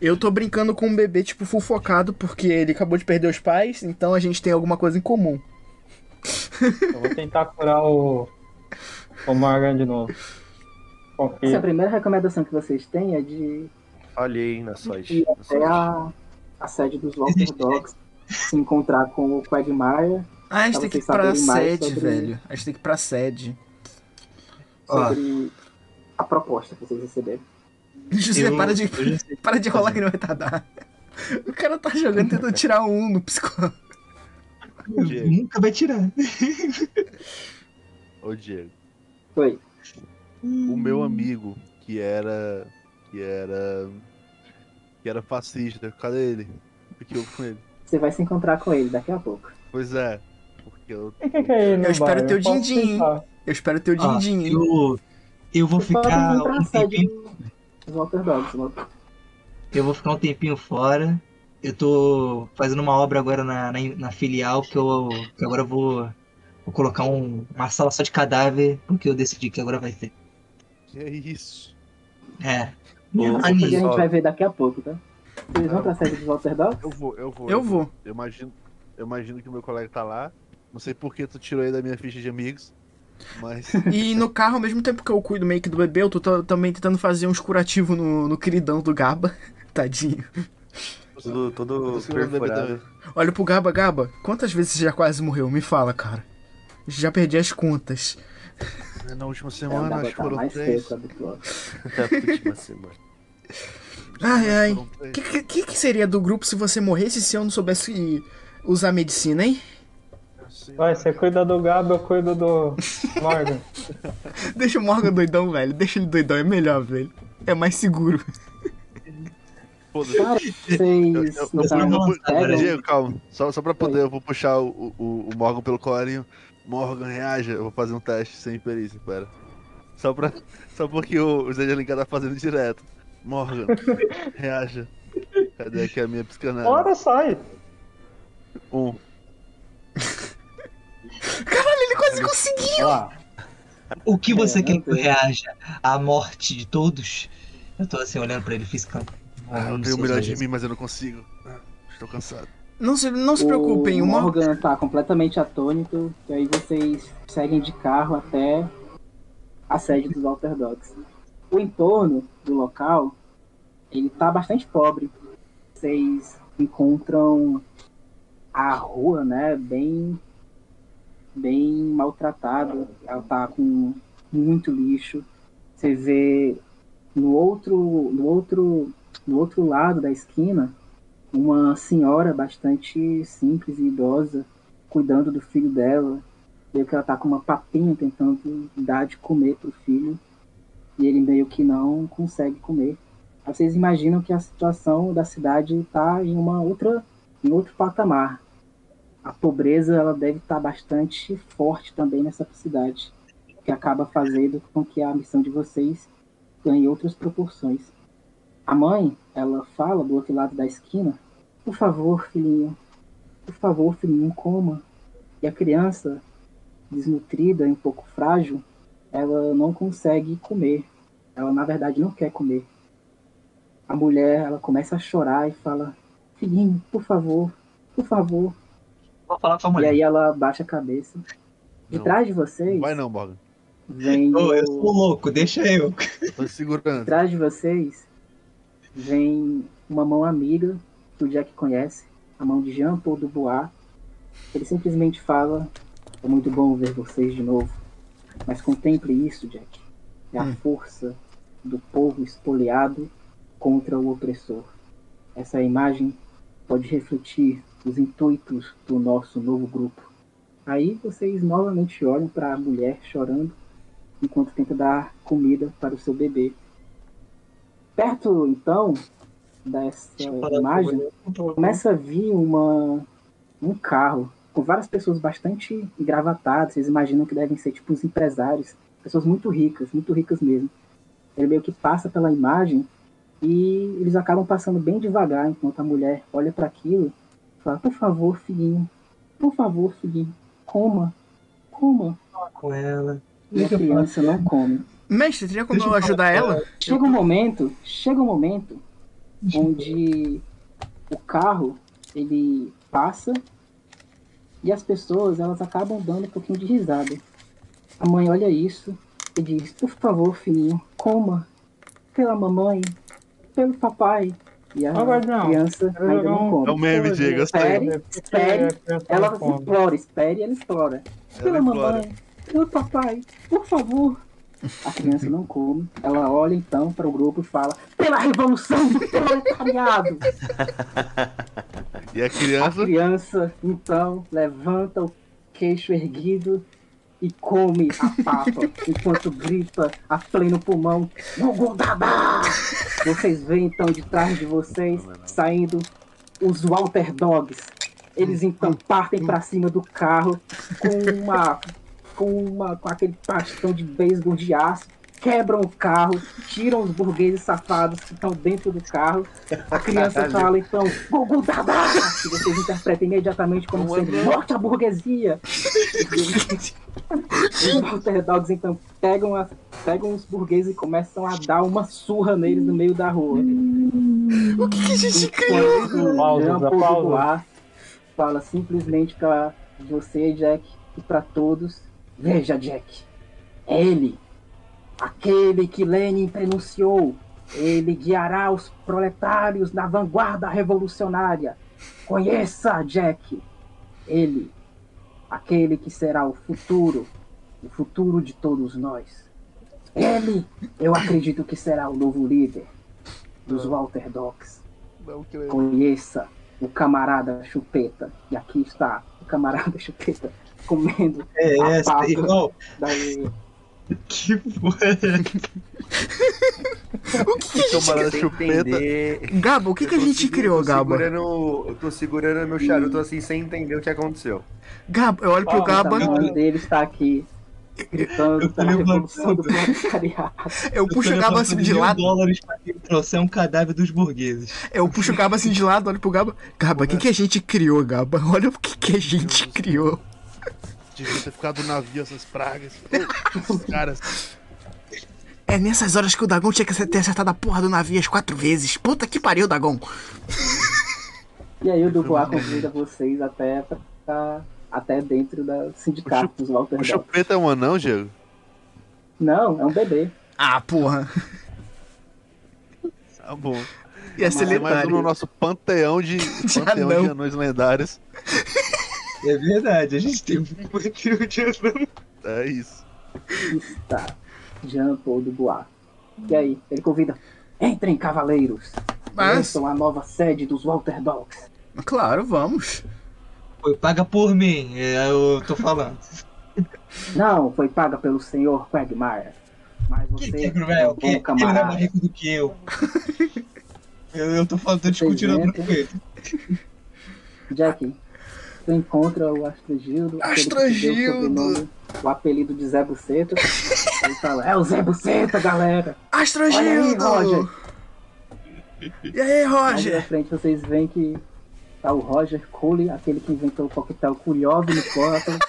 Eu tô brincando com um bebê, tipo, full focado, porque ele acabou de perder os pais, então a gente tem alguma coisa em comum.
Eu vou tentar curar o, o Morgan de novo.
Essa é a
Confia.
primeira recomendação que vocês têm é de
Olhei na sorte.
ir
na
até
sorte.
a, a sede dos Walter Dogs, se encontrar com o Quagmire
Ah, a gente
Pra
tem que ir
vocês
pra
saberem mais
sede,
sobre-
velho. A gente tem que ir pra sede.
Ó.
sobre a proposta que vocês receberam.
[laughs] José,
Eu-
para de,
eu já sei.
para de rolar que ele vai retardar. O cara tá jogando
[laughs]
tentando tirar um no psicólogo.
Diego.
Nunca vai tirar.
Ô, Diego.
Foi.
o meu amigo que era que era que era fascista, cadê ele? Porque eu com ele.
Você vai se encontrar com ele daqui a pouco.
Pois é, porque eu
O que, que é ele?
Eu espero teu din-din, hein?
Dindim.
Eu espero teu
Ah,
Ó,
din-din. hein?
eu, eu vou
Vocês podem
ficar
encontrar a
um tempinho
sede dos Walter Dogs. logo
Eu vou ficar um tempinho fora. Eu tô fazendo uma obra agora na, na, na filial, que eu que agora eu vou, vou colocar um- uma sala só de cadáver, porque eu decidi que agora vai ter.
que é isso?
É.
Ô,
Isso aqui a gente
pessoal,
vai ver daqui a pouco, tá? Vocês vão pra sede dos Walter Dogs?
Eu vou, eu vou.
Eu vou.
Eu imagino, eu imagino que o meu colega tá lá. Não sei por que tu tirou ele da minha ficha de amigos, mas
[laughs]
E no carro, ao mesmo tempo que eu cuido meio que do bebê, eu tô ta- também tentando fazer uns curativos no, no queridão do Gaba. [laughs] Tadinho.
Tudo,
Eu tô
todo
segurando o bebê
[laughs] perforado.
Olha pro Gaba, Gaba, quantas vezes você já quase morreu? Me fala, cara. Já perdi as contas.
na
É,
última
o
semana
Dava
acho que
tá
foram
mais feio
três.
que o habitual.
Na última semana.
Ai, ai.
Foram três.
O que, que, que seria do grupo se você morresse se eu não soubesse usar medicina, hein?
Sei
Vai,
lá.
você cuida do Gabo, eu cuido do
[laughs]
Morgan.
Deixa o Morgan doidão, velho. Deixa ele doidão, é melhor, velho. É mais seguro.
Foda-se.
Cara, vocês
eu-
no
eu-
carro
eu-
não
eu-
pegam.
né, Diego, calma. Só, só pra poder, eu vou puxar o, o- o Morgan pelo colarinho. Morgan, reaja. Eu vou fazer um teste sem perícia, pera. Só, pra, [laughs] só porque o Zé de Alencar tá fazendo direto. Morgan, reaja. Cadê aqui a minha psicanálise?
Bora, sai!
Um.
Ele quase conseguiu!
Olha lá.
O que você
né?
quer que eu reaja? A morte de todos? Eu tô assim olhando pra ele fiscando.
Ah, eu
não
dei o
sei
melhor
se é
de
eu-
mim, mas eu não consigo. Ah, Estou cansado.
Não se, não se preocupem,
o
o Morgan.
Morgan tá completamente atônito, e aí vocês seguem de carro até a sede dos Walter Dogs. O entorno do local, ele tá bastante pobre. Vocês encontram a rua, né, bem bem maltratada. Ela tá com muito lixo. Você vê no outro no outro no outro lado da esquina uma senhora bastante simples e idosa cuidando do filho dela. Meio que ela tá com uma papinha tentando dar de comer pro filho. E ele meio que não consegue comer. Aí Vocês imaginam que a situação da cidade tá em uma outra em outro patamar. A pobreza ela deve estar bastante forte também nessa cidade, que acaba fazendo com que a missão de vocês ganhe outras proporções. A mãe, ela fala do outro lado da esquina: Por favor, filhinho, por favor, filhinho, coma. E a criança, desnutrida e um pouco frágil, ela não consegue comer. Ela, na verdade, não quer comer. A mulher, ela começa a chorar e fala: Filhinho, por favor, por favor.
Vou falar pra
E
mulher.
aí ela baixa a cabeça. De
Não.
trás de vocês,
Não vai não, Morgan.
vem.
Ô, eu
o-
sou louco, deixa eu.
Eu Tô te segurando.
Atrás de vocês vem uma mão amiga que o Jack conhece, a mão de Jean Paul Dubois. Ele simplesmente fala: É muito bom ver vocês de novo, mas contemple isso, Jack. É a força do povo espoliado contra o opressor. Essa imagem pode refletir os intuitos do nosso novo grupo. Aí vocês novamente olham para a mulher chorando enquanto tenta dar comida para o seu bebê. Perto, então, dessa
Deixa eu falar pra
imagem,
mulher.
começa a vir uma, um carro com várias pessoas bastante engravatadas. Vocês imaginam que devem ser tipo os empresários, pessoas muito ricas, muito ricas mesmo. Ele meio que passa pela imagem e eles acabam passando bem devagar enquanto a mulher olha para aquilo e fala: Por favor, filhinho, por favor, filhinho, coma, coma.
com ela.
E a
Deixa eu falar.
criança não come.
Mestre, teria como
Deixa
eu
eu falar
ajudar
com
ela?
Chega um momento, chega um momento onde o carro ele passa e as pessoas elas acabam dando um pouquinho de risada. A mãe olha isso e diz: "Por favor, filhinho, coma pela mamãe, pelo papai". E a
Ó, guardião,
criança
quero
ainda
jogar
não
um-
É o
come.
meme, Diego. Eu sei.
Sério? Sério? Ela
Ela
explora, espere e ela explora.
Ela
Pela
implora.
mamãe, pelo papai, por favor. A criança não come. Ela olha então para o grupo e fala: pela revolução do [laughs] proletariado.
E a
A
criança.
criança então levanta o queixo erguido e come a papa [laughs] enquanto grita a pleno pulmão: Gugudabá! Vocês veem então de trás de vocês saindo os Walter Dogs. Eles então partem para cima do carro com uma com uma com aquele pastão de beisebol de aço, quebram o carro, tiram os burgueses safados que estão dentro do carro. A criança fala então Gugudabá! que vocês interpretam imediatamente como sendo morte à burguesia. Os Walter Dogs então pegam, as, pegam os burgueses e começam a dar uma surra neles no meio da rua.
O que, que a gente criou?
Enquanto
Aplausos,
Jean Paul
aplausos.
Dubois fala simplesmente pra você, Jack, e pra todos: Veja, Jack, é ele, aquele que Lenin pronunciou. Ele guiará os proletários na vanguarda revolucionária. Conheça, Jack, ele, aquele que será o futuro, o futuro de todos nós. Ele, eu acredito que será o novo líder dos Walter Dogs.
Não creio.
Conheça o camarada Chupeta. E aqui está o camarada [laughs] Chupeta comendo
É essa,
papa.
irmão.
daí.
Que [laughs] porra.
Camarada
Sem
chupeta.
entender.
Gabo, o que,
Eu
que a
tô
gente
segura-
criou,
eu tô
Gabo?
Segurando, eu tô segurando meu charuto assim, sem entender o que aconteceu.
Gabo, eu olho pro
Fala,
O
Gaba,
tamanho dele está aqui. gritando,
Tá Eu tô
tá? A revolução
levantando.
do proletariado.
Eu puxo o Gabo assim de lado.
dólares pra quem trouxer um cadáver dos burgueses.
Eu puxo o Gaba assim de lado, olho pro Gaba. Gaba, o que, que a gente criou, Gaba? [laughs] Olha o que, que a gente criou.
Devia ter ficado no navio essas pragas. Pô, Esses caras.
É nessas horas que o Dagon tinha que ter acertado a porra do navio as quatro vezes. Puta que pariu, Dagon.
E aí o Dubois convida vocês até pra, até dentro do sindicato dos Walter
O
Delta.
Chupeta é um anão, Diego?
Não, é um bebê.
Ah, porra.
Tá bom.
Ia ser
Você é mais um no
lendário.
nosso
[laughs]
panteão de,
De
panteão de
anão.
anões lendários.
É verdade, a gente
[laughs]
tem muito trio de anão.
É isso.
Tá. Jean Paul Dubois. E aí, ele convida. Entrem, cavaleiros.
Mas,
Conheçam a nova sede dos Walter Dogs.
claro, vamos.
Foi paga por mim, é, eu tô falando.
Não, foi paga pelo senhor Quagmire. Mas você
Que que é
é
cruel?
um
Que
bom
ele é mais
camarada.
rico do que
[laughs]
eu. Eu, eu tô falando, tô discutindo
Vocês
outra coisa.
Jack, tu encontra o Astrogildo. aquele que te deu o
Astrogildo!
sobrenome, O apelido de Zé Buceta. ele fala, é o Zé Buceta, galera. Olha aí,
Astrogildo! E
Mais
aí,
pra
Roger?
frente vocês veem que tá o Roger Cole, aquele que inventou o coquetel Curiov no Portland.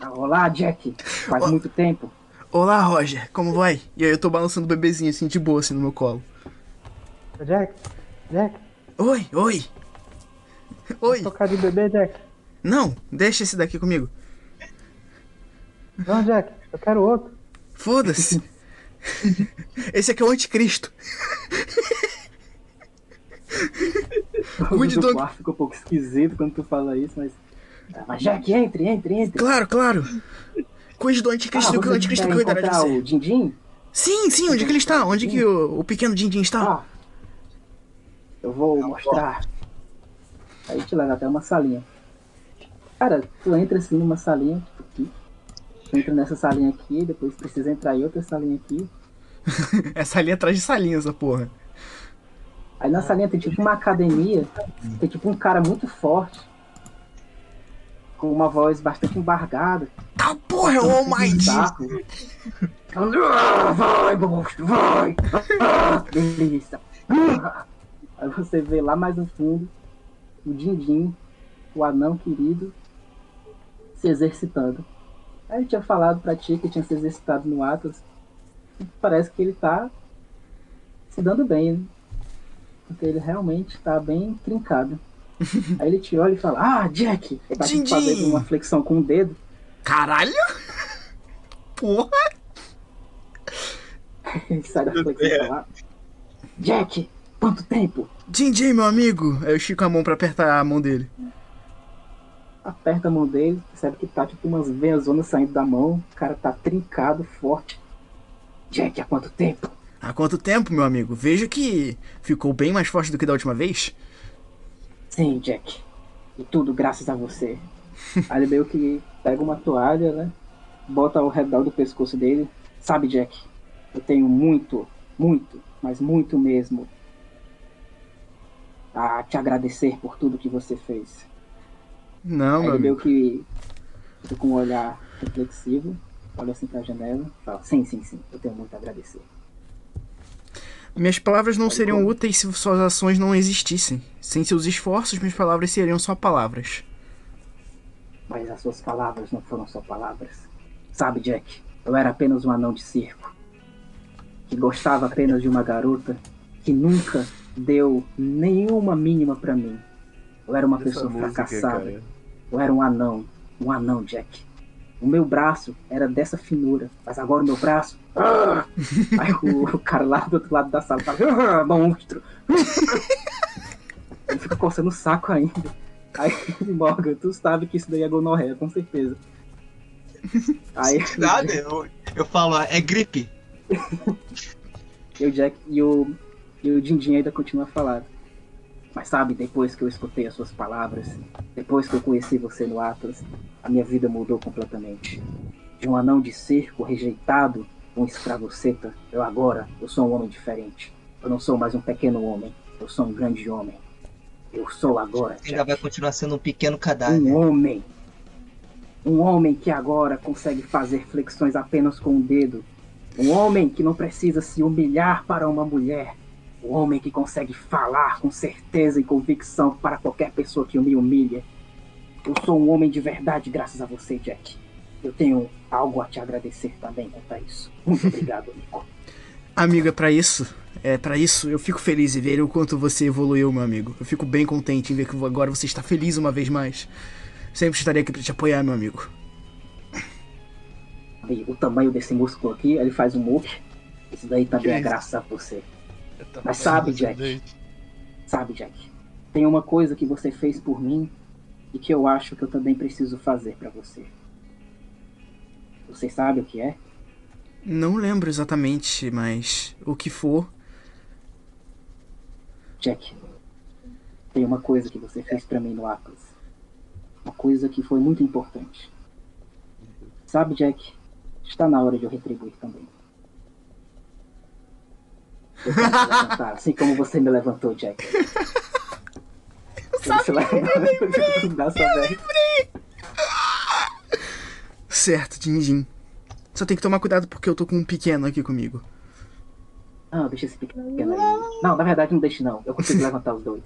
Ah, Olá, Jack. Faz
Ó.
muito tempo. [laughs]
Olá, Roger. Como vai? E aí eu tô balançando o bebezinho assim, de boa, assim, no meu colo.
Ô, Jack, Jack,
Oi, oi. Oi.
tocar de bebê, Jack.
Não, deixa esse daqui comigo.
Não, Jack, eu quero outro.
[laughs]
Foda-se. Esse aqui é o anticristo. Cuide
o
do-
Dubois fica um pouco esquisito quando tu fala isso, mas. Ah, Mas Jack, entre, entre, entre.
Claro, claro. Cuide do anticristo do que o
vocês
anticristo
querem
cuidará de
encontrar
você.
o Dindim?
Sim, sim, onde que ele está? Onde que o, o pequeno Dindim está?
Ah, eu vou mostrar. Aí te leva até uma salinha. Cara, tu entra assim numa salinha, tipo aqui. Tu entra nessa salinha aqui, depois precisa entrar em outra salinha aqui.
Essa linha atrás de salinha, essa porra.
Aí na salinha tem tipo uma academia, tem tipo um cara muito forte, com uma voz bastante embargada.
Tá porra, é o Almighty.
Tá? Falando, "Ah, vai, monstro, vai! Ah, delícia! Ah." Aí você vê lá mais no fundo o Dindim, o anão querido, se exercitando. Aí eu tinha falado pra ti que tinha se exercitado no Atlas. E parece que ele tá se dando bem, né? Porque ele realmente tá bem trincado. Aí ele te olha e fala, ah, Jack! Ele tá
Dindim!
fazendo uma flexão com o dedo.
Caralho? Porra.
Ele sai da flexão lá. Jack, quanto tempo?
Dindim, meu amigo. É Aí eu estico a mão pra apertar a mão dele.
Aperta a mão dele, percebe que tá tipo umas veiazonas saindo da mão. O cara tá trincado, forte. Jack, há quanto tempo?
Há quanto tempo, meu amigo? Vejo que ficou bem mais forte do que da última vez.
Sim, Jack. E tudo graças a você. Aí ele meio que pega uma toalha, né? Bota ao redor do pescoço dele. Sabe, Jack, eu tenho muito, muito, mas muito mesmo a te agradecer por tudo que você fez.
Não,
Aí
meu
ele
amigo.
meio que fica com um olhar reflexivo, olha assim pra janela, fala, sim, sim, sim, eu tenho muito a agradecer.
Minhas palavras não seriam úteis se suas ações não existissem. Sem seus esforços, minhas palavras seriam só palavras.
Mas as suas palavras não foram só palavras. Sabe, Jack, eu era apenas um anão de circo. Que gostava apenas de uma garota que nunca deu nenhuma mínima pra mim. Eu era uma pessoa fracassada. Eu era um anão. Um anão, Jack. O meu braço era dessa finura, mas agora o meu braço. Ah! Aí o, o cara lá do outro lado da sala fala: ah, monstro! Ele fica coçando o saco ainda. Aí ele Morgan, tu sabe que isso daí é gonorreia, com certeza. Aí
Nada, eu, eu falo, é gripe.
E o Jack e o, e o Dindin ainda continua a falar. Mas sabe, depois que eu escutei as suas palavras, depois que eu conheci você no Atlas, a minha vida mudou completamente. De um anão de circo rejeitado, um escravoceta, eu agora, eu sou um homem diferente. Eu não sou mais um pequeno homem, eu sou um grande homem. Eu sou agora,
Ainda
Jack,
vai continuar sendo um pequeno cadáver.
um homem. Um homem que agora consegue fazer flexões apenas com o dedo. Um homem que não precisa se humilhar para uma mulher. Um homem que consegue falar com certeza e convicção para qualquer pessoa que me humilha. Eu sou um homem de verdade graças a você, Jack. Eu tenho algo a te agradecer também quanto a isso. Muito obrigado, amigo.
Amigo, é pra isso. É pra isso. Eu fico feliz em ver o quanto você evoluiu, meu amigo. Eu fico bem contente em ver que agora você está feliz uma vez mais. Sempre estarei aqui pra te apoiar, meu amigo.
Sabe o tamanho desse músculo aqui, ele faz um muque. Isso daí também é graças a você. Mas sabe, Jack, sabe, Jack, tem uma coisa que você fez por mim e que eu acho que eu também preciso fazer pra você. Você sabe o que é?
Não lembro exatamente, mas o que for.
Jack, tem uma coisa que você fez pra mim no Atlas. Uma coisa que foi muito importante. Sabe, Jack, está na hora de eu retribuir também. Eu quero te levantar, assim como você me levantou, Jack. [laughs] Eu sabia, eu [laughs] lembrei,
Certo, Dindim. Só tem que tomar cuidado porque eu tô com um pequeno aqui comigo.
Não, Ah, deixa esse pequeno aí. Não, na verdade não deixe não. Eu consigo levantar os
[laughs]
dois.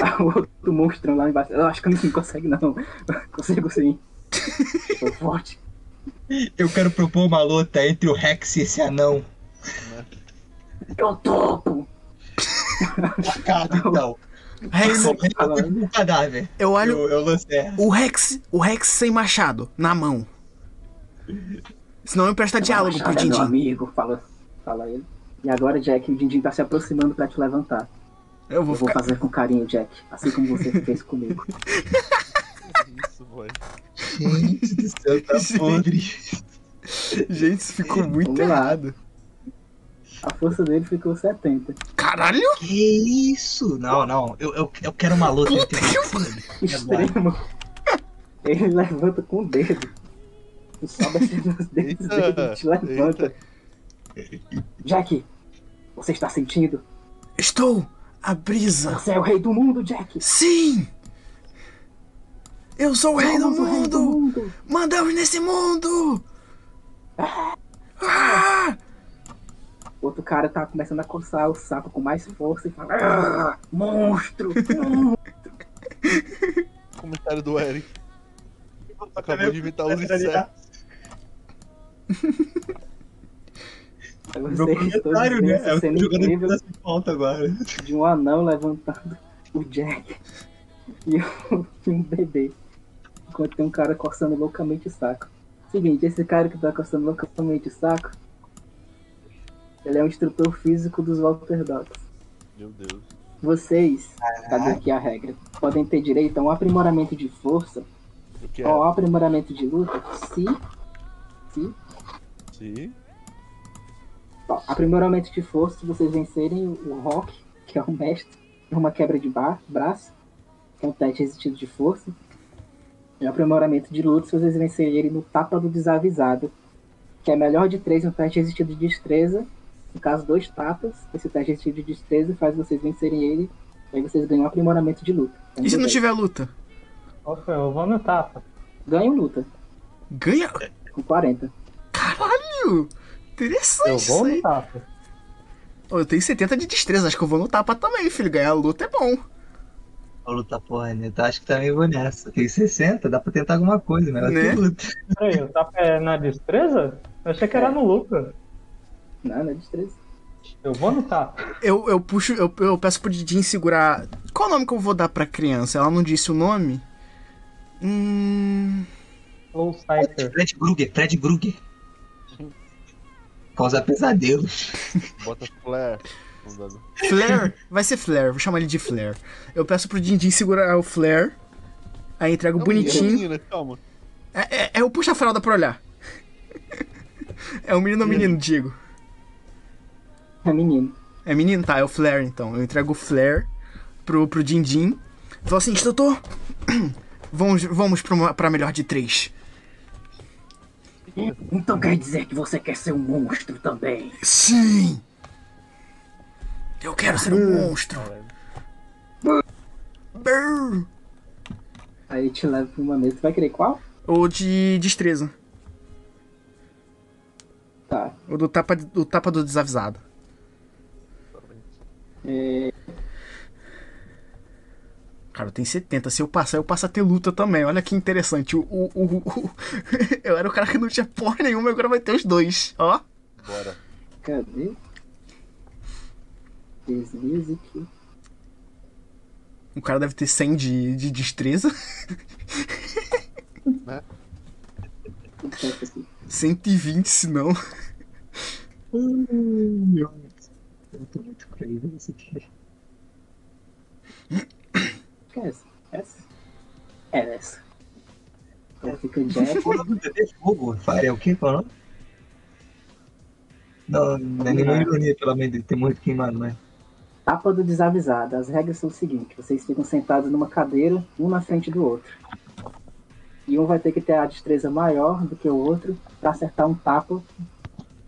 Ah, o outro monstro lá embaixo. Eu acho que eu não consegue não. [laughs] Consigo sim. Eu sou forte.
Eu quero propor uma luta entre o Rex e esse anão.
Eu topo!
Facado, então.
Rex,
Eu tenho um cadáver.
eu olho
Eu, eu lancei essa.
o Rex, o Rex sem machado, na mão. Senão eu empresta diálogo pro
Machado é meu
Dindim.
amigo, fala, fala ele. E agora, Jack, o Dindim tá se aproximando pra te levantar.
Eu
Eu
vou
vou
ficar.
fazer com carinho, Jack. Assim como você fez comigo.
Isso, boy.
Gente do céu, tá
[laughs]
podre.
assim. Gente, isso ficou muito
Vamos lá.
errado.
A força dele ficou 70.
Caralho!
Que isso?
Não, não. Eu, eu, eu quero uma luta entre
Extremo. É [laughs] Ele levanta com o dedo. Tu sobe assim
[laughs]
nos dedos dele
Eita,
e te levanta.
eita.
Jack, você está sentindo?
Estou! A brisa!
Você é o rei do mundo, Jack!
Sim! Eu sou o rei do
Somos o rei do
mundo!
mundo!
Mandamos nesse mundo! Ah!
Outro cara tá começando a coçar o saco com mais força e fala: "Ah, Monstro!
[laughs]
monstro."
Comentário do Eric. Acabou de imitar os
tá
Era ali,
insetos.
Vocês
Meu
todos
comentário,
veem
né?
essa
Eu tô
cena
jogando
é incrível
pedaço de falta agora.
de um anão levantando o Jack e um, [laughs] e um bebê. Enquanto tem um cara coçando loucamente o saco. Seguinte, esse cara que tá coçando loucamente o saco, ele é um instrutor físico dos Walter Dogs.
Meu Deus.
Vocês, cadê aqui é a regra? Podem ter direito a um aprimoramento de força
Eu
ou
quero.
a um aprimoramento de luta se. se.
Sim.
ó, aprimoramento de força se vocês vencerem o Rock, que é o mestre, uma quebra de bar, braço, que é um teste resistido de força. E aprimoramento de luta se vocês vencerem ele no tapa do desavisado, que é melhor de três no teste resistido de destreza. No caso, dois tapas, esse teste resistido de destreza faz vocês vencerem ele, e aí vocês ganham um aprimoramento de luta.
E se não
Então,
tiver luta?
Opa, eu vou no tapa.
Ganham luta,
Ganha.
com 40.
Caralho! Interessante
Eu
isso
vou no
aí.
tapa.
Ô, eu tenho 70 de destreza, acho que eu vou no tapa também, filho. Ganhar a luta é bom.
Vou lutar porra, né? Então acho que também vou nessa. Tem 60, dá pra tentar alguma coisa, mas
Né?
né? luta.
Peraí, o tapa é na destreza? Eu achei que era no lucro.
Não, não é destreza.
Eu vou no tapa.
Eu, eu puxo, eu, eu peço pro Didin segurar. Qual o nome que eu vou dar pra criança? Ela não disse o nome? Hum.
Low Cypher.
Fred Krueger, Fred Krueger. Causa pesadelos.
Bota flare. Não dá, não.
Flare? Vai ser Flare, vou chamar ele de Flare. Eu peço pro Dindin segurar o Flare. Aí entrego
Não,
bonitinho.
menina, calma.
É, é- é, eu puxo a fralda pra olhar. [laughs] É um menino ou menino, digo?
É menino.
É menino? Tá, é o Flare então. Eu entrego o Flare pro, pro Dindin. Falo assim, instrutor, [clears throat] vamos, vamos pra, uma- pra melhor de três.
Então quer dizer que você quer ser um monstro também.
Sim! Eu quero ser um monstro. Brrr.
Aí te leva pra uma mesa. Você vai querer qual?
Ou de destreza.
Tá.
Ou do tapa do, tapa do desavisado. Cara, eu tenho 70. Se eu passar, eu passo a ter luta também. Olha que interessante. O, o- o- o- [laughs] Eu era o cara que não tinha porra nenhuma, agora vai ter os dois. Ó.
Bora.
Cadê? Deslize aqui.
O cara deve ter 100 de, de destreza. [laughs]
Não sei se é aqui.
120, se não.
Meu Deus. Eu tô muito crazy nesse aqui.
Que é essa? Essa? Era essa. Ela fica Jack.
O nome do bebê é fogo. Fire é o quê? Qual é o nome? Não, não é nenhuma ironia, pelo amor de Deus. Tem muito queimado, né?
Tapa do desavisado. As regras são o seguinte: vocês ficam sentados numa cadeira, um na frente do outro. E um vai ter que ter a destreza maior do que o outro para acertar um tapa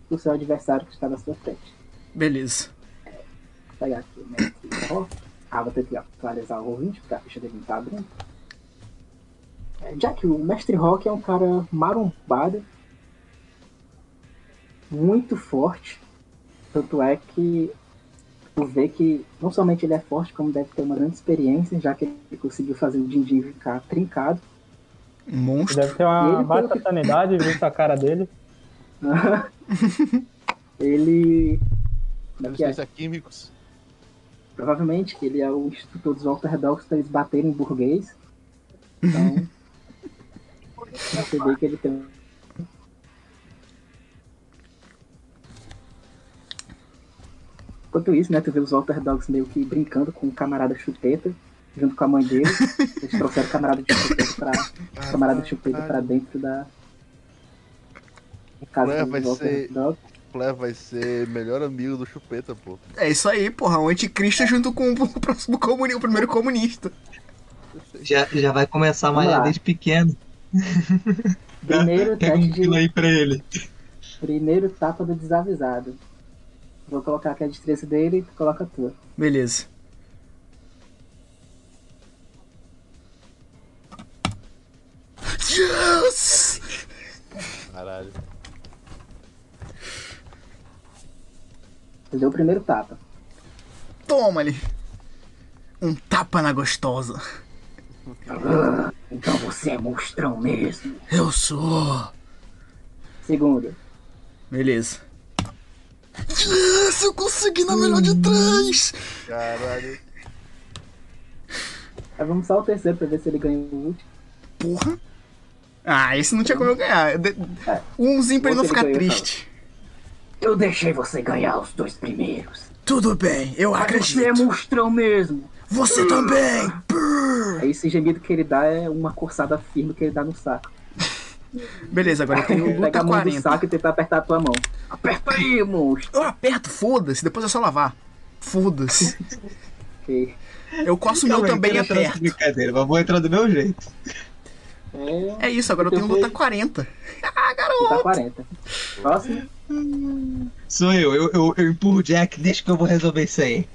do seu adversário que está na sua frente.
Beleza.
Vou pegar aqui, né? aqui, ó. Ah, vou ter que atualizar o ouvinte, porque a ficha dele não tá abrindo. É, Jack, o Mestre Rock é um cara marombado, muito forte. Tanto é que tu vê que não somente ele é forte, como deve ter uma grande experiência, já que ele conseguiu fazer o Dindim ficar trincado. [laughs]
Monstro.
Deve ter uma
Ele
baixa
pelo-
sanidade visto a cara dele.
Ele
Deve
Que é?
ser químicos.
Provavelmente ele é o instrutor dos Walter Dogs para eles baterem em burguês.
[laughs]
Então. você vê que ele tem. Enquanto isso, né, tu vê os Walter Dogs meio que brincando com o camarada chupeta, junto com a mãe dele. Eles trouxeram o camarada de chupeta pra,
Ah,
o camarada
tá,
de chupeta pra dentro da.
Ué,
Casa
vai
dos Walter
ser-
Dogs.
Clé vai ser melhor amigo do Chupeta, pô.
É isso aí, porra. O anticristo junto com o próximo comunista, o primeiro comunista.
Já, já vai começar a
Vamos
malhar
lá.
desde pequeno.
Primeiro
Pega
teste
um
de
quilo aí pra ele.
Primeiro tapa do desavisado. Vou colocar aqui a destreza dele e tu coloca a tua.
Beleza. Yes!
Caralho.
Tu deu o primeiro tapa.
Toma ali. Um tapa na gostosa.
Então você é monstrão mesmo.
Eu sou.
Segundo.
Beleza. Yes, eu consegui na melhor de três.
Caralho.
Aí vamos só o terceiro pra ver se ele ganha o último.
Porra. Ah, esse não tinha como eu ganhar. De- Umzinho pra ele não
Você
ficar
ganhou, então.
triste.
Eu deixei você ganhar os dois primeiros.
Tudo bem, eu
Você é
acredito.
monstrão mesmo.
Você também. Brrr.
Aí esse gemido que ele dá é uma coçada firme que ele dá no saco.
Beleza, agora eu tenho
Pega
luta
a mão do
40.
saco e tenta apertar a tua mão. Aperta aí, monstro.
Eu aperto, foda-se. Depois é só lavar. Foda-se.
Ok.
Eu coço o meu também e
quero entrar nessa
aperto.
Brincadeira, mas vou entrar do meu jeito.
É,
É isso, agora eu tenho luta 40. [laughs] Ah, garoto.
tá 40. Próximo.
Sou eu, eu, eu, eu empurro o Jack, deixa que eu vou resolver isso aí.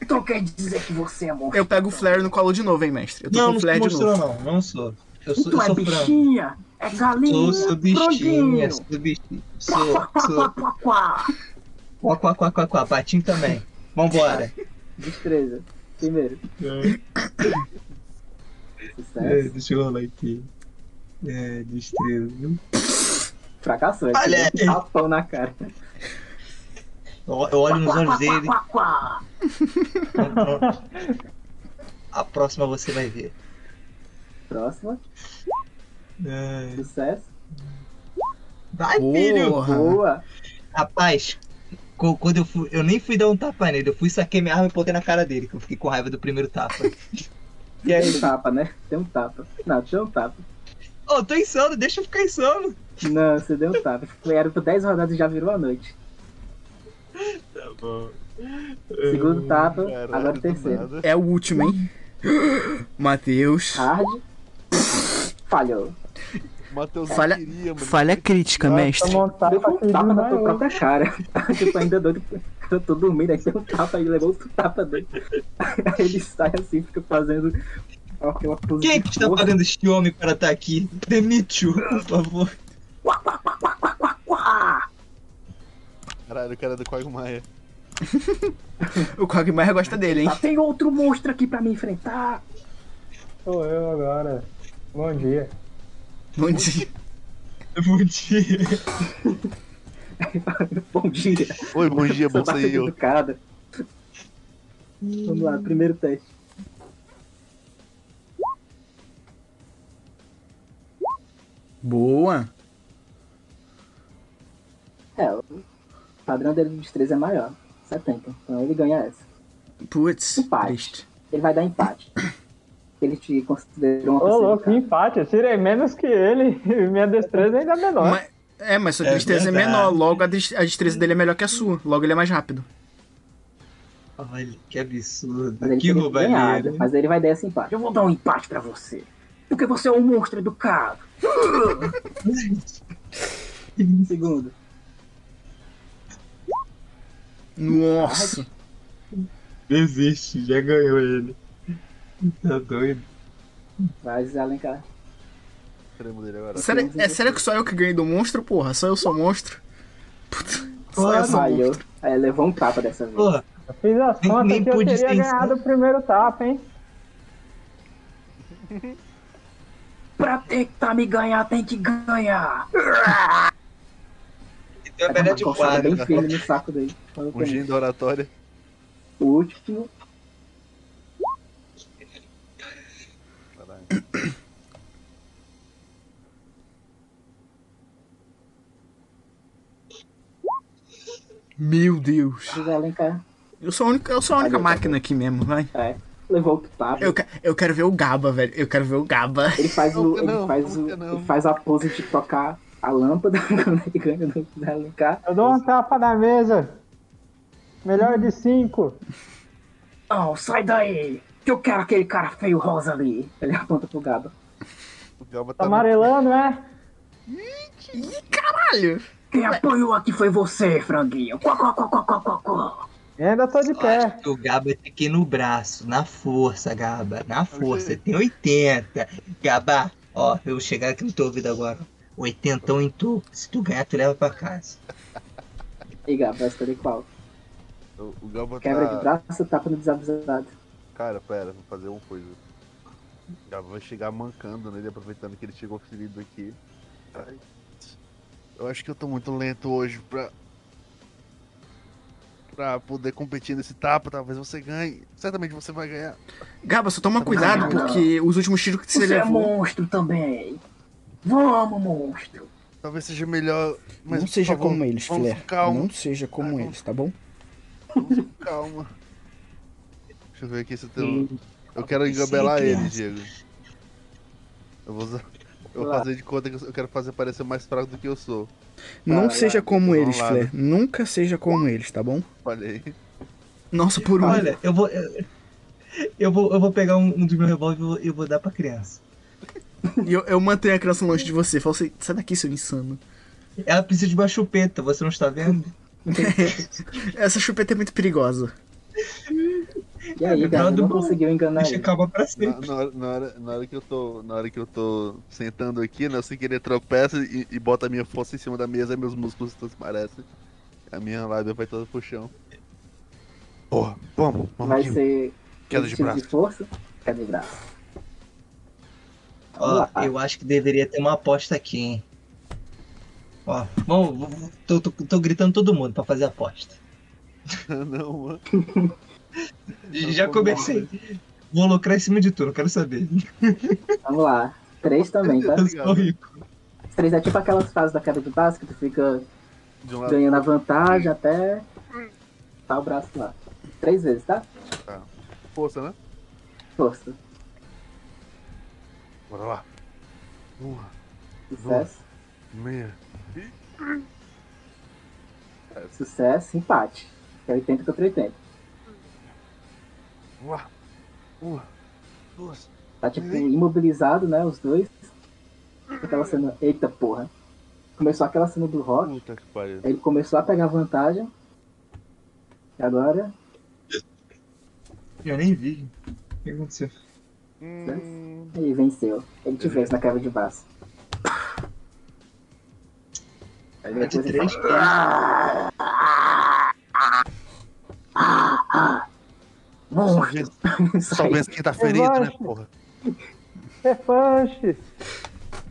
Então quer dizer que você é monstro.
Eu pego o flare no colo de novo, hein, mestre. Eu tô
Não,
com
não
o
sou
flare de
monstrão,
novo.
não. Não sou. Eu sou,
tu
eu
é
sou frango.
bichinha, é galinha,
Sou, sou bichinha,
franguinho.
sou bichinha. Sou,
Quá, quá,
sou.
quá, quá.
Quá, quá, quá, quá, quá. Patinho também. Vambora.
Destreza, primeiro.
É,
Sucesso,
deixa eu rolar aqui. É, destreza, viu?
fracassou. é
Olha
que deu um Tapão na cara.
Eu, eu olho nos olhos dele.
Quá, quá.
A próxima você vai ver.
Próxima,
É,
sucesso.
Vai, filho!
Porra.
Boa.
Rapaz, co- quando eu fui. Eu nem fui dar um tapa nele, eu fui, saquei minha arma e botei na cara dele, que eu fiquei com raiva do primeiro tapa. e aí,
Tem um tapa, né? Tem um tapa. Não, tu deu um tapa.
[laughs] ô, tô insano, deixa eu ficar insano.
Não, você deu um tapa. Foi- Era por 10 rodadas e já virou a noite.
Tá bom.
Segundo tapa,
Caralho, tá
agora o
do
terceiro.
nada.
É o último, hein? [gasps] Matheus.
Hard. Falhou.
O Matheus não
Falha-
queria, mano.
Falha crítica,
tá
mestre.
montar
Deu
pra
um tapa na tua
maior.
própria cara. [laughs] tipo, ainda doido. [laughs] Eu tô [laughs] dormindo, aí tem um tapa e levou outro tapa dele. Aí ele sai assim, fica fazendo Ó, aquela pose
Quem é
de
que está
porra.
pagando este homem para estar aqui? Demite-o, por favor.
Caralho, o cara é do Quagmire.
O Quagmire gosta dele, hein?
Tá.
Ah, tem outro monstro aqui pra me enfrentar. [laughs]
Sou eu agora. Bom dia.
Bom dia.
É Bom dia.
Bom dia.
Oi, bom dia, bom
Essa parte é
saiu.
educada. Vamos lá,
Hum.
primeiro teste.
Boa.
É, o padrão dele de destreza é maior. 70. Então ele ganha essa.
Putz,
Empate.
triste.
Ele vai dar empate. Ele te considerou uma
Ô,
pessoa
louco, que
educada.
empate. Eu tirei menos que ele [laughs] e minha destreza é ainda menor.
Mas- é, mas sua
É
destreza é,
verdade.
menor, logo a, des- a destreza dele é melhor que a sua, logo ele é mais rápido.
Olha, que absurdo.
Mas ele
Que
teria ganhado,
roubalheira. [laughs]
mas ele vai dar esse empate. Eu vou dar um empate pra você. Porque você é um monstro educado. Segundo.
Nossa.
Desiste, já ganhou ele. Tá doido.
Vai alencar.
Cremo dele
Tá
agora.
Sério, é sério que só eu que ganhei do monstro, porra? Só eu sou monstro? Puta, só eu sou
Falhou.
um monstro.
É, levou um tapa dessa vez.
Porra,
Eu fiz as
Nem-
contas
nem
que eu
pude
teria
pensar.
ganhado o primeiro tapa, hein?
Pra tentar me ganhar, tem que ganhar. tá
ele tem uma
Vai dar
perna
uma
é de
coçada
quadro.
bem firme no saco dele. Falou com ele.
Fugindo da oratória.
O último.
Caralho.
Meu Deus.
José Alencar
Eu sou a única, eu sou a
tá
única máquina aqui mesmo, vai.
levou o tapa.
Eu, que- eu quero ver o Gaba, velho. Eu quero ver o Gaba.
Ele faz
Como
o.
que
Ele
não?
faz
Como
o.
que não?
Ele faz a pose de tocar a lâmpada [laughs] quando ele ganha né? do José Alencar.
Eu dou um tapa na mesa. Melhor de cinco.
Não, sai daí! Que eu quero aquele cara feio rosa ali. Ele aponta pro Gaba.
O Galba
Tá
tá.
amarelando, é?
Ih, caralho.
Quem apanhou aqui foi você, franguinho. Quá, quá, quá, quá, quá, quá, quá.
E ainda tô de
Eu acho
pé.
que o Gaba tem que ir no braço, na força, Gaba, na força. Ele tem 80. Gaba, ó, eu vou chegar aqui no teu ouvido agora. 80 em tu. Se tu ganhar, tu leva pra casa.
E Gaba, vai escolher qual?
O o Galba
Quebra de
tá.
braço ou tapa no desavisado?
Cara, pera, vou fazer uma coisa. O Galba vai chegar mancando nele, aproveitando que ele chegou ferido aqui. Ai. Eu acho que eu tô muito lento hoje pra. Pra poder competir nesse tapa, talvez você ganhe. Certamente você vai ganhar.
Gaba, só toma cuidado, porque os últimos tiros que você
Você é
levou.
monstro também. Vamos, monstro.
Talvez seja melhor. Mas
não
por
seja
favor,
como eles,
vamos um-
Flair.
com Calma,
Não seja como
Ah,
eles, tá bom?
calma. Deixa eu ver aqui se eu tenho. Eu quero engabelar
Sempre
ele,
essa.
Diego. Eu vou usar. Eu vou fazer de conta que eu sou- eu quero fazer parecer mais fraco do que eu sou.
Não
Caralho,
seja como
tô
eles,
enrolado.
Flair. Nunca seja como eles, tá bom?
Falei.
Nossa, por um.
Olha, eu vou. Eu, eu vou, eu vou pegar um, um dos meus revólveres e vou- eu vou dar pra criança.
E eu, eu mantenho a criança longe de você. Falo assim, sai daqui, seu insano.
Ela precisa de uma chupeta, você não está vendo?
Essa chupeta é muito perigosa.
E aí, Gaba,
Obrigado,
não
bom.
conseguiu enganar
Deixa
ele.
calma pra
Na,
sempre.
na hora, na hora- na hora que eu tô. Na hora que eu tô sentando aqui, né? Sem querer tropeça e, e bota a minha força em cima da mesa, meus músculos transparecem. A minha lábia vai toda pro chão. Porra, vamos, vamos.
Vai
Jim.
ser um
Queda de
tiro
braço.
de força, queda de braço.
Ó,
Vamos lá.
eu acho que deveria ter uma aposta aqui, hein? Ó, bom, vou- vou- tô, tô, tô gritando todo mundo pra fazer a aposta.
[laughs] Não, mano.
E já comecei. Vou lucrar em cima de tudo, quero saber.
Vamos lá. Três também, tá?
Eu sou rico.
Três é tipo aquelas fases da queda de braço que tu fica
De um lado
ganhando a vantagem até tá o braço lá. Três vezes, tá?
força, né?
Força.
Bora lá. Uma,
Sucesso,
meia.
sucesso, empate. É 80 contra 80.
Vamos lá. Uma, duas.
Tá tipo imobilizado, né? Os dois. Aquela cena. Eita porra. Começou aquela cena do rock.
Puta que pariu.
Ele começou a pegar vantagem. E agora.
Eu nem vi. O que aconteceu?
Hum,
Ele venceu. Ele te fez na cara de baço. Aí
É de
depois ele
três
fala,
pontos.
Só
[laughs]
vence, só
Sai.
vence quem tá ferido, né,
Revanche.
porra?
Revanche!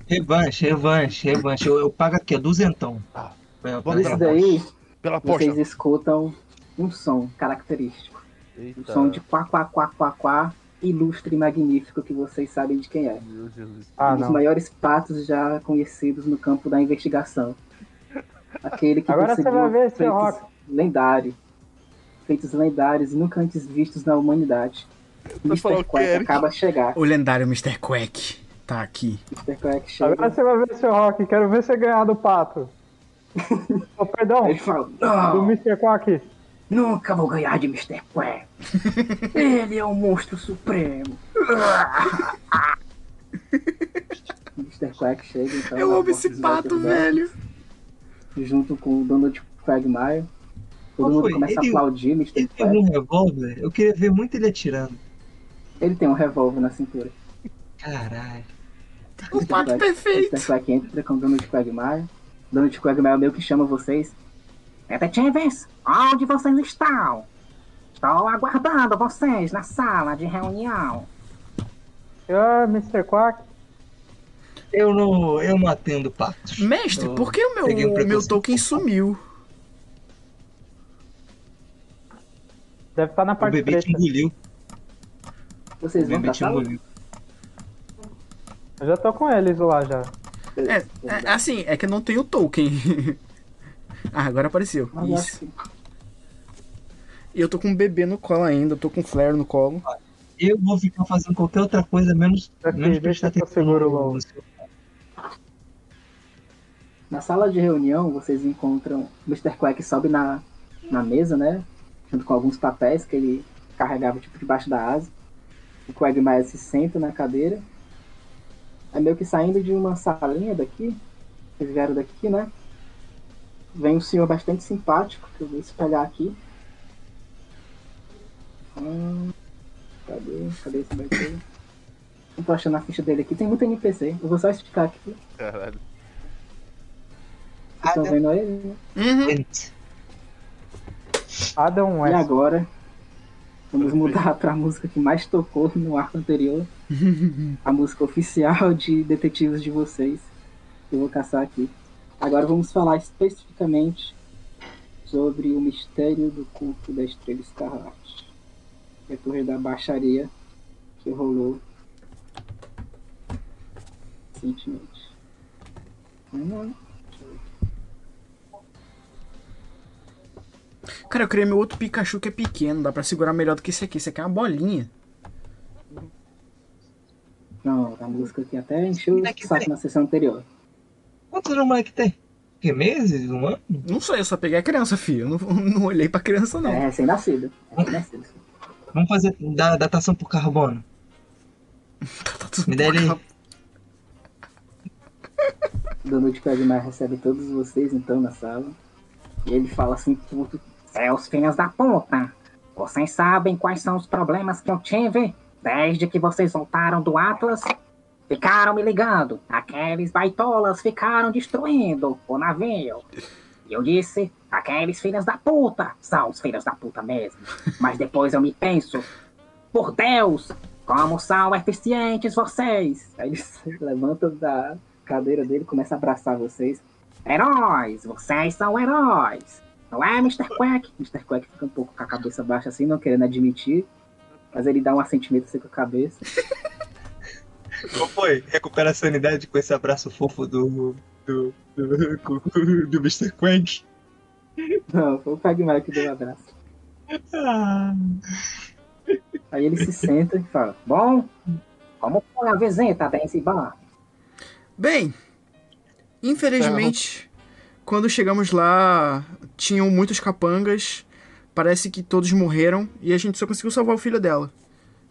Revanche, revanche, revanche. Eu, eu pago aqui, é duzentão. É, tá,
Ah,
Pra-
bom,
pra-
Isso daí,
Pela aposta.
vocês escutam um som característico. Um
Tá.
Eita,
som de quá, quá, quá, quá, quá, ilustre e magnífico que vocês sabem de quem é.
meu Jesus.
Ah,
um dos
não.
maiores patos já conhecidos no campo da investigação. Aquele que
Agora você
conseguiu
vai ver, seu
feitos
Rock.
lendários. Feitos lendários nunca antes vistos na humanidade.
falando
Mr.
que
Quack
Eric-
acaba de chegar.
O lendário Mr. Quack tá aqui.
Mr. Quack chega.
Agora você vai ver, seu Rock. Quero ver você ganhar
[laughs]
do pato. oh, perdão,
Ele fala,
do
não,
Mr. Quack.
nunca vou ganhar de Mr. Quack. Ele é o monstro supremo. Mr. Quack chega então.
Eu
na
amo
porta
esse
dos
pato,
Walter Bell.
velho.
junto com o Donald Quagmire. Todo
Qual
mundo
foi?
começa
Ele-
a aplaudir Mr.
Ele
Quack. Ele,
pegou um revólver, eu queria ver muito ele atirando.
tem um revólver na cintura.
Caralho.
O pato perfeito.
Mr. Quack entra com o Donald Quagmire. Donald Quagmire meio que chama vocês. Detetives, onde vocês estão? Estou aguardando vocês na sala de reunião.
Ah, Mr. Quack.
Eu não, eu não atendo patos.
Mestre,
Eu
por que o meu,
peguei um
meu
preconceito.
token sumiu?
Deve estar na
O
parte
bebê te
preta.
engoliu. O
Vocês vão
bebê
pra
te
sala?
engoliu.
Eu já tô com eles lá já.
É, é assim, é que eu não tenho token. [laughs] ah, agora apareceu.
Mas eu acho
Isso.
que
E eu tô com um bebê no colo ainda, eu tô com um flare no colo.
Eu vou ficar fazendo qualquer outra coisa, menos,
Aqui,
menos
deixa
prestar
que eu
atenção
seguro
no-
logo.
no seu-
Na sala de reunião, vocês encontram. Mr. Quack sobe na, na mesa, né? Junto com alguns papéis que ele carregava tipo debaixo da asa. O Quagmire se senta na cadeira. Aí meio que saindo de uma salinha daqui, vocês vieram daqui, né? Vem um senhor bastante simpático, que eu vou espelhar aqui. Hum, cadê? Cadê esse bebê? Não tô achando a ficha dele aqui. Tem muito NPC. Eu vou só esticar aqui.
Caralho.
Vocês estão
Adam
vendo ele, né?
Uhum.
Ant.
Adam
E
West.
agora, vamos mudar para a música que mais tocou no arco anterior. a música oficial de Detetives de vocês. Eu vou caçar aqui. Agora vamos falar especificamente sobre o mistério do culto da Estrela Escarlate. Depois da baixaria que rolou recentemente. Hum,
Cara, eu criei meu outro Pikachu que é pequeno, dá pra segurar melhor do que esse aqui. Esse aqui é uma bolinha.
Não, a música que até encheu
Como é
o
que
saco
tem?
na sessão anterior.
Quantos anos o moleque tem? Que meses? Um ano?
Não sei, eu só peguei a criança, filho. Eu não, [laughs] não olhei pra criança, não.
É recém-nascida. Recém-nascida.
Vamos fazer da datação por carbono.
Tá tudo
Me um dá ele aí.
Donald Quagmire recebe todos vocês então na sala. E ele fala assim, puto, seus filhos da puta, vocês sabem quais são os problemas que eu tive desde que vocês voltaram do Atlas? Ficaram me ligando, aqueles baitolas ficaram destruindo o navio. E eu disse, aqueles filhos da puta, são os filhos da puta mesmo. Mas depois eu me penso, por Deus, como são eficientes vocês. Aí ele [laughs] se levanta da cadeira dele começa a abraçar vocês. Heróis! Vocês são heróis! Não é, Mr. Quack? Mr. Quack fica um pouco com a cabeça baixa assim, não querendo admitir. Mas ele dá um assentimento assim com a cabeça. [laughs]
Qual foi? Recupera a sanidade com esse abraço fofo do. do. do, [laughs] do Mr. Quack.
Não, foi o Pragmar que deu um abraço.
Ah,
Aí ele se senta e fala: Bom, como foi a visita desse bar?
Bem, infelizmente, quando chegamos lá, tinham muitos capangas. Parece que todos morreram e a gente só conseguiu salvar o filho dela.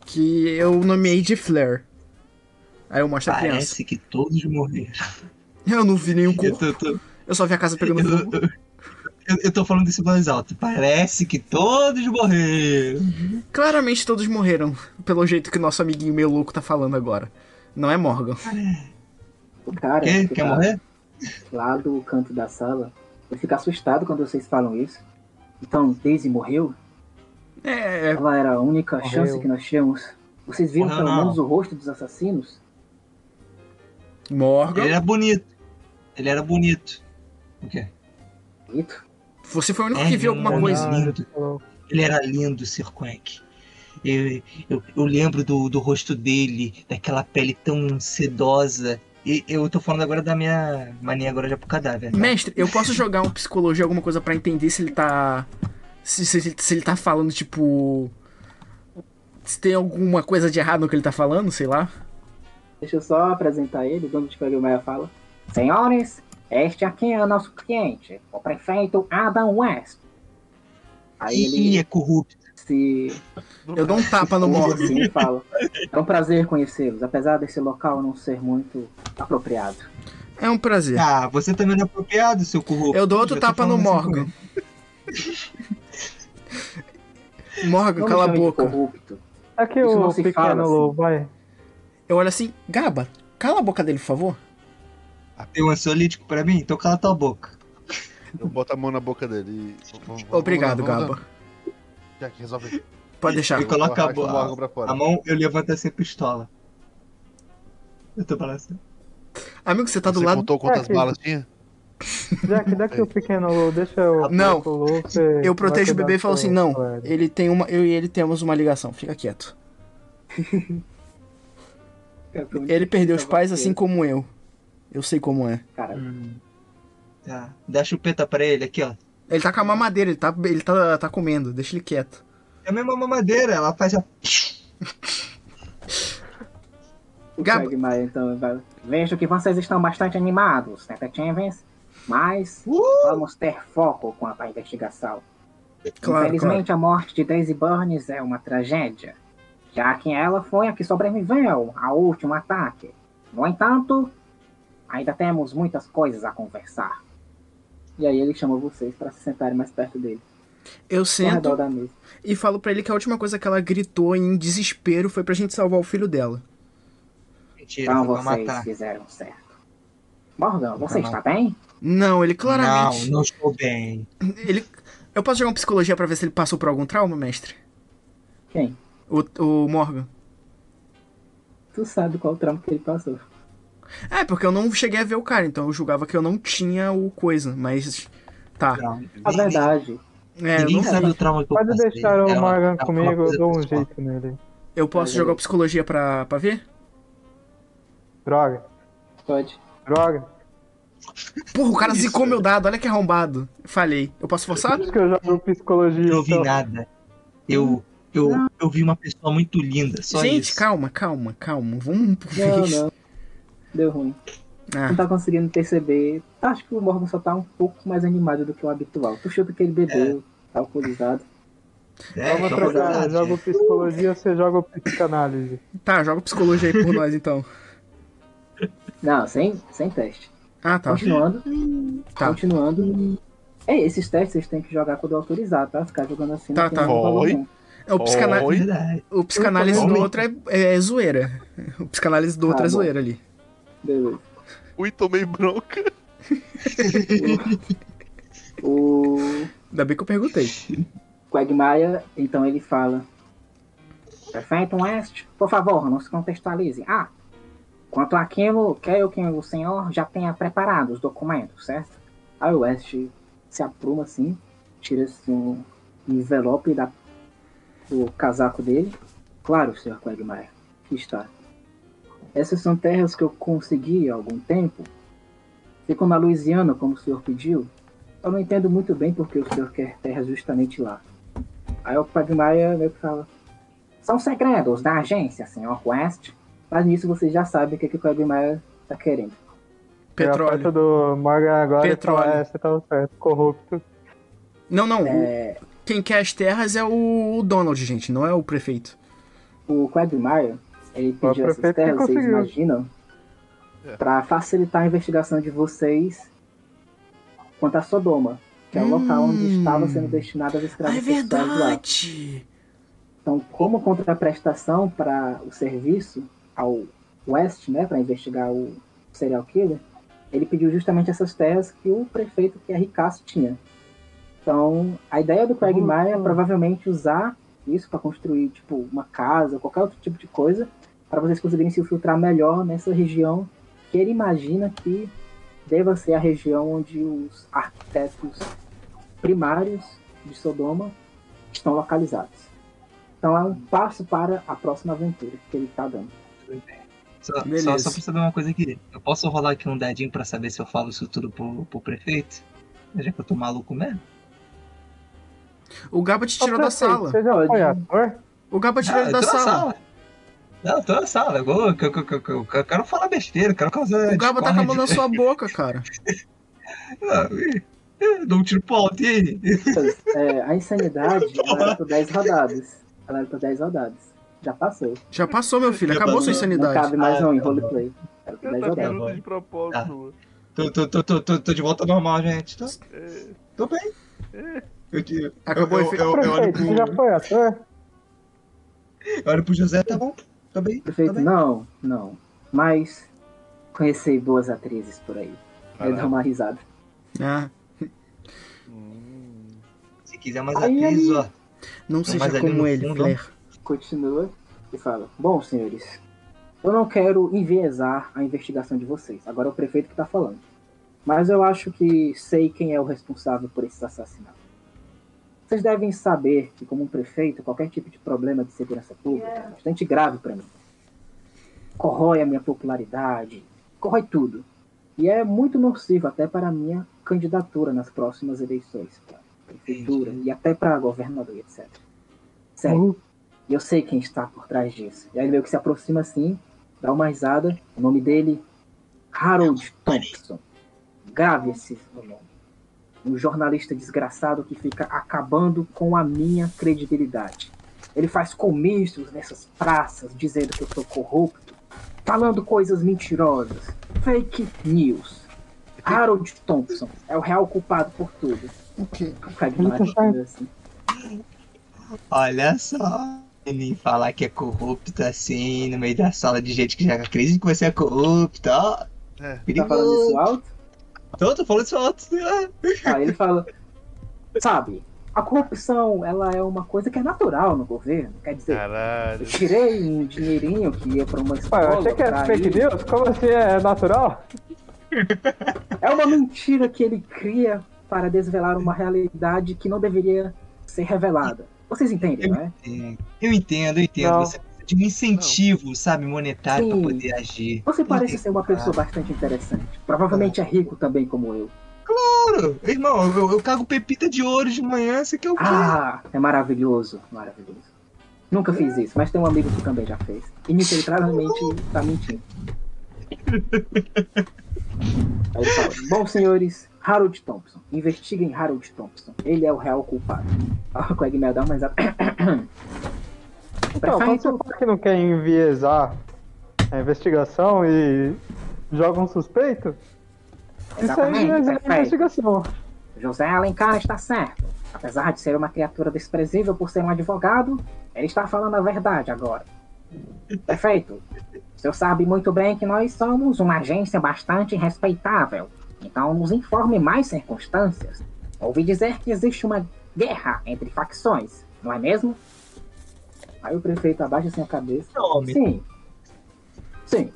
Que eu nomeei de Flare. Aí eu mostro a criança.
parece que todos morreram.
Eu não vi nenhum
Eu
corpo.
tô, tô-
Eu só vi a casa pegando fogo.
eu, eu tô falando isso em voz alta. Parece que todos morreram.
Claramente todos morreram, pelo jeito que nosso amiguinho meio louco tá falando agora. Não é Morgan.
O
É.
cara
Quê?
que
Quer
tá
morrer?
lá do canto da sala, ele fica assustado quando vocês falam isso. Então, Daisy morreu?
É,
Ela era a única
Morreu.
chance que nós tínhamos. Vocês viram
Morreu,
pelo
não.
menos o rosto dos assassinos?
Morgan.
Ele era bonito. Ele era bonito. O quê?
Bonito.
Você foi o único
É,
que viu
não,
alguma
não,
coisa.
não. lindo. Ele era lindo, Sir Quack. Eu, eu, eu lembro do, do rosto dele, daquela pele tão sedosa. E eu tô falando agora da minha mania agora já pro cadáver. né?
Mestre, eu posso jogar um psicologia, alguma coisa pra entender se ele tá. Se, se- se ele tá falando, tipo. Se tem alguma coisa de errado no que ele tá falando, sei lá.
Deixa eu só apresentar ele, o dono de Maia fala. Senhores, este aqui é o nosso cliente, o prefeito Adam West. Aí ele
Ih, é corrupto.
se
[laughs] Eu dou um tapa no Morgan.
Sim, fala. É um prazer conhecê-los, apesar desse local não ser muito apropriado.
É um prazer.
Ah, você também não é apropriado, seu corrupto.
Eu dou outro
Já tô
tapa no
falando assim
Morgan. Morgan,
Não
cala a
me chame de
boca.
Corrupto.
Aqui
Isso não
o
se
pequeno
fala, assim.
lobo, vai.
Eu olho assim, Gaba, cala a boca dele, por favor.
com ele. Tem um ansiolítico pra mim? Então cala tua boca.
Eu boto a mão na boca dele e. vamos- vamos-
Obrigado,
vamos lá, vamos
Gaba.
lá. Jack, resolve.
Pode deixar.
Eu coloco a
Arrasta o
bo-
Morgan pra fora.
A mão eu levanto assim a pistola. Eu tô assim, balançando.
Amigo, você tá do
Você
lado.
contou quantas
Jack.
balas tinha?
Jack, dá aqui o pequeno lobo, deixa eu.
Não. Eu protejo
protejo
o bebê e falo assim, não, ele tem uma. Eu e ele temos uma ligação, fica quieto. Ele perdeu os pais assim como eu. Eu sei como é.
Cara,
Tá. Dá chupeta pra ele aqui, ó.
Ele tá com a mamadeira, ele tá, ele tá, tá comendo, deixa ele quieto.
É a mesma mamadeira, ela faz a.
o
Gabo-
Quagmire, então, vai- vejo que vocês estão bastante animados, detetives, mas
Uh!
vamos ter foco com a investigação.
Claro, claro.
Infelizmente, a morte de Daisy Burns é uma tragédia, já que ela foi a que sobreviveu ao último ataque. No entanto, ainda temos muitas coisas a conversar. E aí ele chama vocês para se sentarem mais perto dele, ao
Eu
redor
sento
da mesa.
e falo pra ele que a última coisa que ela gritou em desespero foi pra gente salvar o filho dela.
Mentira,
Então
eu vou
vocês
matar.
fizeram certo. Morgan, você
matar.
está bem?
Não, ele claramente.
Não, não estou bem.
Ele. Eu posso jogar um psicologia pra ver se ele passou por algum trauma, mestre?
Quem?
O, o Morgan.
Tu sabe qual trauma que ele passou.
É, porque eu não cheguei a ver o cara, então eu julgava que eu não tinha o coisa, mas. Tá.
Não,
A verdade,
É, eu,
ninguém
não-
sabe o trauma que eu
Pode
passei.
deixar o
Era uma-
Morgan
era uma
comigo, eu
tá coisa
dou um
pessoal.
jeito nele.
eu posso jogar psicologia pra, pra ver?
Droga,
pode.
droga.
Porra, o cara zicou
é.
meu dado, olha que arrombado. Falei. Eu posso forçar?
Por isso que eu jogo psicologia.
Eu não vi
então.
nada. Eu, eu, eu vi uma pessoa muito linda, só
Gente,
isso.
calma, calma, calma. Vamos um por
Não,
vez.
não. Deu ruim.
Ah,
Não tá conseguindo perceber. Acho que o Morgan só tá um pouco mais animado do que o habitual. Tu chuta que ele bebeu, tá alcoolizado.
É,
Vamos
tô
trocar, eu
acordado,
jogo psicologia, você joga psicanálise.
tá, joga psicologia aí por nós então.
Não, sem, sem teste.
Ah, tá.
Continuando.
Tá.
Continuando. É, esses testes vocês têm que jogar quando eu autorizar, tá? Ficar jogando assim
Tá,
não tem
tá.
muito valor,
Oi?
não.
É, O, psicana...
é
Oi?
verdade.
o psicanálise do
Homem.
outro é, é zoeira. O psicanálise do outro
Ah,
é
bom.
zoeira ali.
Beleza.
Ui, tomei bronca.
O
Ainda bem que eu perguntei.
Quagmire, então ele fala. Prefeito West, por favor, não se contextualize. Ah, quanto àquilo, creio que o senhor já tenha preparado os documentos, certo? Aí o West se apruma assim, tira assim, um envelope da, do casaco dele. Claro, senhor Quagmire, aqui está. Essas são terras que eu consegui há algum tempo. Ficam na Louisiana, como o senhor pediu. Eu não entendo muito bem porque o senhor quer terras justamente lá. Aí o Pagmaia meio que fala: São segredos da agência, senhor West. Mas nisso vocês já sabem o que, que o Pagmaia tá querendo.
E a foto
Petróleo.
do Morgan agora
Petróleo.
e fala, é, você tava certo, corrupto.
Não, não. o-
É,
Quem quer as terras é o o Donald, gente, não é o prefeito.
o Quagmire, ele
Ó,
pediu essas
prefeito que
terras, vocês
conseguiu.
imaginam?
É.
Pra facilitar a investigação de vocês quanto a Sodoma. que é o local onde estavam sendo destinadas as
Hum. Ah,
escravas
é
sexuais do Alto.
verdade!
Então, como contraprestação para o serviço ao West, né, para investigar o serial killer, ele pediu justamente essas terras que o prefeito, que é ricaço, tinha. Então, a ideia do Craig Maia é provavelmente usar isso para construir, tipo, uma casa, qualquer outro tipo de coisa, para vocês conseguirem se infiltrar melhor nessa região que ele imagina que deva ser a região onde os arquitetos primários de Sodoma estão localizados. Então é um passo para a próxima aventura que ele tá dando.
Só,
Beleza.
só, só pra saber uma coisa aqui. Eu posso rolar aqui um dadinho pra saber se eu falo isso tudo pro, pro prefeito? Já que eu tô maluco mesmo?
O Gaba te tirou da sala.
Você já foi ator?
O Gaba tirou ele
Ah, eu
da
tô na
sala.
Não, eu tô na sala. Eu, vou- que- que- que- que- eu quero falar besteira, eu quero causar.
O Gaba tá com a mão na
discórdia.
sua boca, cara.
Ah, ih, eu Dou um tiro pro alto, e aí?
É, a insanidade ela era por 10 rodadas. Ela era por 10 rodadas. Já passou.
Já passou, meu
[laughs]
filho. Acabou sua
Não
insanidade.
cabe mais
Ah,
não em
tá
roleplay. Era por 10
Tanta
rodadas.
pergunta um de propósito.
Tô, tô, tô, tô, tô, tô de volta ao normal, gente. Tô,
É.
tô bem. Eu, eu,
Acabou o
eu, eu,
efeito.
eu, eu olho
Prefeito, você já
pro,
foi ator?
eu olho pro José, tá bom? Tô bem. Tô
Prefeito,
Tá bem.
não, não. Mas conheci boas atrizes por aí. Eu dou uma risada.
Ah,
Se quiser mais
Aí,
atriz,
aí.
ó.
não
Mas
seja
ali
como
no
ele,
fundo-
Flair.
Continua e fala: Bom, senhores, eu não quero enviesar a investigação de vocês. Agora é o prefeito que tá falando. Mas eu acho que sei quem é o responsável por esses assassinatos. Vocês devem saber que, como um prefeito, qualquer tipo de problema de segurança pública é bastante grave para mim. Corrói a minha popularidade, corrói tudo. E é muito nocivo até para a minha candidatura nas próximas eleições, para prefeitura e até para governador, e etc. Sério, eu sei quem está por trás disso. E aí ele meio que se aproxima assim, dá uma risada. O nome dele, Harold Thompson. Grave esse nome um jornalista desgraçado que fica acabando com a minha credibilidade. Ele faz comícios nessas praças, dizendo que eu sou corrupto, falando coisas mentirosas, fake news. Harold Thompson é o real culpado por tudo.
O quê?
O Pragmático, né, assim.
Olha só. Ele falar que é corrupto assim, no meio da sala de gente que já acredita que você é corrupto, ó.
É.
Tá falando isso alto?
Tô, tô falando isso alto. Ah,
Aí ele fala, sabe, a corrupção ela é uma coisa que é natural no governo. Quer dizer, eu
Caralho.
tirei um dinheirinho que ia pra uma
Pai,
escola.
eu achei que
pra
era fake
ir.
news? Como assim? É natural?
Tá
É uma mentira que ele cria para desvelar uma realidade que não deveria ser revelada. Vocês entendem, né?
É.
Eu entendo, eu entendo.
Não.
Você precisa de um incentivo, sabe, monetário pra
Sim.
poder agir.
Você parece ser uma pessoa bastante interessante. Provavelmente é rico também como eu.
Claro, irmão, eu, eu cago pepita de ouro de manhã, você quer o quê?
Ah, é maravilhoso, maravilhoso. Nunca fiz isso, mas tem um amigo que também já fez. E nisso ele claramente tá mentindo. Aí ele fala, bom senhores, Harold Thompson. Investiguem Harold Thompson. Ele é o real culpado. [laughs] Ah, o Quagmire dá uma [coughs] risada.
Então, quando você fala que não quer enviesar a investigação e joga um suspeito, isso é
tá
Exatamente,
enviesar a
perfeito.
investigação.
José Alencar está certo. Apesar de ser uma criatura desprezível por ser um advogado, ele está falando a verdade agora. Perfeito. O senhor sabe muito bem que nós somos uma agência bastante respeitável. Então nos informe mais circunstâncias. Ouvi dizer que existe uma guerra entre facções, não é mesmo? Aí o prefeito abaixa assim a cabeça.
Homem.
Sim. Sim.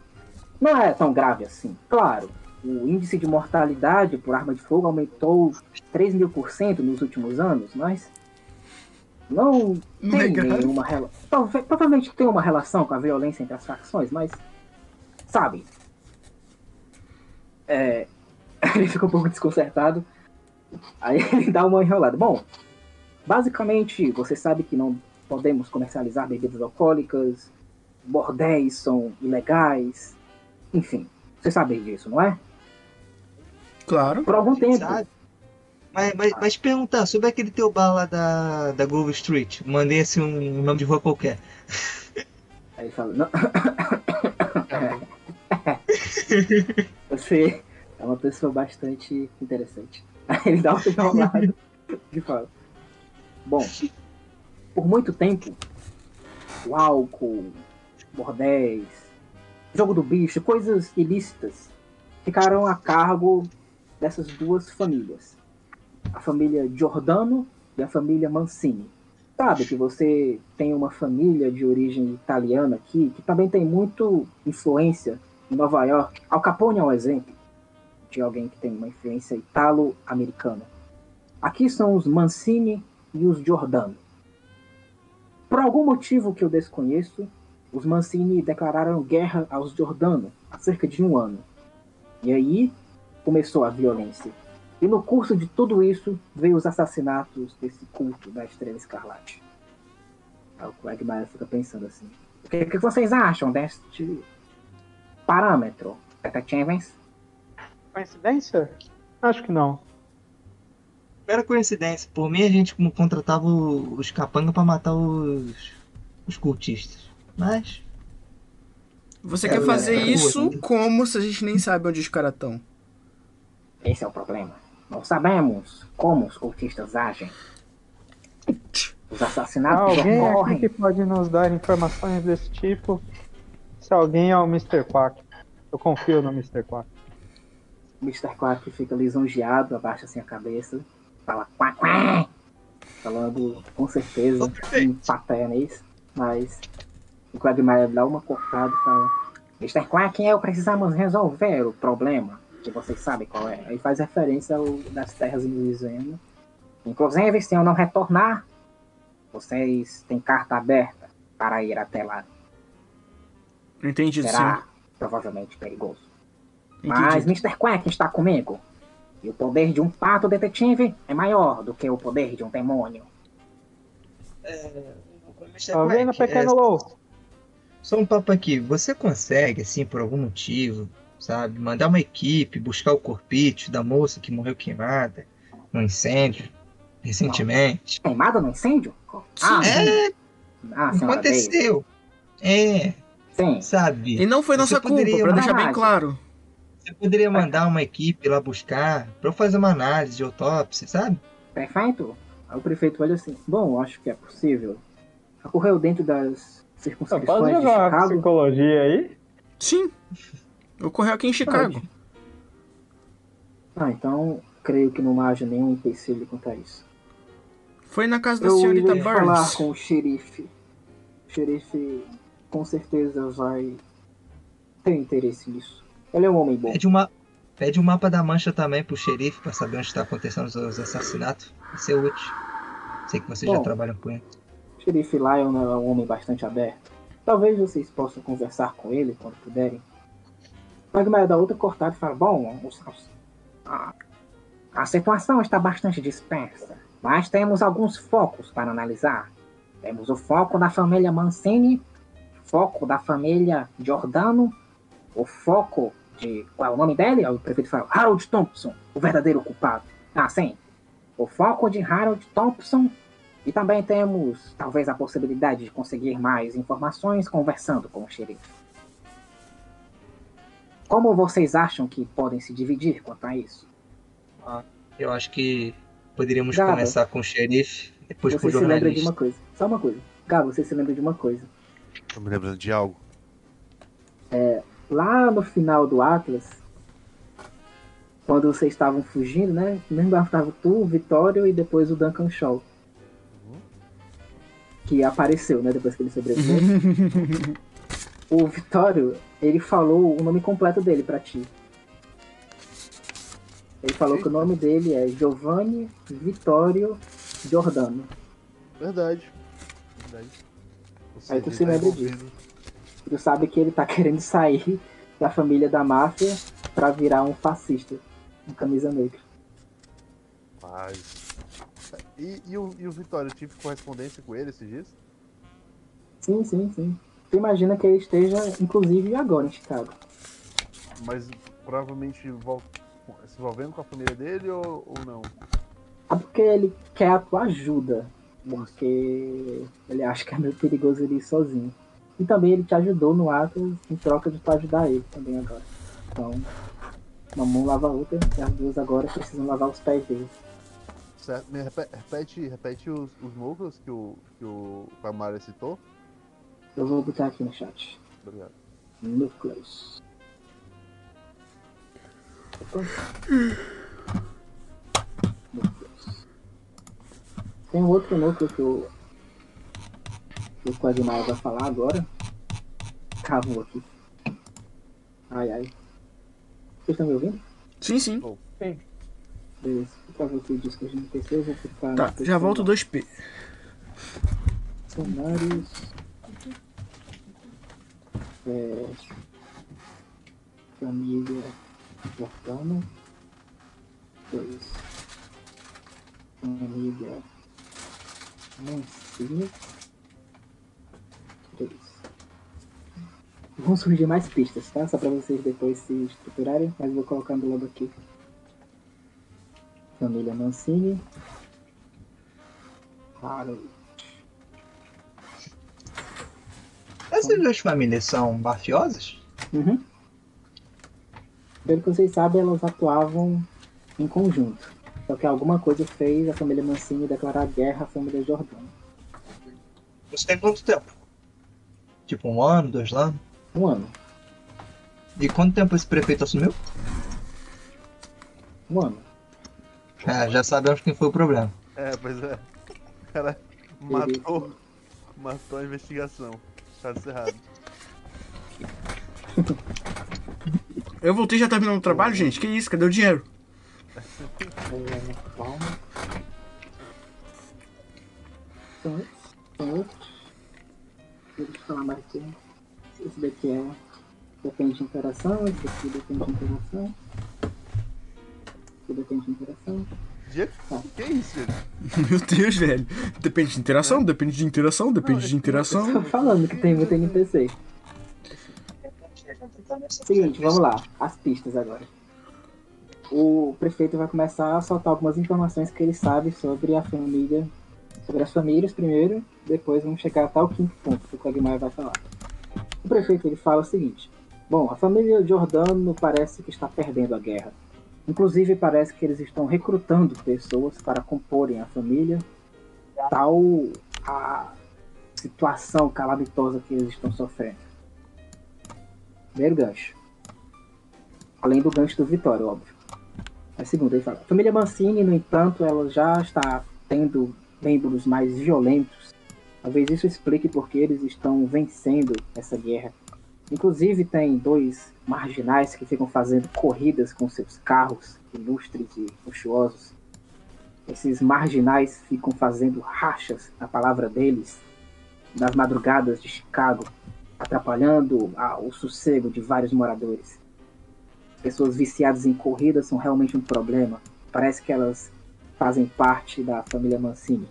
Não é tão grave assim. Claro, o índice de mortalidade por arma de fogo aumentou 3 mil por cento nos últimos anos, mas não
Não é
tem
grave.
nenhuma relação. Provavelmente tem uma relação com a violência entre as facções, mas. Sabe? É, [laughs] ele fica um pouco desconcertado. Aí [laughs] ele dá uma enrolada. Bom, basicamente, você sabe que não podemos comercializar bebidas alcoólicas, bordéis são ilegais, enfim. Vocês sabem disso, não é?
Claro.
Por algum tempo.
Sabe? Mas, mas, mas perguntar, sobre aquele teu bar lá da, da Grove Street, mandei assim um nome de rua qualquer.
Aí ele fala, não. Você é uma pessoa bastante interessante. Aí ele dá um lado e fala: Bom, por muito tempo, o álcool, bordéis, jogo do bicho, coisas ilícitas ficaram a cargo dessas duas famílias. A família Giordano e a família Mancini. Sabe que você tem uma família de origem italiana aqui que também tem muito influência em Nova York. Al Capone é um exemplo de alguém que tem uma influência italo-americana. Aqui são os Mancini e os Giordano. Por algum motivo que eu desconheço, os Mancini declararam guerra aos Giordano há cerca de um ano. E aí começou a violência. E no curso de tudo isso veio os assassinatos desse culto da Estrela Escarlate. Aí o Quagmire fica pensando assim: o que, que vocês acham deste parâmetro, Detectives?
Coincidência? Acho que não.
Era coincidência. Por mim, a gente como contratava o- os capanga pra matar os, os cultistas. Mas.
Você
É,
quer
é,
fazer
é,
isso
é.
como se a gente nem sabe onde os caras estão?
Esse é o problema. Não sabemos como os cultistas agem. Os
Tá
assassinatos
alguém aqui
ocorrem.
que pode nos dar informações desse tipo? Se alguém é o Mr. Quack. Eu confio no Mr. Quack.
O Mr. Quack fica lisonjeado, abaixa assim a cabeça, fala quá, quá, falando com certeza em patanês, mas o Quagmire dá uma cortada e fala Mr. Quack, eu precisamos resolver o problema, que vocês sabem qual é. Aí faz referência ao, das terras indígenas. Inclusive, se eu não retornar, vocês têm carta aberta para ir até lá.
Entendido,
Será
sim.
provavelmente perigoso. Mas
Entendido.
Mr. Quack está comigo. E o poder de um pato detetive é maior do que o poder de um demônio.
Alguém no Pequeno Lou.
é Só um papo aqui. Você consegue, assim, por algum motivo, sabe, mandar uma equipe buscar o corpite da moça que morreu queimada no incêndio recentemente?
Queimada no incêndio? Ah,
É,
ah senhora Daisy.
aconteceu. É,
Sim.
E
sabe?
não foi
Você
nossa culpa,
poderia
pra deixar
mandar
bem
mais.
claro.
Você poderia mandar uma equipe lá buscar pra eu fazer uma análise de autópsia, sabe?
Prefeito? Aí o prefeito olha assim. Bom, acho que é possível. Ocorreu dentro das
Você pode
circunscrições de
jogar uma
Chicago.
psicologia aí?
Sim. Ocorreu aqui em Chicago.
Ah, então creio que não haja nenhum empecilho quanto a isso.
Foi na casa da
Eu
senhorita
irei falar
Burns.
com o xerife. O xerife com certeza vai ter interesse nisso. Ele é um homem bom.
Pede uma. Pede um mapa da mancha também pro xerife pra saber onde tá acontecendo os- os assassinatos. Isso é útil. Sei que vocês
Bom.
já trabalham com ele.
Xerife Lyon é um homem bastante aberto. Talvez vocês possam conversar com ele quando puderem. Magmaia dá outra cortada e fala: Bom, os- os- a, a situação está bastante dispersa, mas temos alguns focos para analisar. Temos o foco da família Mancini, foco da família Giordano, o foco de. Qual é o nome dele? Aí O prefeito fala: Harold Thompson, o verdadeiro culpado. Ah, sim. O foco de Harold Thompson e também temos, talvez, a possibilidade de conseguir mais informações conversando com o xerife. Como vocês acham que podem se dividir quanto a isso?
Eu acho que poderíamos
Gaba.
começar com o xerife, depois com
você
o
se lembra de
jornalista.
uma coisa. Só uma coisa. Gabo, você se lembra de uma coisa.
Tô me lembrando de algo.
Lá no final do Atlas, quando vocês estavam fugindo, né? Mesmo estava tu, o Vitório e depois o Duncan Shaw. Que apareceu, né? Depois que ele sobreviveu. o Vitório, ele falou o nome completo dele pra ti. Ele falou que o nome dele é Giovanni Vittorio Giordano.
Verdade. Verdade. Você
Aí tu se
tá
lembra
envolvido.
Tu sabe que ele tá querendo sair da família da máfia pra virar um fascista. Um camisa negra.
Mas... E, e o, e o Vitório, eu tive correspondência com ele esses dias?
Sim, sim, sim. Tu imagina que ele esteja, inclusive, agora em Chicago.
Mas provavelmente vol- se envolvendo com a família dele ou, ou não?
É porque ele quer a tua ajuda. Porque ele acha que é meio perigoso ele ir sozinho. E também ele te ajudou no ato em troca de tu ajudar ele também agora. Então, Uma mão lava a outra e as duas agora precisam lavar os pés dele.
Certo, me repe- repete, repete os, os núcleos que o, que o Camara citou.
Eu vou botar aqui no chat.
Obrigado.
Núcleos. Núcleos. Tem um outro núcleo que o. que o Quagmire vai falar agora. Cavou aqui. Ai ai. Vocês estão me ouvindo?
Sim, sim.
Beleza. Por favor, que o disco de NPC, eu vou ficar.
Tá, já volto 2P.
Cenários. É, família Morgana. Dois. Família Mancini. Três. Vão surgir mais pistas, tá? Só pra vocês depois se estruturarem, mas eu vou colocando logo aqui. Família Mancini. Harold.
Essas duas famílias são mafiosas?
Uhum. Pelo que vocês sabem, elas atuavam em conjunto. Só que alguma coisa fez a família Mancini declarar guerra à família Jordano.
Você tem quanto tempo? Tipo um ano, dois anos?
Um ano.
E quanto tempo esse prefeito assumiu?
Um ano.
É, já sabemos quem foi o problema.
É, pois é. O cara matou, matou a investigação. Tá encerrado.
Eu voltei já terminando o trabalho, gente? Que isso? Cadê o dinheiro? [laughs]
É, calma. São esses, são outros. Deixa eu falar mais aqui. Esse daqui é. Depende de interação. Esse daqui depende de interação. Esse depende de interação.
Diego, que é isso, Diego?
Meu Deus, velho. Depende de interação, depende de interação, depende de interação.
Tô falando que tem muito NPC. Seguinte, vamos lá. As pistas agora. O prefeito vai começar a soltar algumas informações que ele sabe sobre a família. Sobre as famílias primeiro, depois vamos chegar até o quinto ponto que o Cogmar vai falar. O prefeito ele fala o seguinte: Bom, a família Giordano parece que está perdendo a guerra. Inclusive parece que eles estão recrutando pessoas para comporem a família. Tal a situação calamitosa que eles estão sofrendo. Primeiro gancho. Além do gancho do Vitória, óbvio. Mas segundo, ele fala. A família Mancini, no entanto, ela já está tendo membros mais violentos. Talvez isso explique porque eles estão vencendo essa guerra. Inclusive tem dois marginais que ficam fazendo corridas com seus carros ilustres e luxuosos. Esses marginais ficam fazendo rachas, na palavra deles, nas madrugadas de Chicago, atrapalhando a- o sossego de vários moradores. Pessoas viciadas em corridas são realmente um problema. Parece que elas fazem parte da família Mancini.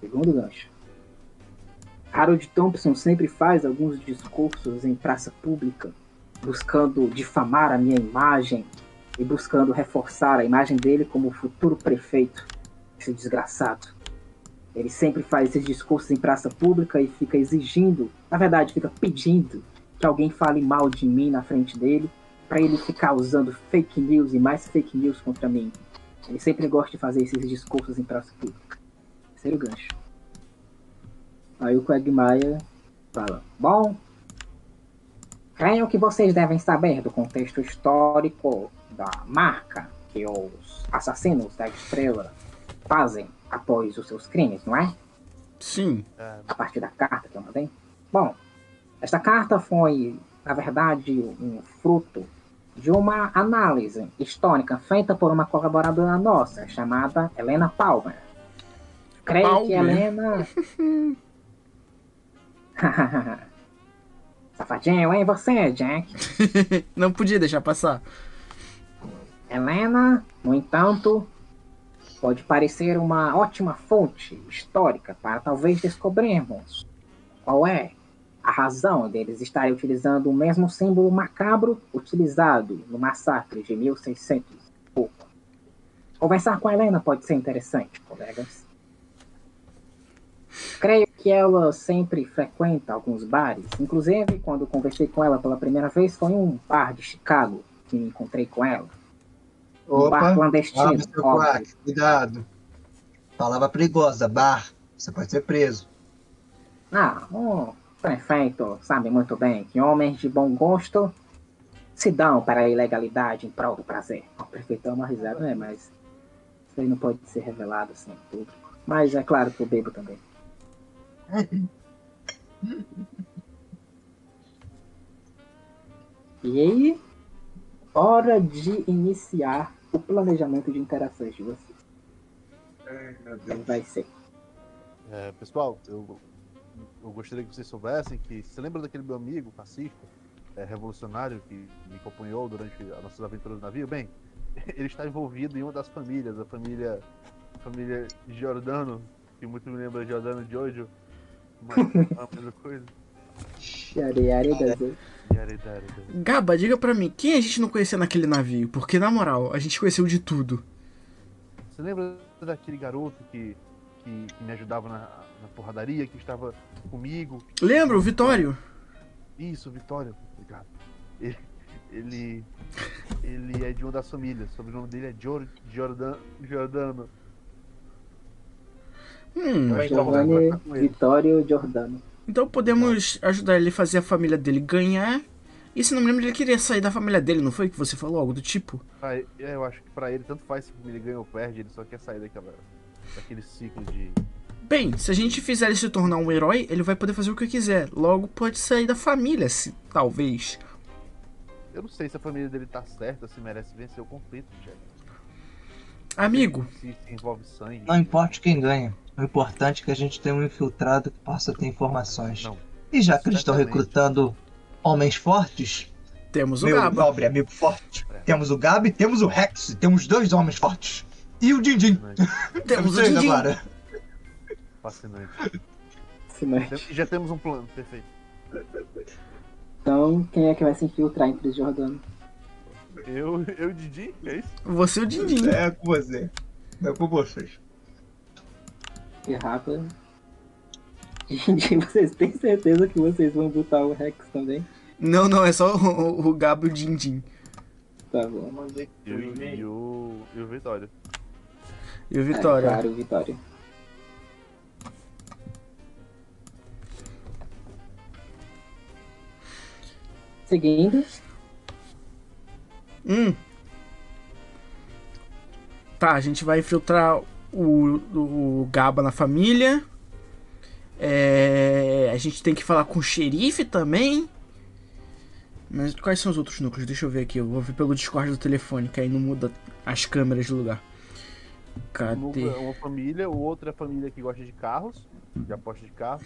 Segundo gancho. Harold Thompson sempre faz alguns discursos em praça pública, buscando difamar a minha imagem e buscando reforçar a imagem dele como o futuro prefeito, esse desgraçado. Ele sempre faz esses discursos em praça pública e fica exigindo, na verdade, fica pedindo que alguém fale mal de mim na frente dele, para ele ficar usando fake news e mais fake news contra mim. Ele sempre gosta de fazer esses discursos em praça pública. Terceiro gancho. Aí o Quagmire fala: Bom, creio que vocês devem saber do contexto histórico da marca que os assassinos da estrela fazem após os seus crimes, não é?
Sim.
a partir da carta que eu mandei? Bom, esta carta foi, na verdade, um fruto de uma análise histórica feita por uma colaboradora nossa, chamada Helena Palmer. Creio que
Palmer?
Helena. [laughs] Safadinho, hein, você, Jack?
Não podia deixar passar.
Helena, no entanto, pode parecer uma ótima fonte histórica para talvez descobrirmos qual é a razão deles estarem utilizando o mesmo símbolo macabro utilizado no massacre de 1600 e pouco. Conversar com a Helena pode ser interessante, colegas. Creio que ela sempre frequenta alguns bares. Inclusive, quando conversei com ela pela primeira vez, foi em um bar de Chicago que me encontrei com ela. Um bar
Opa,
clandestino.
Abre seu
óbvio.
quack, cuidado. Palavra perigosa, bar. Você pode ser preso.
Ah, o prefeito sabe muito bem que homens de bom gosto se dão para a ilegalidade em prol do prazer. O prefeito é uma risada, né? Mas isso aí não pode ser revelado assim em público. Mas é claro que eu bebo
[laughs]
também. E aí, hora de iniciar o planejamento de interações de vocês. Vai ser.
É, pessoal, eu, eu gostaria que vocês soubessem que. Você lembra daquele meu amigo fascista, é, revolucionário, que me acompanhou durante as nossas aventuras do navio? Bem, [laughs] ele está envolvido em uma das famílias, a família. A família Giordano, que muito me lembra Giordano de hoje. Mas é a mesma [laughs] coisa.
Xareare
É.
das vezes.
Yara, yara, yara.
Gaba, diga pra mim, quem a gente não conhecia naquele navio? Porque, na moral, a gente conheceu de tudo.
Você lembra daquele garoto que, que, que me ajudava na, na porradaria, que estava comigo,
Lembra o Vitório?
Isso, Vitória. Obrigado. Ele. Ele, ele é de uma das famílias. O sobrenome dele é Gior, Jordan, Giordano.
Hum,
Vai então, vai
Giovanni
conversar com ele.
Vitório Giordano.
então podemos ajudar ele a fazer a família dele ganhar. E se não me lembro, ele queria sair da família dele, não foi? Que você falou algo do tipo?
Pra e- é, eu acho que pra ele, tanto faz se ele ganha ou perde, ele só quer sair daquela, daquele ciclo de.
Bem, se a gente fizer ele se tornar um herói, ele vai poder fazer o que quiser. Logo, pode sair da família, se talvez.
Eu não sei se a família dele tá certa, se merece vencer o conflito, Jack.
Amigo,
Se, se envolve sangue.
Não importa quem ganha. O importante é que a gente tem um infiltrado que possa ter informações.
Não.
E já que eles estão
Certamente.
recrutando homens fortes,
temos o É.
meu
Gaba.
nobre amigo forte, temos o Gabi, temos o Rex, temos dois homens fortes. E o Dindim.
Fascinante.
Temos o
Vocês
Dindim.
agora.
Fascinante.
Fascinante.
E Já temos um plano, perfeito.
Então, quem é que vai se infiltrar entre os Jordano?
Eu, eu Didi, é isso?
Você e o Dindim.
É com você. É com vocês.
E Rafa? [laughs] Gente, vocês têm certeza que vocês vão botar o Rex também?
Não, não, é só o, o, o Gaba e o Dindim.
Tá bom.
Eu e o, e o Vitória.
E o
É,
Vitória.
claro, Vitória. Seguindo,
Hum. Tá, a gente vai infiltrar o, o, o Gaba na família. É, a gente tem que falar com o xerife também. Mas quais são os outros núcleos? Deixa eu ver aqui. Eu vou ver pelo Discord do telefone, que aí não muda as câmeras de lugar.
Um
Cadê?
é uma família, o outro é a família que gosta de carros, de aposta de carro.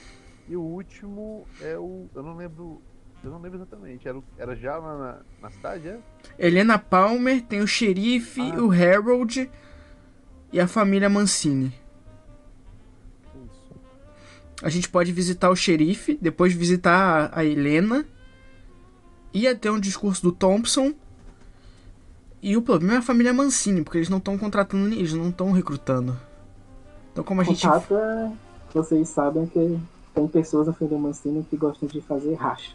E o último é o. Eu não lembro. Eu não lembro exatamente. Era, o- era já na, na, na cidade, é?
Helena Palmer, tem o xerife,
Ah.
o Harold e a família Mancini.
Isso.
A gente pode visitar o xerife, depois visitar a, a Helena, ir até um discurso do Thompson. E o problema é a família Mancini, porque eles não estão contratando, ni- eles não estão recrutando. Então como a gente.
contato é... Vocês sabem que tem pessoas na Fenda Mancini que gostam de fazer racha,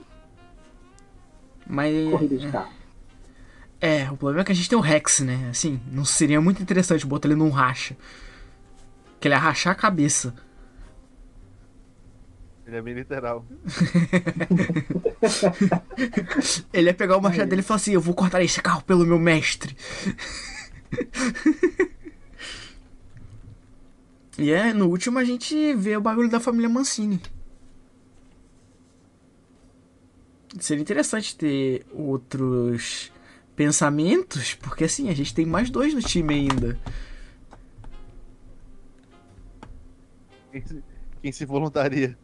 Mas.
corrida de carro.
É, o problema é que a gente tem o Rex, né? Assim, não seria muito interessante botar ele num racha. Que ele ia rachar a cabeça.
Ele é bem literal.
Ele ia pegar o machado dele e falar assim: Eu vou cortar esse carro pelo meu mestre. [laughs] e é, no último a gente vê o bagulho da família Mancini. Seria interessante ter outros pensamentos, porque assim, a gente tem mais dois no time ainda.
Quem se, quem se voluntaria?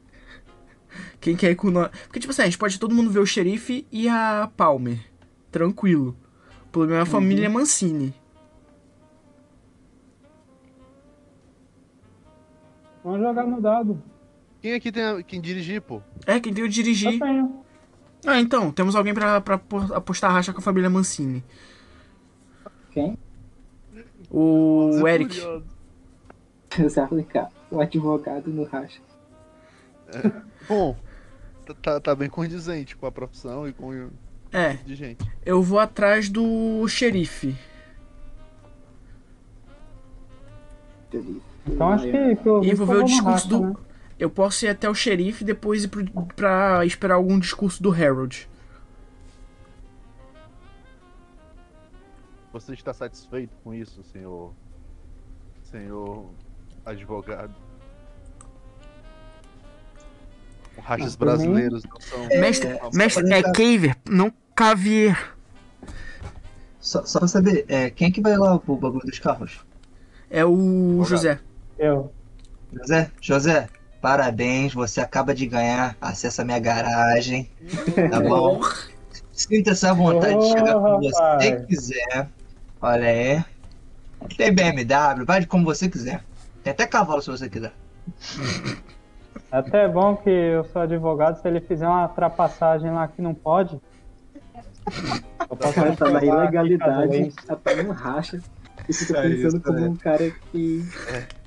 Quem quer ir com nós. Porque, tipo assim, a gente pode todo mundo ver o xerife e a Palmer. Tranquilo. O problema é a família Mancini.
Vamos jogar no dado.
Quem aqui tem a, quem dirigir, pô?
É, quem tem o
Eu
dirigir.
tenho.
Ah, então, temos alguém pra, pra pos- apostar racha com a família Mancini.
Quem?
O,
Tô
Eric.
é curioso.
[laughs] Você aplicar o advogado no racha.
Bom, tá- tá, tá bem condizente com a profissão e com o
É,
tipo de gente.
eu vou atrás do xerife.
ali.
Então acho que pelo
E vou ver o
falou uma
discurso
raça,
do.
né?
Eu posso ir até o xerife e depois ir pro, pra esperar algum discurso do Harold.
Você está satisfeito com isso, senhor. Senhor advogado? Rachas
Ah, por mim-
brasileiros não são.
mestre,
não são-
mestre, é caver, não cavier.
Só, só pra saber, é, quem é que vai lá pro bagulho dos carros?
É o
Obrigado.
José.
Eu.
José? José, parabéns, você acaba de ganhar acesso à minha garagem. Tá bom? Sinta-se à vontade de chegar
Ô,
como você
rapaz.
quiser. Olha aí. Tem BMW, vai de como você quiser. Tem até cavalo se você quiser.
É até bom que eu sou advogado, se ele fizer uma ultrapassagem lá que não pode. Eu
cara
posso
tá na
reclamar
ilegalidade,
aqui,
tá pagando racha. Isso tá
É isso,
pensando como
né?
um cara que.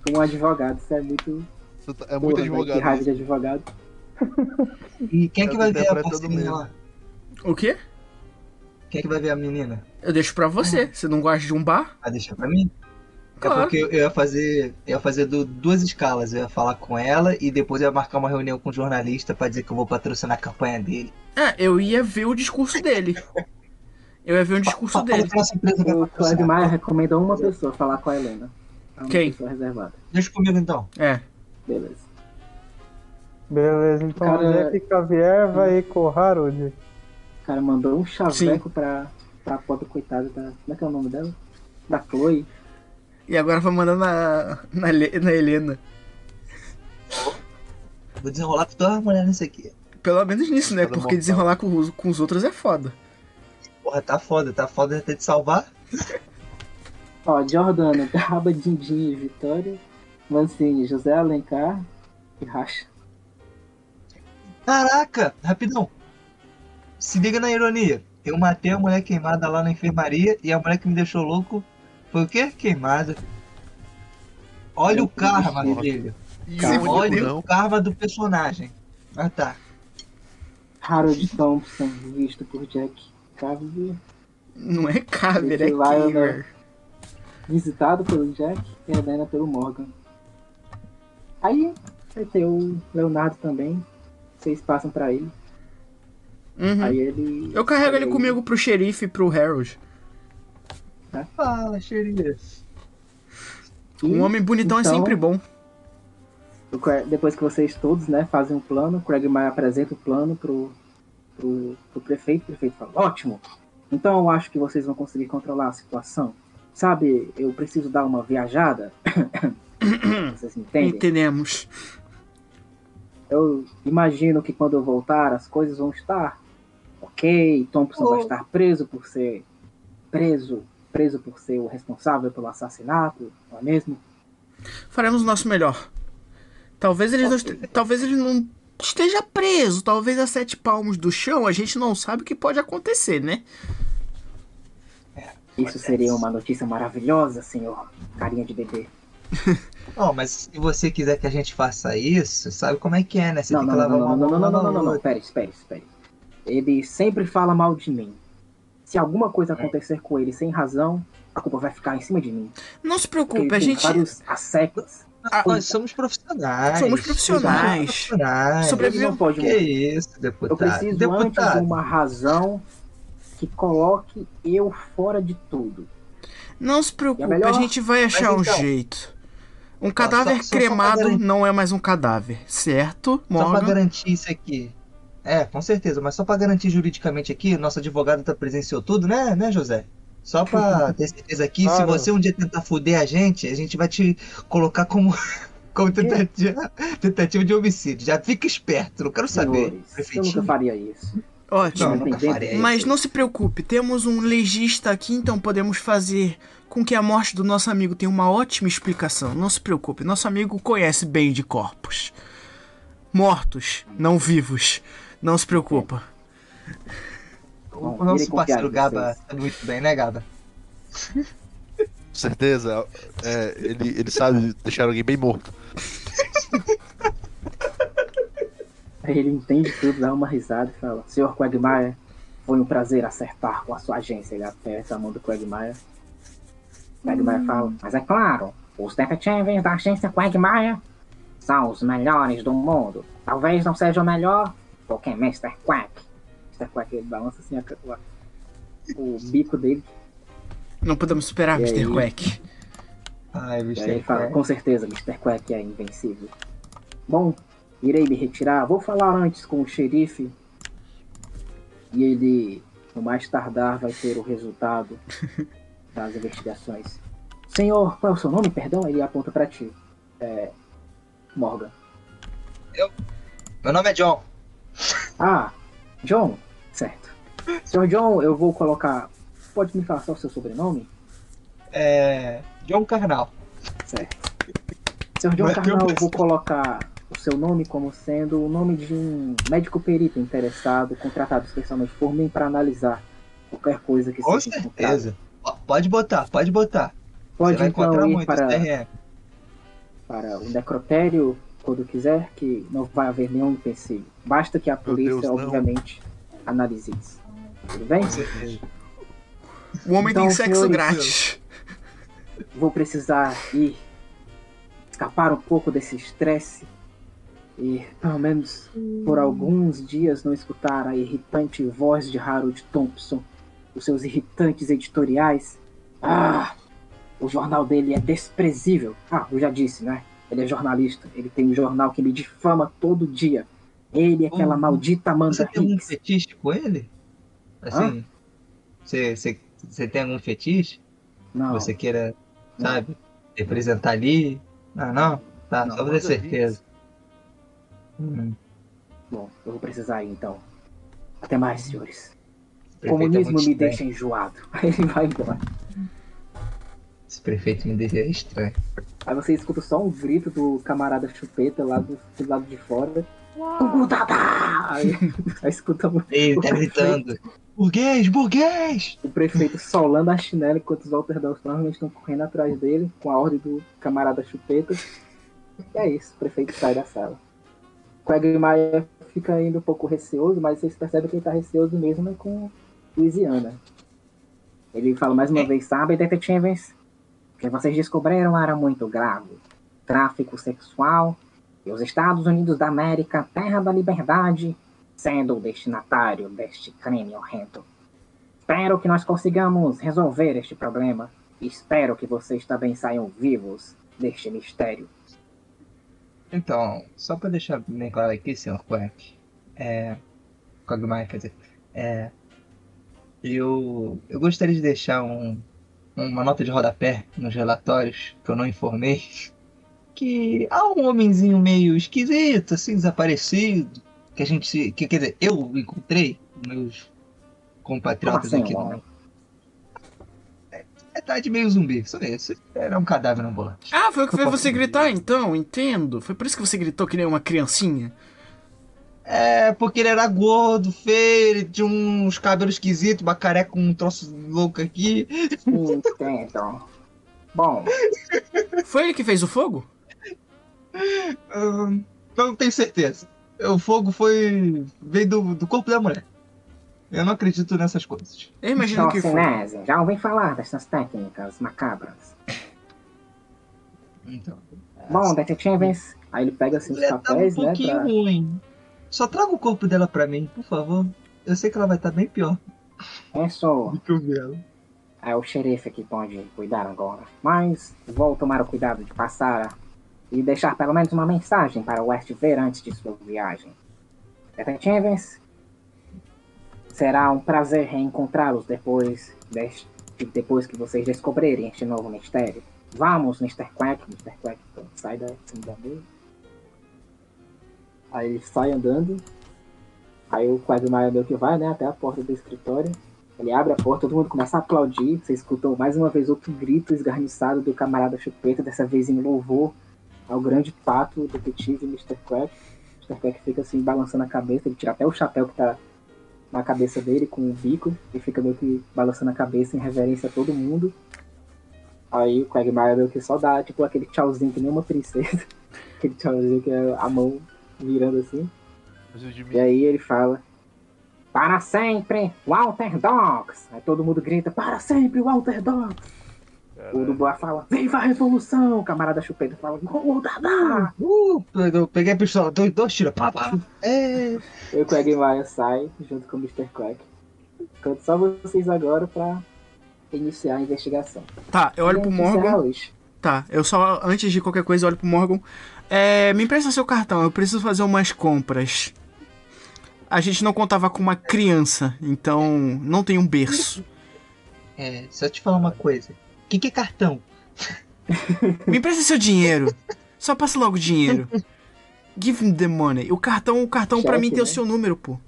Como um advogado, isso é muito.
Você tá- É muito
Porra, velho, que raiva
advogado.
de advogado.
E quem é que
Eu
vai ver a
interpreto do
parceria
mesmo.
lá?
O quê?
Quem é que vai ver a menina?
Eu deixo pra você. Você não gosta de um bar?
Vai deixar pra mim?
Claro.
É porque eu ia fazer, eu ia fazer du- duas escalas. Eu ia falar com ela e depois eu ia marcar uma reunião com o jornalista pra dizer que eu vou patrocinar a campanha dele.
É, eu ia ver o discurso dele. Eu ia ver o discurso
Fala
dele.
que nossa empresa vai
O Cláudio
patrocinar.
Maia recomenda uma pessoa falar com a Helena. É Uma
Quem?
pessoa reservada.
Deixa comigo então.
É.
Beleza.
Beleza, então
Cara-
onde é que Xavier vai ir com o Harold?
O cara mandou um chaveco pra, pra pobre coitada da. Como é que é o nome dela? Da Chloe.
E agora vai mandar na, na, Le- na Helena.
Vou desenrolar com todas as mulheres nesse aqui.
Pelo menos nisso, né?
Cada
Porque
mortal.
desenrolar com os, com os outros é foda.
Porra, tá foda, tá foda até te salvar.
Ó, Jordana, Barba, Dindim e Vitória. Mancini, José Alencar e Racha.
Caraca, rapidão. Se liga na ironia. Eu matei a mulher queimada lá na enfermaria e a mulher que me deixou louco foi o quê? Queimada. Olha o karma, meu filho.
E
Cara,
o
Olha
não.
o karma do personagem. Ah tá.
Harold Thompson, visto por Jack Cavier.
Não é caver, é
Sei lá, eu não-
caver.
Visitado pelo Jack e Helena pelo Morgan. Aí vai ter o Leonardo também. Vocês passam pra ele.
Uhum.
Aí ele.
Eu carrego ele
aí-
comigo pro xerife e pro Harold.
Fala, xerife.
Um
E-
homem bonitão
então-
é sempre bom.
O Cra- Depois que vocês todos né, fazem um plano, o Craigmire apresenta o plano pro, pro, pro prefeito. O prefeito fala: Ótimo! Então eu acho que vocês vão conseguir controlar a situação. Sabe, eu preciso dar uma viajada. [coughs] vocês entendem?
Entendemos.
Eu imagino que quando eu voltar, as coisas vão estar ok. Thompson vai
Oh.
estar preso por ser preso. Preso por ser o responsável pelo assassinato, não é mesmo?
Faremos o nosso melhor. Talvez ele não, este- talvez ele não esteja preso, talvez a sete palmos do chão, a gente não sabe o que pode acontecer, né?
Isso seria uma notícia maravilhosa, senhor. Carinha de bebê.
Não, mas se você quiser que a gente faça isso, sabe como é que é, né? Você
Não,
tem
não,
que
não,
lavar uma
não, não, não,
mão,
não, não, não, não,
lavar
não, não,
outra.
espere, espere, espere. Ele sempre fala mal de mim. Se alguma
É.
coisa acontecer com ele sem razão, a culpa vai ficar em cima de mim.
Não se
Porque ele
preocupe, a
tem
gente
vários asseclas.
a-
Ah, Nós somos profissionais.
somos profissionais.
Profissionais.
Sobre-
Ele não pode
Que
morrer.
isso, deputado.
Eu preciso antes de
deputado.
uma razão que coloque eu fora de tudo.
Não se preocupe,
melhor-
a gente vai achar um
é então-
jeito. Um cadáver
só- só pra
cremado
garantir.
não é mais um cadáver, certo,
Só pra
Morgan?
garantir isso aqui. É, com certeza, mas só pra garantir juridicamente aqui, nosso advogado tá presenciou tudo, né, né, José? Só
[laughs]
pra ter certeza aqui, se
Claro.
você um dia tentar fuder a gente, a gente vai te colocar como, [laughs] como tentativa, tentativa de homicídio. Já fica esperto, não quero saber,
Senhores, eu nunca
prefeitinho.
faria isso.
Ótimo.
Não, nunca faria isso.
Mas não se preocupe, temos um legista aqui, então podemos fazer com que a morte do nosso amigo tenha uma ótima explicação. Não se preocupe, nosso amigo conhece bem de corpos. Mortos, não vivos. Não se preocupa.
O
Bom, irei
nosso
confiar
parceiro
em
Gaba
vocês.
sabe muito bem, né, Gaba?
Com certeza. é, ele, ele sabe deixar alguém bem morto.
Aí Ele entende tudo, dá uma risada e fala: Senhor Quagmire, foi um prazer acertar
Hum.
com a sua agência. Ele aperta a mão do Quagmire. Quagmire fala: Mas é claro, Os detetives da agência Quagmire são os melhores do mundo. Talvez não seja o melhor, porque Mr. Quack. Mr. Quack, ele balança assim a, a, o bico dele.
Não podemos superar,
E
Mr.
aí?
Quack.
Ai,
E aí
é.
ele
Mr.
fala,
Quack.
com certeza, Mr. Quack é invencível. Bom, irei me retirar. Vou falar antes com o xerife. E ele, no mais tardar, vai ter o resultado das investigações. Senhor, qual é o seu nome? Perdão, ele aponta pra ti. É. Morgan.
Meu nome é John.
Ah, John. Certo. Senhor John, eu vou colocar. Pode me falar só o seu sobrenome?
É. John Carnal.
Senhor John
Bateu
Carnal, eu
pressão.
vou colocar o seu nome como sendo o nome de um médico perito interessado, contratado especialmente por mim para analisar qualquer coisa que
Com
seja encontrada.
certeza. Ó, Pode botar, pode botar. Você
Pode
vai encontrar
então ir
muito
para,
CRM.
para o necrotério quando quiser, que não vai haver nenhum empecilho. Basta que a polícia,
Deus, não.
obviamente, analise isso. Tudo bem?
Com certeza.
O homem
Então,
tem sexo
senhores,
grátis.
Vou precisar ir escapar um pouco desse estresse e, pelo menos
Hum.
por alguns dias, não escutar a irritante voz de Harold Thompson, os seus irritantes editoriais. Ah, o jornal dele é desprezível. Ah, eu já disse, né? Ele é jornalista. Ele tem um jornal que me difama todo dia. Ele é aquela
Hum,
maldita Amanda
Você tem um algum
Hicks.
fetiche com ele? Assim. Você, você, você tem algum fetiche?
Não,
Você queira,
Não.
sabe, representar ali? Não, não. Tá,
Não,
só pra ter
Amanda
certeza. Hum,
bom, eu vou precisar ir então. Até mais, senhores.
esse prefeito é
comunismo
muito
me
estranho.
deixa enjoado. [laughs] Aí ele vai embora.
Esse prefeito me deixa estranho.
Aí você escuta só um grito do camarada chupeta lá do, do lado de fora. Cucutatá! Aí, aí escuta o,
Ele tá gritando. Burguês, burguês!
o prefeito solando a chinela enquanto os Walterdals normalmente estão correndo atrás dele com a ordem do camarada chupeta. E é isso, o prefeito sai da sala. Quagmire fica ainda um pouco receoso, mas vocês percebem que ele tá receoso mesmo é com Louisiana. Ele fala mais uma vez, sabe, detetives? O que vocês descobriram era muito grave. Tráfico sexual e os Estados Unidos da América, terra da liberdade, sendo o destinatário deste crime horrendo. Espero que nós consigamos resolver este problema. e Espero que vocês também saiam vivos deste mistério.
Então, só pra deixar bem claro aqui, senhor Quack, é. Quagmire, quer dizer, é. Eu, eu gostaria de deixar um, uma nota de rodapé nos relatórios que eu não informei. Que há um homenzinho meio esquisito, assim, desaparecido, que a gente. Que, quer dizer, eu encontrei meus
Como
compatriotas
assim,
aqui.
homem?
É tarde meio zumbi, só isso. Era um cadáver ambulante.
Ah, foi o que fez
[laughs]
você gritar então, entendo. Foi por isso que você gritou que nem uma criancinha.
É, porque ele era gordo, feio, ele tinha uns cabelos esquisitos, uma careca com um troço louco aqui.
Entendo. Bom,
Foi ele que fez o fogo?
Ahn, não tenho certeza. O fogo foi. veio do, do corpo da mulher. Eu não acredito nessas coisas.
Eu imagino que foi.
Chocinese, já ouvi falar dessas técnicas macabras.
Então.
Bom, detetives, aí ele pega assim os
Ela tá um
papéis, né?
pouquinho
Pra...
ruim. Só traga o corpo dela pra mim, por favor. Eu sei que ela vai estar bem pior
É só
do que eu vi ela.
é o xerife que pode cuidar agora. Mas vou tomar o cuidado de passar e deixar pelo menos uma mensagem para o West ver antes de sua viagem. Detetives, será um prazer reencontrá-los depois, deste, depois que vocês descobrirem este novo mistério. Vamos, Mr. Quack, Mr. Quack, então, sai da se me dá medo. Aí ele sai andando. Aí o Quagmire meio que vai, né, até a porta do escritório. Ele abre a porta, todo mundo começa a aplaudir. Você escutou mais uma vez outro grito esgarniçado do camarada Chupeta, dessa vez em louvor ao grande pato, o detetive Mr. Crack. Mr. Crack fica assim, balançando a cabeça. Ele tira até o chapéu que tá na cabeça dele com o bico e fica meio que balançando a cabeça em reverência a todo mundo. Aí o Quagmire meio que só dá tipo aquele tchauzinho que nem uma princesa. [laughs] aquele tchauzinho que é a mão virando assim.
Preciso de
E
mim.
aí ele fala: Para sempre, Walter Dogs! Aí todo mundo grita: Para sempre, Walter Dogs! O Dubois fala, viva a revolução! O camarada chupeta fala, gol da da!
Uh, eu peguei a pistola, dou dois tiros, pá, pá. É.
Eu com a Guimarães sai, junto com o Mr. Quack. Canto só vocês agora pra iniciar a investigação.
Tá, eu olho
E
pro
a gente é encerra
Morgan.
hoje.
Tá, eu só, antes de qualquer coisa, eu olho pro Morgan. É, me empresta seu cartão, eu preciso fazer umas compras. A gente não contava com uma criança, então não tem um berço.
É, só te falar uma coisa. O que, que é cartão?
Me empresta seu dinheiro. Só passa logo o dinheiro. Give me the money. O cartão, o cartão pra
Cheque,
mim tem o
né?
seu número, pô.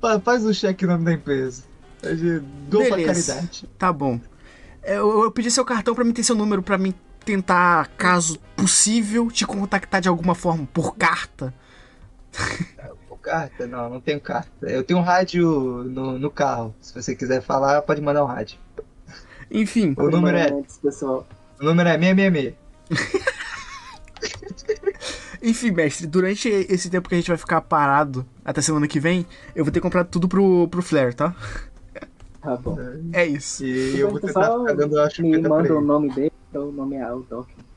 Fa- Faz o cheque em nome da empresa. Eu já dou pra
Beleza.
caridade.
Tá bom. Eu, eu pedi seu cartão pra mim ter seu número, pra mim tentar, caso possível, te contactar de alguma forma, por carta.
Pô, carta? Não, não tenho carta. Eu tenho um rádio no, no carro. Se você quiser falar, pode mandar um rádio.
Enfim,
O número é,
Antes, pessoal.
o número é 666.
enfim, mestre, durante esse tempo que a gente vai ficar parado até semana que vem, eu vou ter comprado tudo pro, pro Flare, tá?
Tá bom.
É isso.
E eu vou
Então,
tentar
pessoal,
ficar dando a
Me
chupeta pra
manda um o
ele.
nome dele, então o nome é Aldoc.